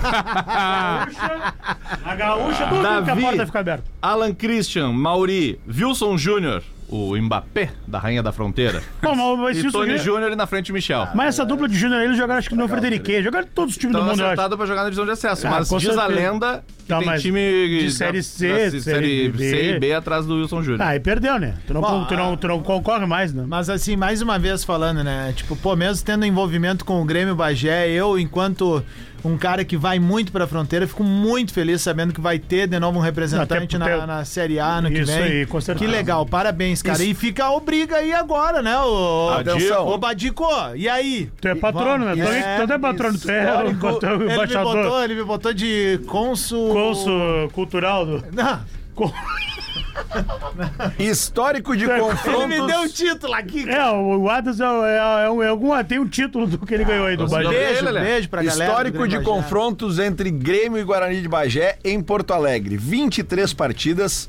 [SPEAKER 5] né? na gaúcha, na gaúcha tudo
[SPEAKER 4] Davi.
[SPEAKER 5] que a porta fica aberta.
[SPEAKER 4] Alan Christian, Mauri, Wilson Júnior, o Mbappé da Rainha da Fronteira.
[SPEAKER 5] Bom, mas, mas se
[SPEAKER 4] e
[SPEAKER 5] isso é?
[SPEAKER 4] Tony
[SPEAKER 5] aqui-
[SPEAKER 4] Júnior e na frente Michel.
[SPEAKER 5] mas essa dupla de Júnior aí, eles jogaram acho que no Frederiquê. Jogaram todos os times
[SPEAKER 4] Então
[SPEAKER 5] do mundo, eu acho.
[SPEAKER 7] tá-
[SPEAKER 4] acertado pra jogar na divisão de acesso.
[SPEAKER 5] Ah,
[SPEAKER 4] mas
[SPEAKER 5] com
[SPEAKER 4] diz a
[SPEAKER 5] certeza.
[SPEAKER 4] lenda que
[SPEAKER 5] Tá,
[SPEAKER 4] tem
[SPEAKER 5] mas
[SPEAKER 4] time
[SPEAKER 5] de
[SPEAKER 4] da-
[SPEAKER 5] série C,
[SPEAKER 4] da-
[SPEAKER 5] série
[SPEAKER 4] série C
[SPEAKER 5] D.
[SPEAKER 4] e B atrás do Wilson Júnior.
[SPEAKER 5] Ah, e perdeu, né? Tu não,
[SPEAKER 7] Bom, é.
[SPEAKER 5] tu não, tu não concorre mais, né?
[SPEAKER 7] Mas assim, mais uma vez falando, né? Tipo, pô, mesmo tendo envolvimento com o Grêmio Bagé, eu, enquanto um cara que vai muito pra fronteira, fico muito feliz sabendo que vai ter de novo um representante
[SPEAKER 5] Não, até porque-
[SPEAKER 7] na, na Série A ano que
[SPEAKER 5] Isso
[SPEAKER 7] vem.
[SPEAKER 5] aí, com certeza.
[SPEAKER 7] Que legal, parabéns, cara. E fica a briga aí agora, né? O...
[SPEAKER 3] Atenção.
[SPEAKER 7] Ô, Badico, e aí?
[SPEAKER 5] Tu é patrono, né? Tu
[SPEAKER 7] É,
[SPEAKER 5] é, tu é patrono, tu é o tu é o
[SPEAKER 7] Ele me,
[SPEAKER 5] embaixador.
[SPEAKER 7] botou, ele me botou de cônsul.
[SPEAKER 5] Consul cultural do.
[SPEAKER 7] Não,
[SPEAKER 3] Histórico de
[SPEAKER 7] ele me deu o
[SPEAKER 3] confrontos.
[SPEAKER 7] título aqui.
[SPEAKER 5] É, o o Adams é, o- é, é, um- é algum. Tem um título do
[SPEAKER 7] Ah,
[SPEAKER 5] que ele ganhou aí do
[SPEAKER 4] você
[SPEAKER 5] Bahia. É,
[SPEAKER 4] deu-
[SPEAKER 7] Beijo,
[SPEAKER 4] Lelé.
[SPEAKER 7] beijo pra galera. do
[SPEAKER 3] Histórico de
[SPEAKER 7] Grêmio Bagé.
[SPEAKER 3] confrontos entre Grêmio e Guarani de Bagé em Porto Alegre. 23 partidas,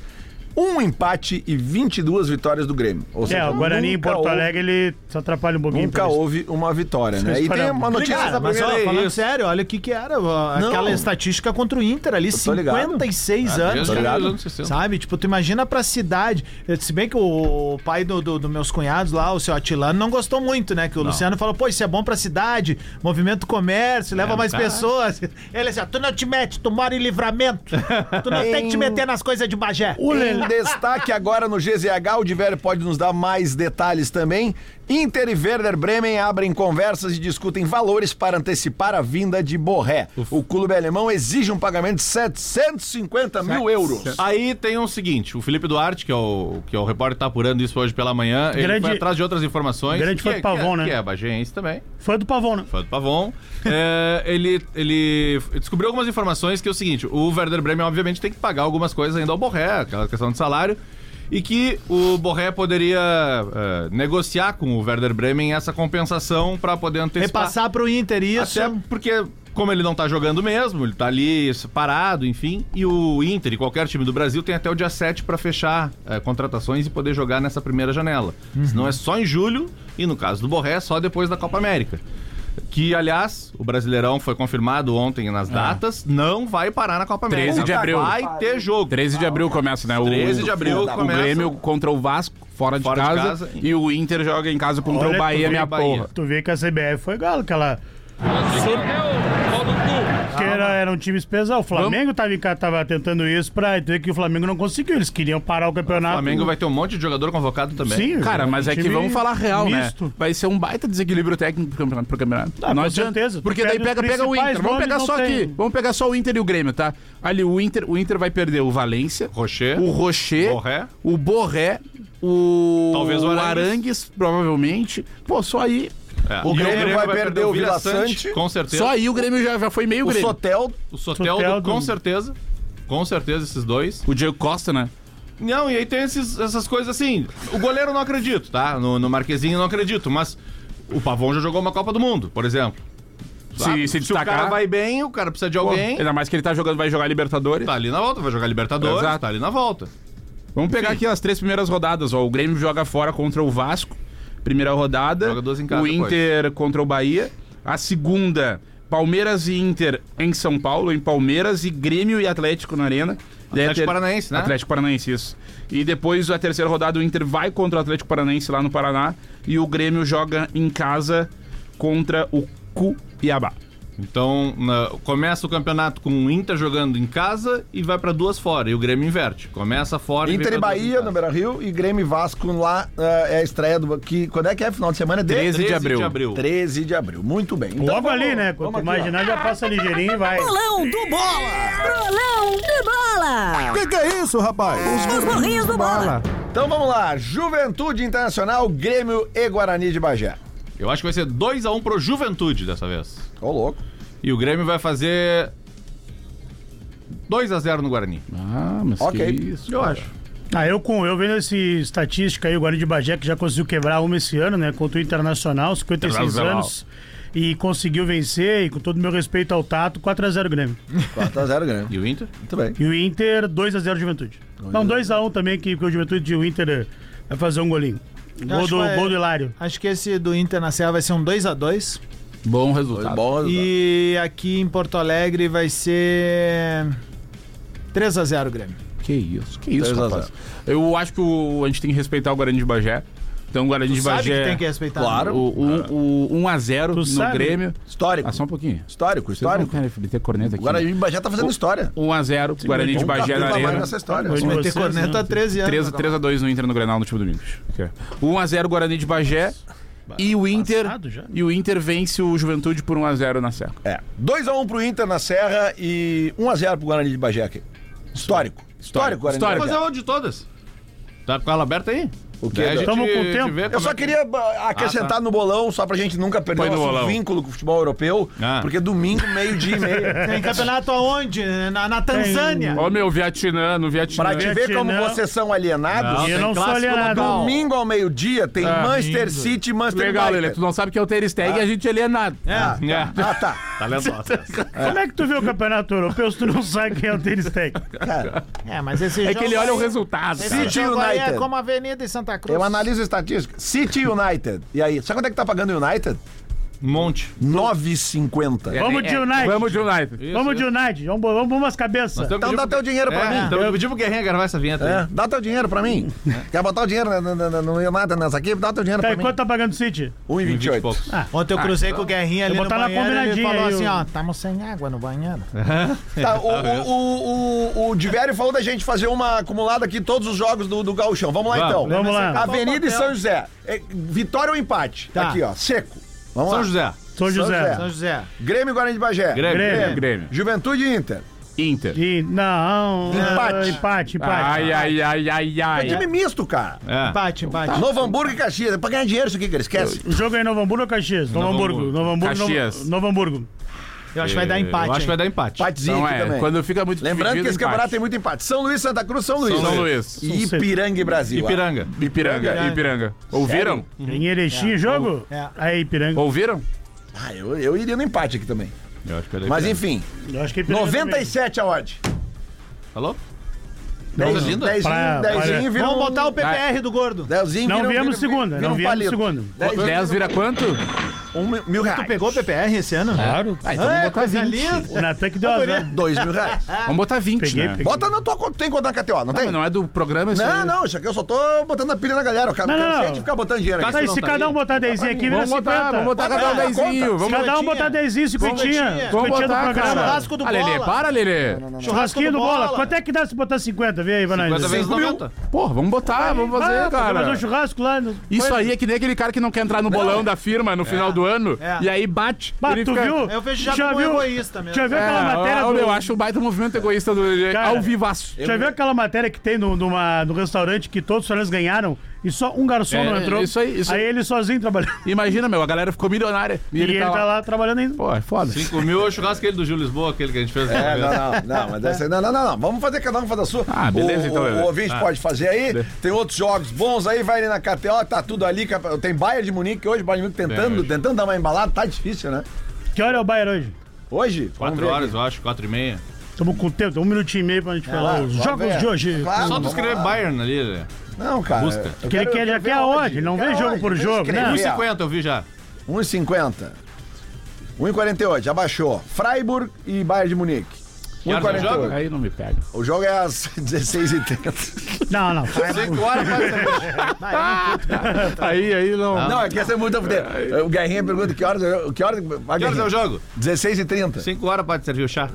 [SPEAKER 3] um empate e 22 vitórias do Grêmio. Ou
[SPEAKER 5] É,
[SPEAKER 3] seja,
[SPEAKER 5] o Guarani em
[SPEAKER 3] nunca
[SPEAKER 5] Porto
[SPEAKER 3] houve-
[SPEAKER 5] Alegre ele se atrapalha um pouquinho.
[SPEAKER 3] Nunca
[SPEAKER 5] pra isso.
[SPEAKER 3] houve uma vitória, né? E tem
[SPEAKER 5] Espera-
[SPEAKER 3] uma notícia
[SPEAKER 7] Cara,
[SPEAKER 3] da
[SPEAKER 7] mas ó,
[SPEAKER 3] primeira
[SPEAKER 7] falando
[SPEAKER 3] isso.
[SPEAKER 7] sério, olha o que que era. ó,
[SPEAKER 3] Não.
[SPEAKER 7] Aquela estatística contra o Inter ali,
[SPEAKER 3] tô ligado.
[SPEAKER 7] 56 anos.
[SPEAKER 4] Desde
[SPEAKER 3] Tá ligado?
[SPEAKER 4] os anos 60.
[SPEAKER 7] Sabe? Tipo, tu imagina pra cidade. Se bem que o pai dos do, do meus cunhados lá, o seu Atilano, não gostou muito, né? Que o Luciano falou, pô, isso é bom pra cidade, movimento comércio, leva mais pessoas. Ele assim, ó, tu não te mete, tu mora em livramento. Tu não tem que te meter nas coisas de Bagé.
[SPEAKER 3] O Um em destaque agora no GZH, o Diverio pode nos dar mais detalhes também. Inter e Werder Bremen abrem conversas e discutem valores para antecipar a vinda de Borré. O clube alemão exige um pagamento de 750 mil euros.
[SPEAKER 4] Aí tem o seguinte, o Felipe Duarte, que é o, que é o repórter que tá apurando isso hoje pela manhã, ele
[SPEAKER 5] Grande-
[SPEAKER 4] foi atrás de outras informações.
[SPEAKER 5] Grande
[SPEAKER 4] que
[SPEAKER 5] fã
[SPEAKER 4] é-
[SPEAKER 5] do Pavon,
[SPEAKER 4] que é-
[SPEAKER 5] né?
[SPEAKER 4] Que é bagense também,
[SPEAKER 5] Foi do Pavão, né?
[SPEAKER 4] fã do Pavon. É, ele, ele descobriu algumas informações que é o seguinte, o Werder Bremen obviamente tem que pagar algumas coisas ainda ao Borré, aquela questão de salário, e que o Borré poderia é, negociar com o Werder Bremen essa compensação para poder antecipar.
[SPEAKER 7] Repassar pro Inter isso.
[SPEAKER 4] Até porque, como ele não tá jogando mesmo, ele tá ali parado, enfim. E o Inter e qualquer time do Brasil tem até o dia 7 pra fechar eh, contratações e poder jogar nessa primeira janela. Senão é só em julho e, no caso do Borré, só depois da Copa América. Que, aliás, o Brasileirão foi confirmado ontem nas datas, não vai parar na Copa América.
[SPEAKER 6] 13 de abril.
[SPEAKER 4] Vai ter jogo.
[SPEAKER 6] 13 de abril começa, né? O,
[SPEAKER 4] 13 de abril
[SPEAKER 6] o,
[SPEAKER 4] começa.
[SPEAKER 6] O Grêmio contra o Vasco, fora,
[SPEAKER 4] Fora
[SPEAKER 6] de,
[SPEAKER 4] de
[SPEAKER 6] casa,
[SPEAKER 4] casa.
[SPEAKER 6] E o Inter joga em casa contra
[SPEAKER 5] Olha,
[SPEAKER 6] o Bahia,
[SPEAKER 5] tu
[SPEAKER 6] minha
[SPEAKER 4] vê Bahia.
[SPEAKER 6] porra.
[SPEAKER 5] Tu vê que a CBF foi galo, aquela. Que era, era eram times pesados. O Flamengo tava, em ca- tava tentando isso pra entender que o Flamengo não conseguiu. Eles queriam parar o campeonato.
[SPEAKER 4] O Flamengo vai ter um monte de jogador convocado também.
[SPEAKER 5] Sim,
[SPEAKER 6] Cara, mas é que
[SPEAKER 5] um time
[SPEAKER 6] vamos falar real,
[SPEAKER 5] misto.
[SPEAKER 6] né? Vai ser um baita desequilíbrio técnico pro campeonato. Pro campeonato.
[SPEAKER 5] Ah,
[SPEAKER 6] não
[SPEAKER 5] com
[SPEAKER 6] adianta.
[SPEAKER 5] certeza. Tu
[SPEAKER 6] Porque daí
[SPEAKER 5] perde os
[SPEAKER 6] pega, pega o
[SPEAKER 5] principais
[SPEAKER 6] Inter. Vamos
[SPEAKER 5] nomes,
[SPEAKER 6] pegar
[SPEAKER 5] não
[SPEAKER 6] só
[SPEAKER 5] tem.
[SPEAKER 6] aqui. Vamos pegar só o Inter e o Grêmio, tá? Ali o Inter, o Inter vai perder o Valência,
[SPEAKER 4] Rocher.
[SPEAKER 6] o Rocher,
[SPEAKER 4] Borré.
[SPEAKER 6] o Borré, o
[SPEAKER 4] Talvez o Arangues.
[SPEAKER 6] Arangues, provavelmente. Pô, só aí.
[SPEAKER 4] É.
[SPEAKER 3] O
[SPEAKER 4] E
[SPEAKER 3] Grêmio vai perder o Vila
[SPEAKER 4] Sante,
[SPEAKER 3] Sante.
[SPEAKER 4] Com certeza.
[SPEAKER 6] Só aí o Grêmio já, já foi meio
[SPEAKER 3] O
[SPEAKER 6] Grêmio.
[SPEAKER 3] Sotel
[SPEAKER 4] O Soteldo,
[SPEAKER 5] Soteldo.
[SPEAKER 4] com certeza. Com certeza, esses dois.
[SPEAKER 6] O Diego Costa, né?
[SPEAKER 4] Não, e aí tem esses- essas coisas assim. O goleiro eu não acredito, tá? No, no Marquezinho eu não acredito, mas o Pavon já jogou uma Copa do Mundo, por exemplo.
[SPEAKER 6] Se, se
[SPEAKER 4] o cara
[SPEAKER 6] destacar.
[SPEAKER 4] vai bem, o cara precisa de
[SPEAKER 6] Pô,
[SPEAKER 4] alguém.
[SPEAKER 6] ainda mais que ele tá jogando, vai jogar Libertadores.
[SPEAKER 4] Tá ali na volta, vai jogar Libertadores,
[SPEAKER 6] Exato.
[SPEAKER 4] tá ali na volta.
[SPEAKER 6] Vamos pegar
[SPEAKER 4] Enfim.
[SPEAKER 6] aqui as três primeiras rodadas. Ó. O Grêmio joga fora contra o Vasco, primeira rodada.
[SPEAKER 4] Joga duas em casa
[SPEAKER 6] o
[SPEAKER 4] depois.
[SPEAKER 6] Inter contra o Bahia. A segunda, Palmeiras e Inter em São Paulo, em Palmeiras e Grêmio e Atlético na Arena. Daí a
[SPEAKER 4] Atlético Paranaense, né?
[SPEAKER 6] Atlético Paranaense, isso. E depois a terceira rodada, o Inter vai contra o Atlético Paranaense lá no Paraná. E o Grêmio joga em casa contra o Cuiabá.
[SPEAKER 4] Então, na- começa o campeonato com o Inter jogando em casa e vai pra duas fora. E o Grêmio inverte. Começa fora
[SPEAKER 3] Inter e
[SPEAKER 4] vem pra duas em
[SPEAKER 3] Bahia
[SPEAKER 4] casa.
[SPEAKER 3] no Beira Rio e Grêmio e Vasco lá ah, é a estreia do. Que, quando é que é? Final de semana? De...
[SPEAKER 6] 13 de
[SPEAKER 4] 13
[SPEAKER 6] abril.
[SPEAKER 4] de abril.
[SPEAKER 3] 13 de abril. Muito bem. Então,
[SPEAKER 5] Logo
[SPEAKER 3] vamos-
[SPEAKER 5] ali, né? Quando
[SPEAKER 3] vamos
[SPEAKER 5] tu
[SPEAKER 3] aqui, ó.
[SPEAKER 5] imaginar, já passa ligeirinho e vai.
[SPEAKER 15] Bolão do Bola! Bolão do Bola!
[SPEAKER 3] Que que é isso, rapaz?
[SPEAKER 15] Os burrinhos do Bola!
[SPEAKER 3] Então vamos lá. Juventude Internacional, Grêmio e Guarani de Bagé.
[SPEAKER 4] Eu acho que vai ser 2x1 pro Juventude dessa vez.
[SPEAKER 3] Ô, louco.
[SPEAKER 4] E o Grêmio vai fazer 2x0 no Guarani.
[SPEAKER 6] Ah, mas
[SPEAKER 3] Ok.
[SPEAKER 6] isso.
[SPEAKER 4] Eu acho.
[SPEAKER 5] Ah, eu com eu vendo esse estatística aí, o Guarani de Bagé que já conseguiu quebrar uma esse ano, né? Contra o Internacional, 56
[SPEAKER 6] Internacional.
[SPEAKER 5] anos. E conseguiu vencer, e com todo o meu respeito ao Tato, 4x0 Grêmio.
[SPEAKER 3] 4x0 Grêmio.
[SPEAKER 4] E o Inter?
[SPEAKER 3] Muito bem.
[SPEAKER 5] E o Inter, 2x0 Juventude. Não, 2x1 também, que, que o Juventude e o Inter vai fazer um golinho. Gol
[SPEAKER 7] acho
[SPEAKER 5] do,
[SPEAKER 7] que vai-
[SPEAKER 5] gol do Hilário.
[SPEAKER 7] Acho que esse do Inter na Serra vai ser um 2x2.
[SPEAKER 6] Bom resultado.
[SPEAKER 3] Bom resultado.
[SPEAKER 7] E aqui em Porto Alegre vai ser 3x0 Grêmio.
[SPEAKER 6] Que isso, que isso,
[SPEAKER 3] 3 a 0.
[SPEAKER 6] rapaz. Então, Eu acho que o- a gente tem que respeitar o Guarani de Bagé. Então o Guarani de
[SPEAKER 7] Sabe
[SPEAKER 6] Bagé.
[SPEAKER 7] que tem que respeitar. né? Ah.
[SPEAKER 3] Claro.
[SPEAKER 6] O, o, o 1x0
[SPEAKER 5] Tu
[SPEAKER 6] no
[SPEAKER 5] sabe?
[SPEAKER 6] Grêmio.
[SPEAKER 3] Histórico.
[SPEAKER 6] Ah, só um pouquinho.
[SPEAKER 3] Histórico,
[SPEAKER 6] Vocês não
[SPEAKER 3] histórico.
[SPEAKER 6] querem meter corneta
[SPEAKER 3] O
[SPEAKER 6] aqui.
[SPEAKER 3] Guarani de Bagé tá fazendo história.
[SPEAKER 6] 1x0, Guarani de
[SPEAKER 3] Vamos
[SPEAKER 6] Bagé na
[SPEAKER 3] capítulo a mais
[SPEAKER 6] Arena.
[SPEAKER 3] nessa história.
[SPEAKER 5] Mas-
[SPEAKER 7] Vai ter
[SPEAKER 5] Vocês,
[SPEAKER 7] corneta
[SPEAKER 5] né?
[SPEAKER 7] há 13 anos.
[SPEAKER 6] 3 a- 3 a 2 no Inter no Grenal no último domingo. 1x0 Guarani de Bagé. E o Inter.
[SPEAKER 5] Passado já, né?
[SPEAKER 6] E o Inter vence o Juventude por 1x0 na Serra.
[SPEAKER 3] É. 2x1 pro Inter na Serra e 1x0 pro Guarani de Bagé aqui. Histórico. Histórico, Guarani de
[SPEAKER 4] Fazer
[SPEAKER 3] Bagé.
[SPEAKER 4] uma de todas. Tá com ela aberta aí?
[SPEAKER 3] O quê?
[SPEAKER 4] Daí a gente-
[SPEAKER 5] Tamo com
[SPEAKER 4] a gente
[SPEAKER 5] tempo.
[SPEAKER 4] vê como
[SPEAKER 3] Eu
[SPEAKER 4] é
[SPEAKER 3] só
[SPEAKER 4] que-
[SPEAKER 3] queria bah, acrescentar no bolão, só pra gente nunca perder
[SPEAKER 6] Põe
[SPEAKER 3] o
[SPEAKER 6] no
[SPEAKER 3] nosso
[SPEAKER 6] bolão.
[SPEAKER 3] vínculo com o futebol europeu,
[SPEAKER 4] Ah.
[SPEAKER 3] porque domingo, meio-dia e meia.
[SPEAKER 7] Tem campeonato aonde? Na, na Tanzânia.
[SPEAKER 6] Ó, meu, Vietnã, no Vietnã.
[SPEAKER 3] Pra te ver como
[SPEAKER 5] Vietnã.
[SPEAKER 3] vocês são alienados,
[SPEAKER 6] é
[SPEAKER 5] E eu não sou
[SPEAKER 7] clássico
[SPEAKER 5] alienado.
[SPEAKER 7] local.
[SPEAKER 3] domingo ao meio-dia tem Manchester City e Manchester
[SPEAKER 6] Legal, Lelê.
[SPEAKER 3] United.
[SPEAKER 6] Tu não sabe que é o Ter Stegen e a gente alienado.
[SPEAKER 7] É.
[SPEAKER 4] É.
[SPEAKER 3] Ah, tá.
[SPEAKER 4] Talentosa.
[SPEAKER 5] Como é que tu vê o campeonato europeu se tu não sabe quem é o Tênis Tech?
[SPEAKER 3] tá.
[SPEAKER 7] É, mas esse
[SPEAKER 6] É
[SPEAKER 7] jogo
[SPEAKER 6] que ele olha o
[SPEAKER 7] aí-
[SPEAKER 6] resultado.
[SPEAKER 7] Esse
[SPEAKER 6] cara.
[SPEAKER 3] City
[SPEAKER 7] jogo aí é
[SPEAKER 3] United.
[SPEAKER 7] como a Avenida em Santa Cruz.
[SPEAKER 3] Eu analiso estatística. City e United. E aí, sabe quanto é que tá pagando o United?
[SPEAKER 4] Um monte.
[SPEAKER 3] 9,50.
[SPEAKER 5] Vamos
[SPEAKER 6] É,
[SPEAKER 5] de
[SPEAKER 6] é.
[SPEAKER 5] United.
[SPEAKER 6] Vamos de United.
[SPEAKER 5] Vamos de United. Vamos, vamos, vamos umas cabeças.
[SPEAKER 4] Então
[SPEAKER 3] Então dá teu dinheiro pra mim.
[SPEAKER 4] Então eu pedi pro Guerrinha gravar essa vinheta
[SPEAKER 3] É,
[SPEAKER 4] aí.
[SPEAKER 3] dá teu dinheiro pra mim. Quer botar o dinheiro na- na- na- na- no United nessa aqui? Dá teu dinheiro
[SPEAKER 5] Tá,
[SPEAKER 3] pra
[SPEAKER 5] e quanto
[SPEAKER 3] mim.
[SPEAKER 5] tá pagando o City?
[SPEAKER 4] 20 Um e
[SPEAKER 3] 1,28.
[SPEAKER 4] poucos.
[SPEAKER 7] Ah, Ontem eu cruzei com o Guerrinha ali
[SPEAKER 5] Vou
[SPEAKER 7] no
[SPEAKER 5] botar na
[SPEAKER 7] banheiro ele
[SPEAKER 5] combinadinha
[SPEAKER 7] falou
[SPEAKER 5] aí,
[SPEAKER 7] assim,
[SPEAKER 5] o-
[SPEAKER 7] ó, estamos sem água no banheiro.
[SPEAKER 3] Tá, o, o, o, o, o Diverio falou da gente fazer uma acumulada aqui todos os jogos do, do Gauchão. Vamos lá então.
[SPEAKER 5] Vamos lá.
[SPEAKER 3] Avenida e São José. É, vitória ou empate?
[SPEAKER 7] Tá.
[SPEAKER 3] Aqui, ó. Seco. Vamos
[SPEAKER 4] São
[SPEAKER 3] lá.
[SPEAKER 4] José.
[SPEAKER 5] São José.
[SPEAKER 7] São José.
[SPEAKER 3] Grêmio e Guarani de Bagé.
[SPEAKER 4] Grêmio.
[SPEAKER 5] Grêmio.
[SPEAKER 6] Grêmio.
[SPEAKER 3] Juventude e Inter.
[SPEAKER 6] Inter.
[SPEAKER 5] E, não.
[SPEAKER 3] Empate.
[SPEAKER 5] ah, Empate, empate.
[SPEAKER 6] Ai, ai, ai, ai, ai.
[SPEAKER 3] É Time misto, cara.
[SPEAKER 4] É.
[SPEAKER 7] Empate, empate.
[SPEAKER 3] Novo Hamburgo e Caxias. É pra ganhar dinheiro isso aqui, cara. Esquece.
[SPEAKER 5] O jogo é em Novo Hamburgo ou Caxias? Novo,
[SPEAKER 4] Novo
[SPEAKER 5] Hamburgo.
[SPEAKER 4] Hamburgo.
[SPEAKER 5] Novo Hamburgo.
[SPEAKER 6] Caxias.
[SPEAKER 5] Novo, Novo Hamburgo.
[SPEAKER 7] Eu acho que vai dar empate.
[SPEAKER 4] Eu acho
[SPEAKER 7] hein?
[SPEAKER 4] que vai dar empate.
[SPEAKER 3] Empatezinho
[SPEAKER 6] Então
[SPEAKER 3] aqui
[SPEAKER 6] é,
[SPEAKER 3] também.
[SPEAKER 6] quando fica muito
[SPEAKER 3] Lembrando que
[SPEAKER 6] dividido,
[SPEAKER 3] esse campeonato
[SPEAKER 6] empate.
[SPEAKER 3] tem muito empate. São Luís, Santa Cruz, São Luís.
[SPEAKER 6] São Luís.
[SPEAKER 3] E Ipiranga e Brasil.
[SPEAKER 4] Ipiranga.
[SPEAKER 6] Ipiranga, Ipiranga. Ouviram?
[SPEAKER 5] Em Erechim, jogo?
[SPEAKER 7] É.
[SPEAKER 5] Aí, Piranga.
[SPEAKER 6] Ouviram?
[SPEAKER 3] Ah, eu, eu iria no empate aqui também.
[SPEAKER 4] Eu acho que vai dar
[SPEAKER 3] Mas
[SPEAKER 4] empate.
[SPEAKER 3] enfim,
[SPEAKER 5] Eu acho que é Ipiranga também.
[SPEAKER 3] 97 a odd.
[SPEAKER 4] Falou?
[SPEAKER 3] Dez-
[SPEAKER 4] Coisa linda.
[SPEAKER 5] Pra-
[SPEAKER 3] Dezinho, dezinho
[SPEAKER 5] olha,
[SPEAKER 3] vira
[SPEAKER 7] Vamos
[SPEAKER 3] um-
[SPEAKER 7] botar o PPR do gordo.
[SPEAKER 3] Dezinho
[SPEAKER 5] Não
[SPEAKER 3] vira um-
[SPEAKER 5] viemos
[SPEAKER 3] vira-
[SPEAKER 5] segunda,
[SPEAKER 3] vira
[SPEAKER 5] não
[SPEAKER 3] um
[SPEAKER 5] viemos
[SPEAKER 3] palito.
[SPEAKER 5] segunda.
[SPEAKER 3] Dez-
[SPEAKER 6] 10 vira quanto?
[SPEAKER 3] Um mil, mil reais.
[SPEAKER 7] Tu pegou o PPR esse ano?
[SPEAKER 16] Claro.
[SPEAKER 7] Ah, então vamos botar 20.
[SPEAKER 5] O Natan que deu azar.
[SPEAKER 3] Dois mil reais.
[SPEAKER 6] Vamos botar 20,
[SPEAKER 5] Peguei,
[SPEAKER 6] né?
[SPEAKER 5] peguei.
[SPEAKER 3] Bota na tua conta. Tem conta na KTO, não
[SPEAKER 6] Não,
[SPEAKER 3] tem?
[SPEAKER 6] mas não é do programa isso
[SPEAKER 3] Não,
[SPEAKER 6] aí.
[SPEAKER 3] não, isso aqui eu só tô botando a pilha na galera. Eu quero
[SPEAKER 5] Não, não,
[SPEAKER 3] cansei
[SPEAKER 5] não.
[SPEAKER 3] de ficar botando dinheiro aqui.
[SPEAKER 5] Tá, e se cada um botar 10 aqui, vira
[SPEAKER 6] Vamos
[SPEAKER 5] 50.
[SPEAKER 6] botar, vamos botar cada um
[SPEAKER 3] Bota na
[SPEAKER 6] dezinho,
[SPEAKER 3] conta.
[SPEAKER 6] vamos
[SPEAKER 5] Cada um
[SPEAKER 6] botar.
[SPEAKER 5] botar 10, 50.
[SPEAKER 6] Vamos
[SPEAKER 5] 50 do
[SPEAKER 6] botar, cara.
[SPEAKER 5] programa.
[SPEAKER 7] Churrasco do
[SPEAKER 6] Ah, Lelê,
[SPEAKER 7] Bola.
[SPEAKER 6] para, Lelê.
[SPEAKER 5] Churrasquinho do bola. Quanto é que dá se botar 50? Vê aí, Vanessa.
[SPEAKER 4] 50 vezes 90.
[SPEAKER 6] Porra, vamos botar, vamos fazer,
[SPEAKER 5] Ah, Fazer
[SPEAKER 6] cara.
[SPEAKER 5] um churrasco lá. No...
[SPEAKER 6] Isso aí é que nem aquele cara que não quer entrar no bolão da firma no final do ano.
[SPEAKER 7] É.
[SPEAKER 6] E aí bate.
[SPEAKER 5] Bah,
[SPEAKER 6] ele
[SPEAKER 5] tu
[SPEAKER 6] fica-
[SPEAKER 5] viu?
[SPEAKER 7] Eu vejo já como egoísta mesmo.
[SPEAKER 5] Já viu aquela
[SPEAKER 6] É,
[SPEAKER 5] matéria
[SPEAKER 6] eu,
[SPEAKER 5] do...
[SPEAKER 6] eu acho o baita movimento egoísta do Lelê.
[SPEAKER 5] Cara,
[SPEAKER 6] ao vivaço.
[SPEAKER 5] Já viu aquela matéria que tem no, numa, no restaurante que todos os restaurantes ganharam e só um garçom
[SPEAKER 6] É,
[SPEAKER 5] não entrou?
[SPEAKER 6] isso aí, isso
[SPEAKER 5] aí.
[SPEAKER 6] aí.
[SPEAKER 5] ele sozinho trabalhando.
[SPEAKER 6] Imagina, meu, a galera ficou milionária. E,
[SPEAKER 5] E ele, tá, lá trabalhando ainda.
[SPEAKER 6] Pô, é foda.
[SPEAKER 4] 5 mil é o churrasco aquele do Gil Lisboa, aquele que a gente fez.
[SPEAKER 3] É, não, não, não, mas essa, não, não, não, não. Vamos fazer cada um fazer a sua.
[SPEAKER 6] Ah, beleza,
[SPEAKER 3] o,
[SPEAKER 6] então,
[SPEAKER 3] O,
[SPEAKER 6] Lelê.
[SPEAKER 3] o ouvinte
[SPEAKER 6] Ah.
[SPEAKER 3] pode fazer aí. Tem outros jogos bons aí, vai ali na KTO, tá tudo ali. cap- Tem Bayern de Munique hoje, Bayern de Munique tentando, tentando dar uma embalada, tá difícil, né?
[SPEAKER 5] Que hora é o Bayern hoje?
[SPEAKER 3] Hoje? É,
[SPEAKER 4] 4 horas, eu acho, 4 e meia.
[SPEAKER 5] Estamos com tempo, tem um minutinho e meio pra
[SPEAKER 6] É
[SPEAKER 5] gente falar.
[SPEAKER 3] lá,
[SPEAKER 5] Os
[SPEAKER 3] vamos
[SPEAKER 5] jogos
[SPEAKER 3] ver.
[SPEAKER 5] de hoje.
[SPEAKER 3] Claro,
[SPEAKER 4] Só tu
[SPEAKER 3] Ah, vamos
[SPEAKER 4] escrever
[SPEAKER 3] lá.
[SPEAKER 4] Bayern ali, Lelê.
[SPEAKER 3] Não, cara.
[SPEAKER 4] Busca.
[SPEAKER 3] eu
[SPEAKER 5] Que ele
[SPEAKER 3] quero-
[SPEAKER 5] quer- já
[SPEAKER 3] eu quero
[SPEAKER 5] quer
[SPEAKER 3] ver
[SPEAKER 5] a odd,
[SPEAKER 3] odd,
[SPEAKER 5] não
[SPEAKER 3] eu quero
[SPEAKER 5] vê jogo
[SPEAKER 3] odd,
[SPEAKER 5] por
[SPEAKER 3] tem que
[SPEAKER 5] jogo,
[SPEAKER 3] escrever.
[SPEAKER 5] né?
[SPEAKER 4] 1,50 eu vi já.
[SPEAKER 3] 1,50. 1,48, já baixou. Freiburg e Bayern de Munique.
[SPEAKER 4] Que horas o jogo?
[SPEAKER 3] 1,48.
[SPEAKER 6] Aí não me pega.
[SPEAKER 3] O jogo é às 16h30.
[SPEAKER 5] Não, não. tá-
[SPEAKER 4] 5 Então é horas, faz
[SPEAKER 6] Tá Aí, aí não.
[SPEAKER 3] Não, é que essa é muito a fuder. O Guerrinha pergunta que horas, eu- que horas, vai,
[SPEAKER 4] Que horas é
[SPEAKER 3] Guerrinha?
[SPEAKER 4] o jogo?
[SPEAKER 3] 16h30.
[SPEAKER 4] 5 horas pode servir o chá.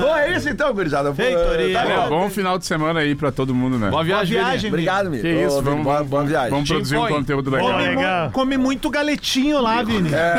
[SPEAKER 3] Bom, é isso então, gurizada. Foi-
[SPEAKER 7] Feitoria.
[SPEAKER 3] tá
[SPEAKER 6] É,
[SPEAKER 3] bom.
[SPEAKER 6] bom final de semana aí pra todo mundo, né?
[SPEAKER 4] Boa
[SPEAKER 7] Boa
[SPEAKER 4] viagem, Lelê.
[SPEAKER 7] viagem,
[SPEAKER 3] Obrigado, amigo.
[SPEAKER 6] Que isso,
[SPEAKER 3] Ô,
[SPEAKER 6] vamos,
[SPEAKER 3] boa,
[SPEAKER 6] vamos,
[SPEAKER 3] boa viagem.
[SPEAKER 6] vamos produzir um
[SPEAKER 4] põe.
[SPEAKER 6] conteúdo
[SPEAKER 5] Pô,
[SPEAKER 6] legal.
[SPEAKER 5] legal.
[SPEAKER 7] Come muito galetinho lá, Vini.
[SPEAKER 3] É.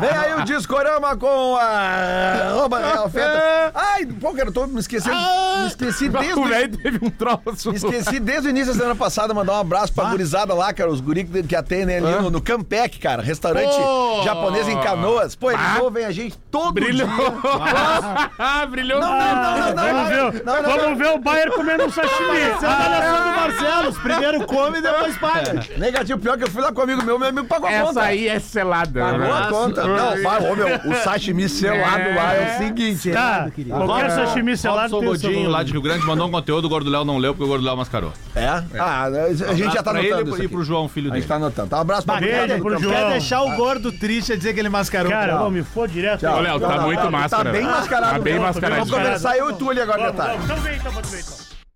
[SPEAKER 3] Vem aí o Discorama com a arroba Real Feta. Ai, pô, cara, eu tô me esquecendo. Me esqueci desde
[SPEAKER 6] O
[SPEAKER 3] o
[SPEAKER 6] Ah! velho teve um troço.
[SPEAKER 3] me Esqueci desde o início da semana passada mandar um abraço
[SPEAKER 6] Ah.
[SPEAKER 3] pra gurizada lá, cara, os guris que- que atendem ali no, no Campec, cara, restaurante
[SPEAKER 6] Pô! Ah.
[SPEAKER 3] japonês em Canoas. Pô, eles ouvem a gente todo
[SPEAKER 6] Brilhou. Ah,
[SPEAKER 3] dia.
[SPEAKER 6] Brilhou.
[SPEAKER 3] Não, não, não, não, não,
[SPEAKER 5] Vamos
[SPEAKER 3] não,
[SPEAKER 5] ver,
[SPEAKER 3] não, não,
[SPEAKER 5] vamos ver o Bayern comendo um sashimi.
[SPEAKER 7] do Barcelos. Primeiro come e depois paga.
[SPEAKER 3] Negativo, pior que eu fui lá com um amigo meu, meu amigo pagou a
[SPEAKER 6] Essa
[SPEAKER 3] conta.
[SPEAKER 6] aí é selada.
[SPEAKER 3] Pagou a
[SPEAKER 6] né?
[SPEAKER 3] conta. Não, vai, ô, meu, o sashimi selado lá é o seguinte.
[SPEAKER 5] Tá, qualquer sashimi
[SPEAKER 4] Celso
[SPEAKER 5] selado tem o seu
[SPEAKER 4] Godinho
[SPEAKER 5] valor.
[SPEAKER 4] lá de Rio Grande mandou um conteúdo, o Gordo Léo não leu porque o Gordo Léo mascarou.
[SPEAKER 3] É? Ah, a gente já tá
[SPEAKER 4] Pra
[SPEAKER 3] anotando
[SPEAKER 4] ele
[SPEAKER 3] isso
[SPEAKER 4] e
[SPEAKER 3] aqui.
[SPEAKER 4] pro João, filho
[SPEAKER 3] A gente
[SPEAKER 4] dele.
[SPEAKER 3] tá anotando. Tá, um abraço pra
[SPEAKER 5] Beijo
[SPEAKER 3] gurizada aí,
[SPEAKER 5] pro
[SPEAKER 3] então.
[SPEAKER 5] João.
[SPEAKER 7] Quer deixar o gordo triste é dizer que ele mascarou.
[SPEAKER 5] Cara, vamos me for direto.
[SPEAKER 3] Tchau.
[SPEAKER 6] Ô, Léo, tá
[SPEAKER 3] Não, não,
[SPEAKER 6] muito
[SPEAKER 3] tá-
[SPEAKER 6] máscara.
[SPEAKER 3] Tá bem mascarado.
[SPEAKER 6] Tá bem
[SPEAKER 3] mesmo.
[SPEAKER 6] mascarado.
[SPEAKER 3] Vamos conversar eu e tu ali agora,
[SPEAKER 5] Vamos,
[SPEAKER 3] detalhe.
[SPEAKER 5] vamos. Então vem, então, vamos ver, então.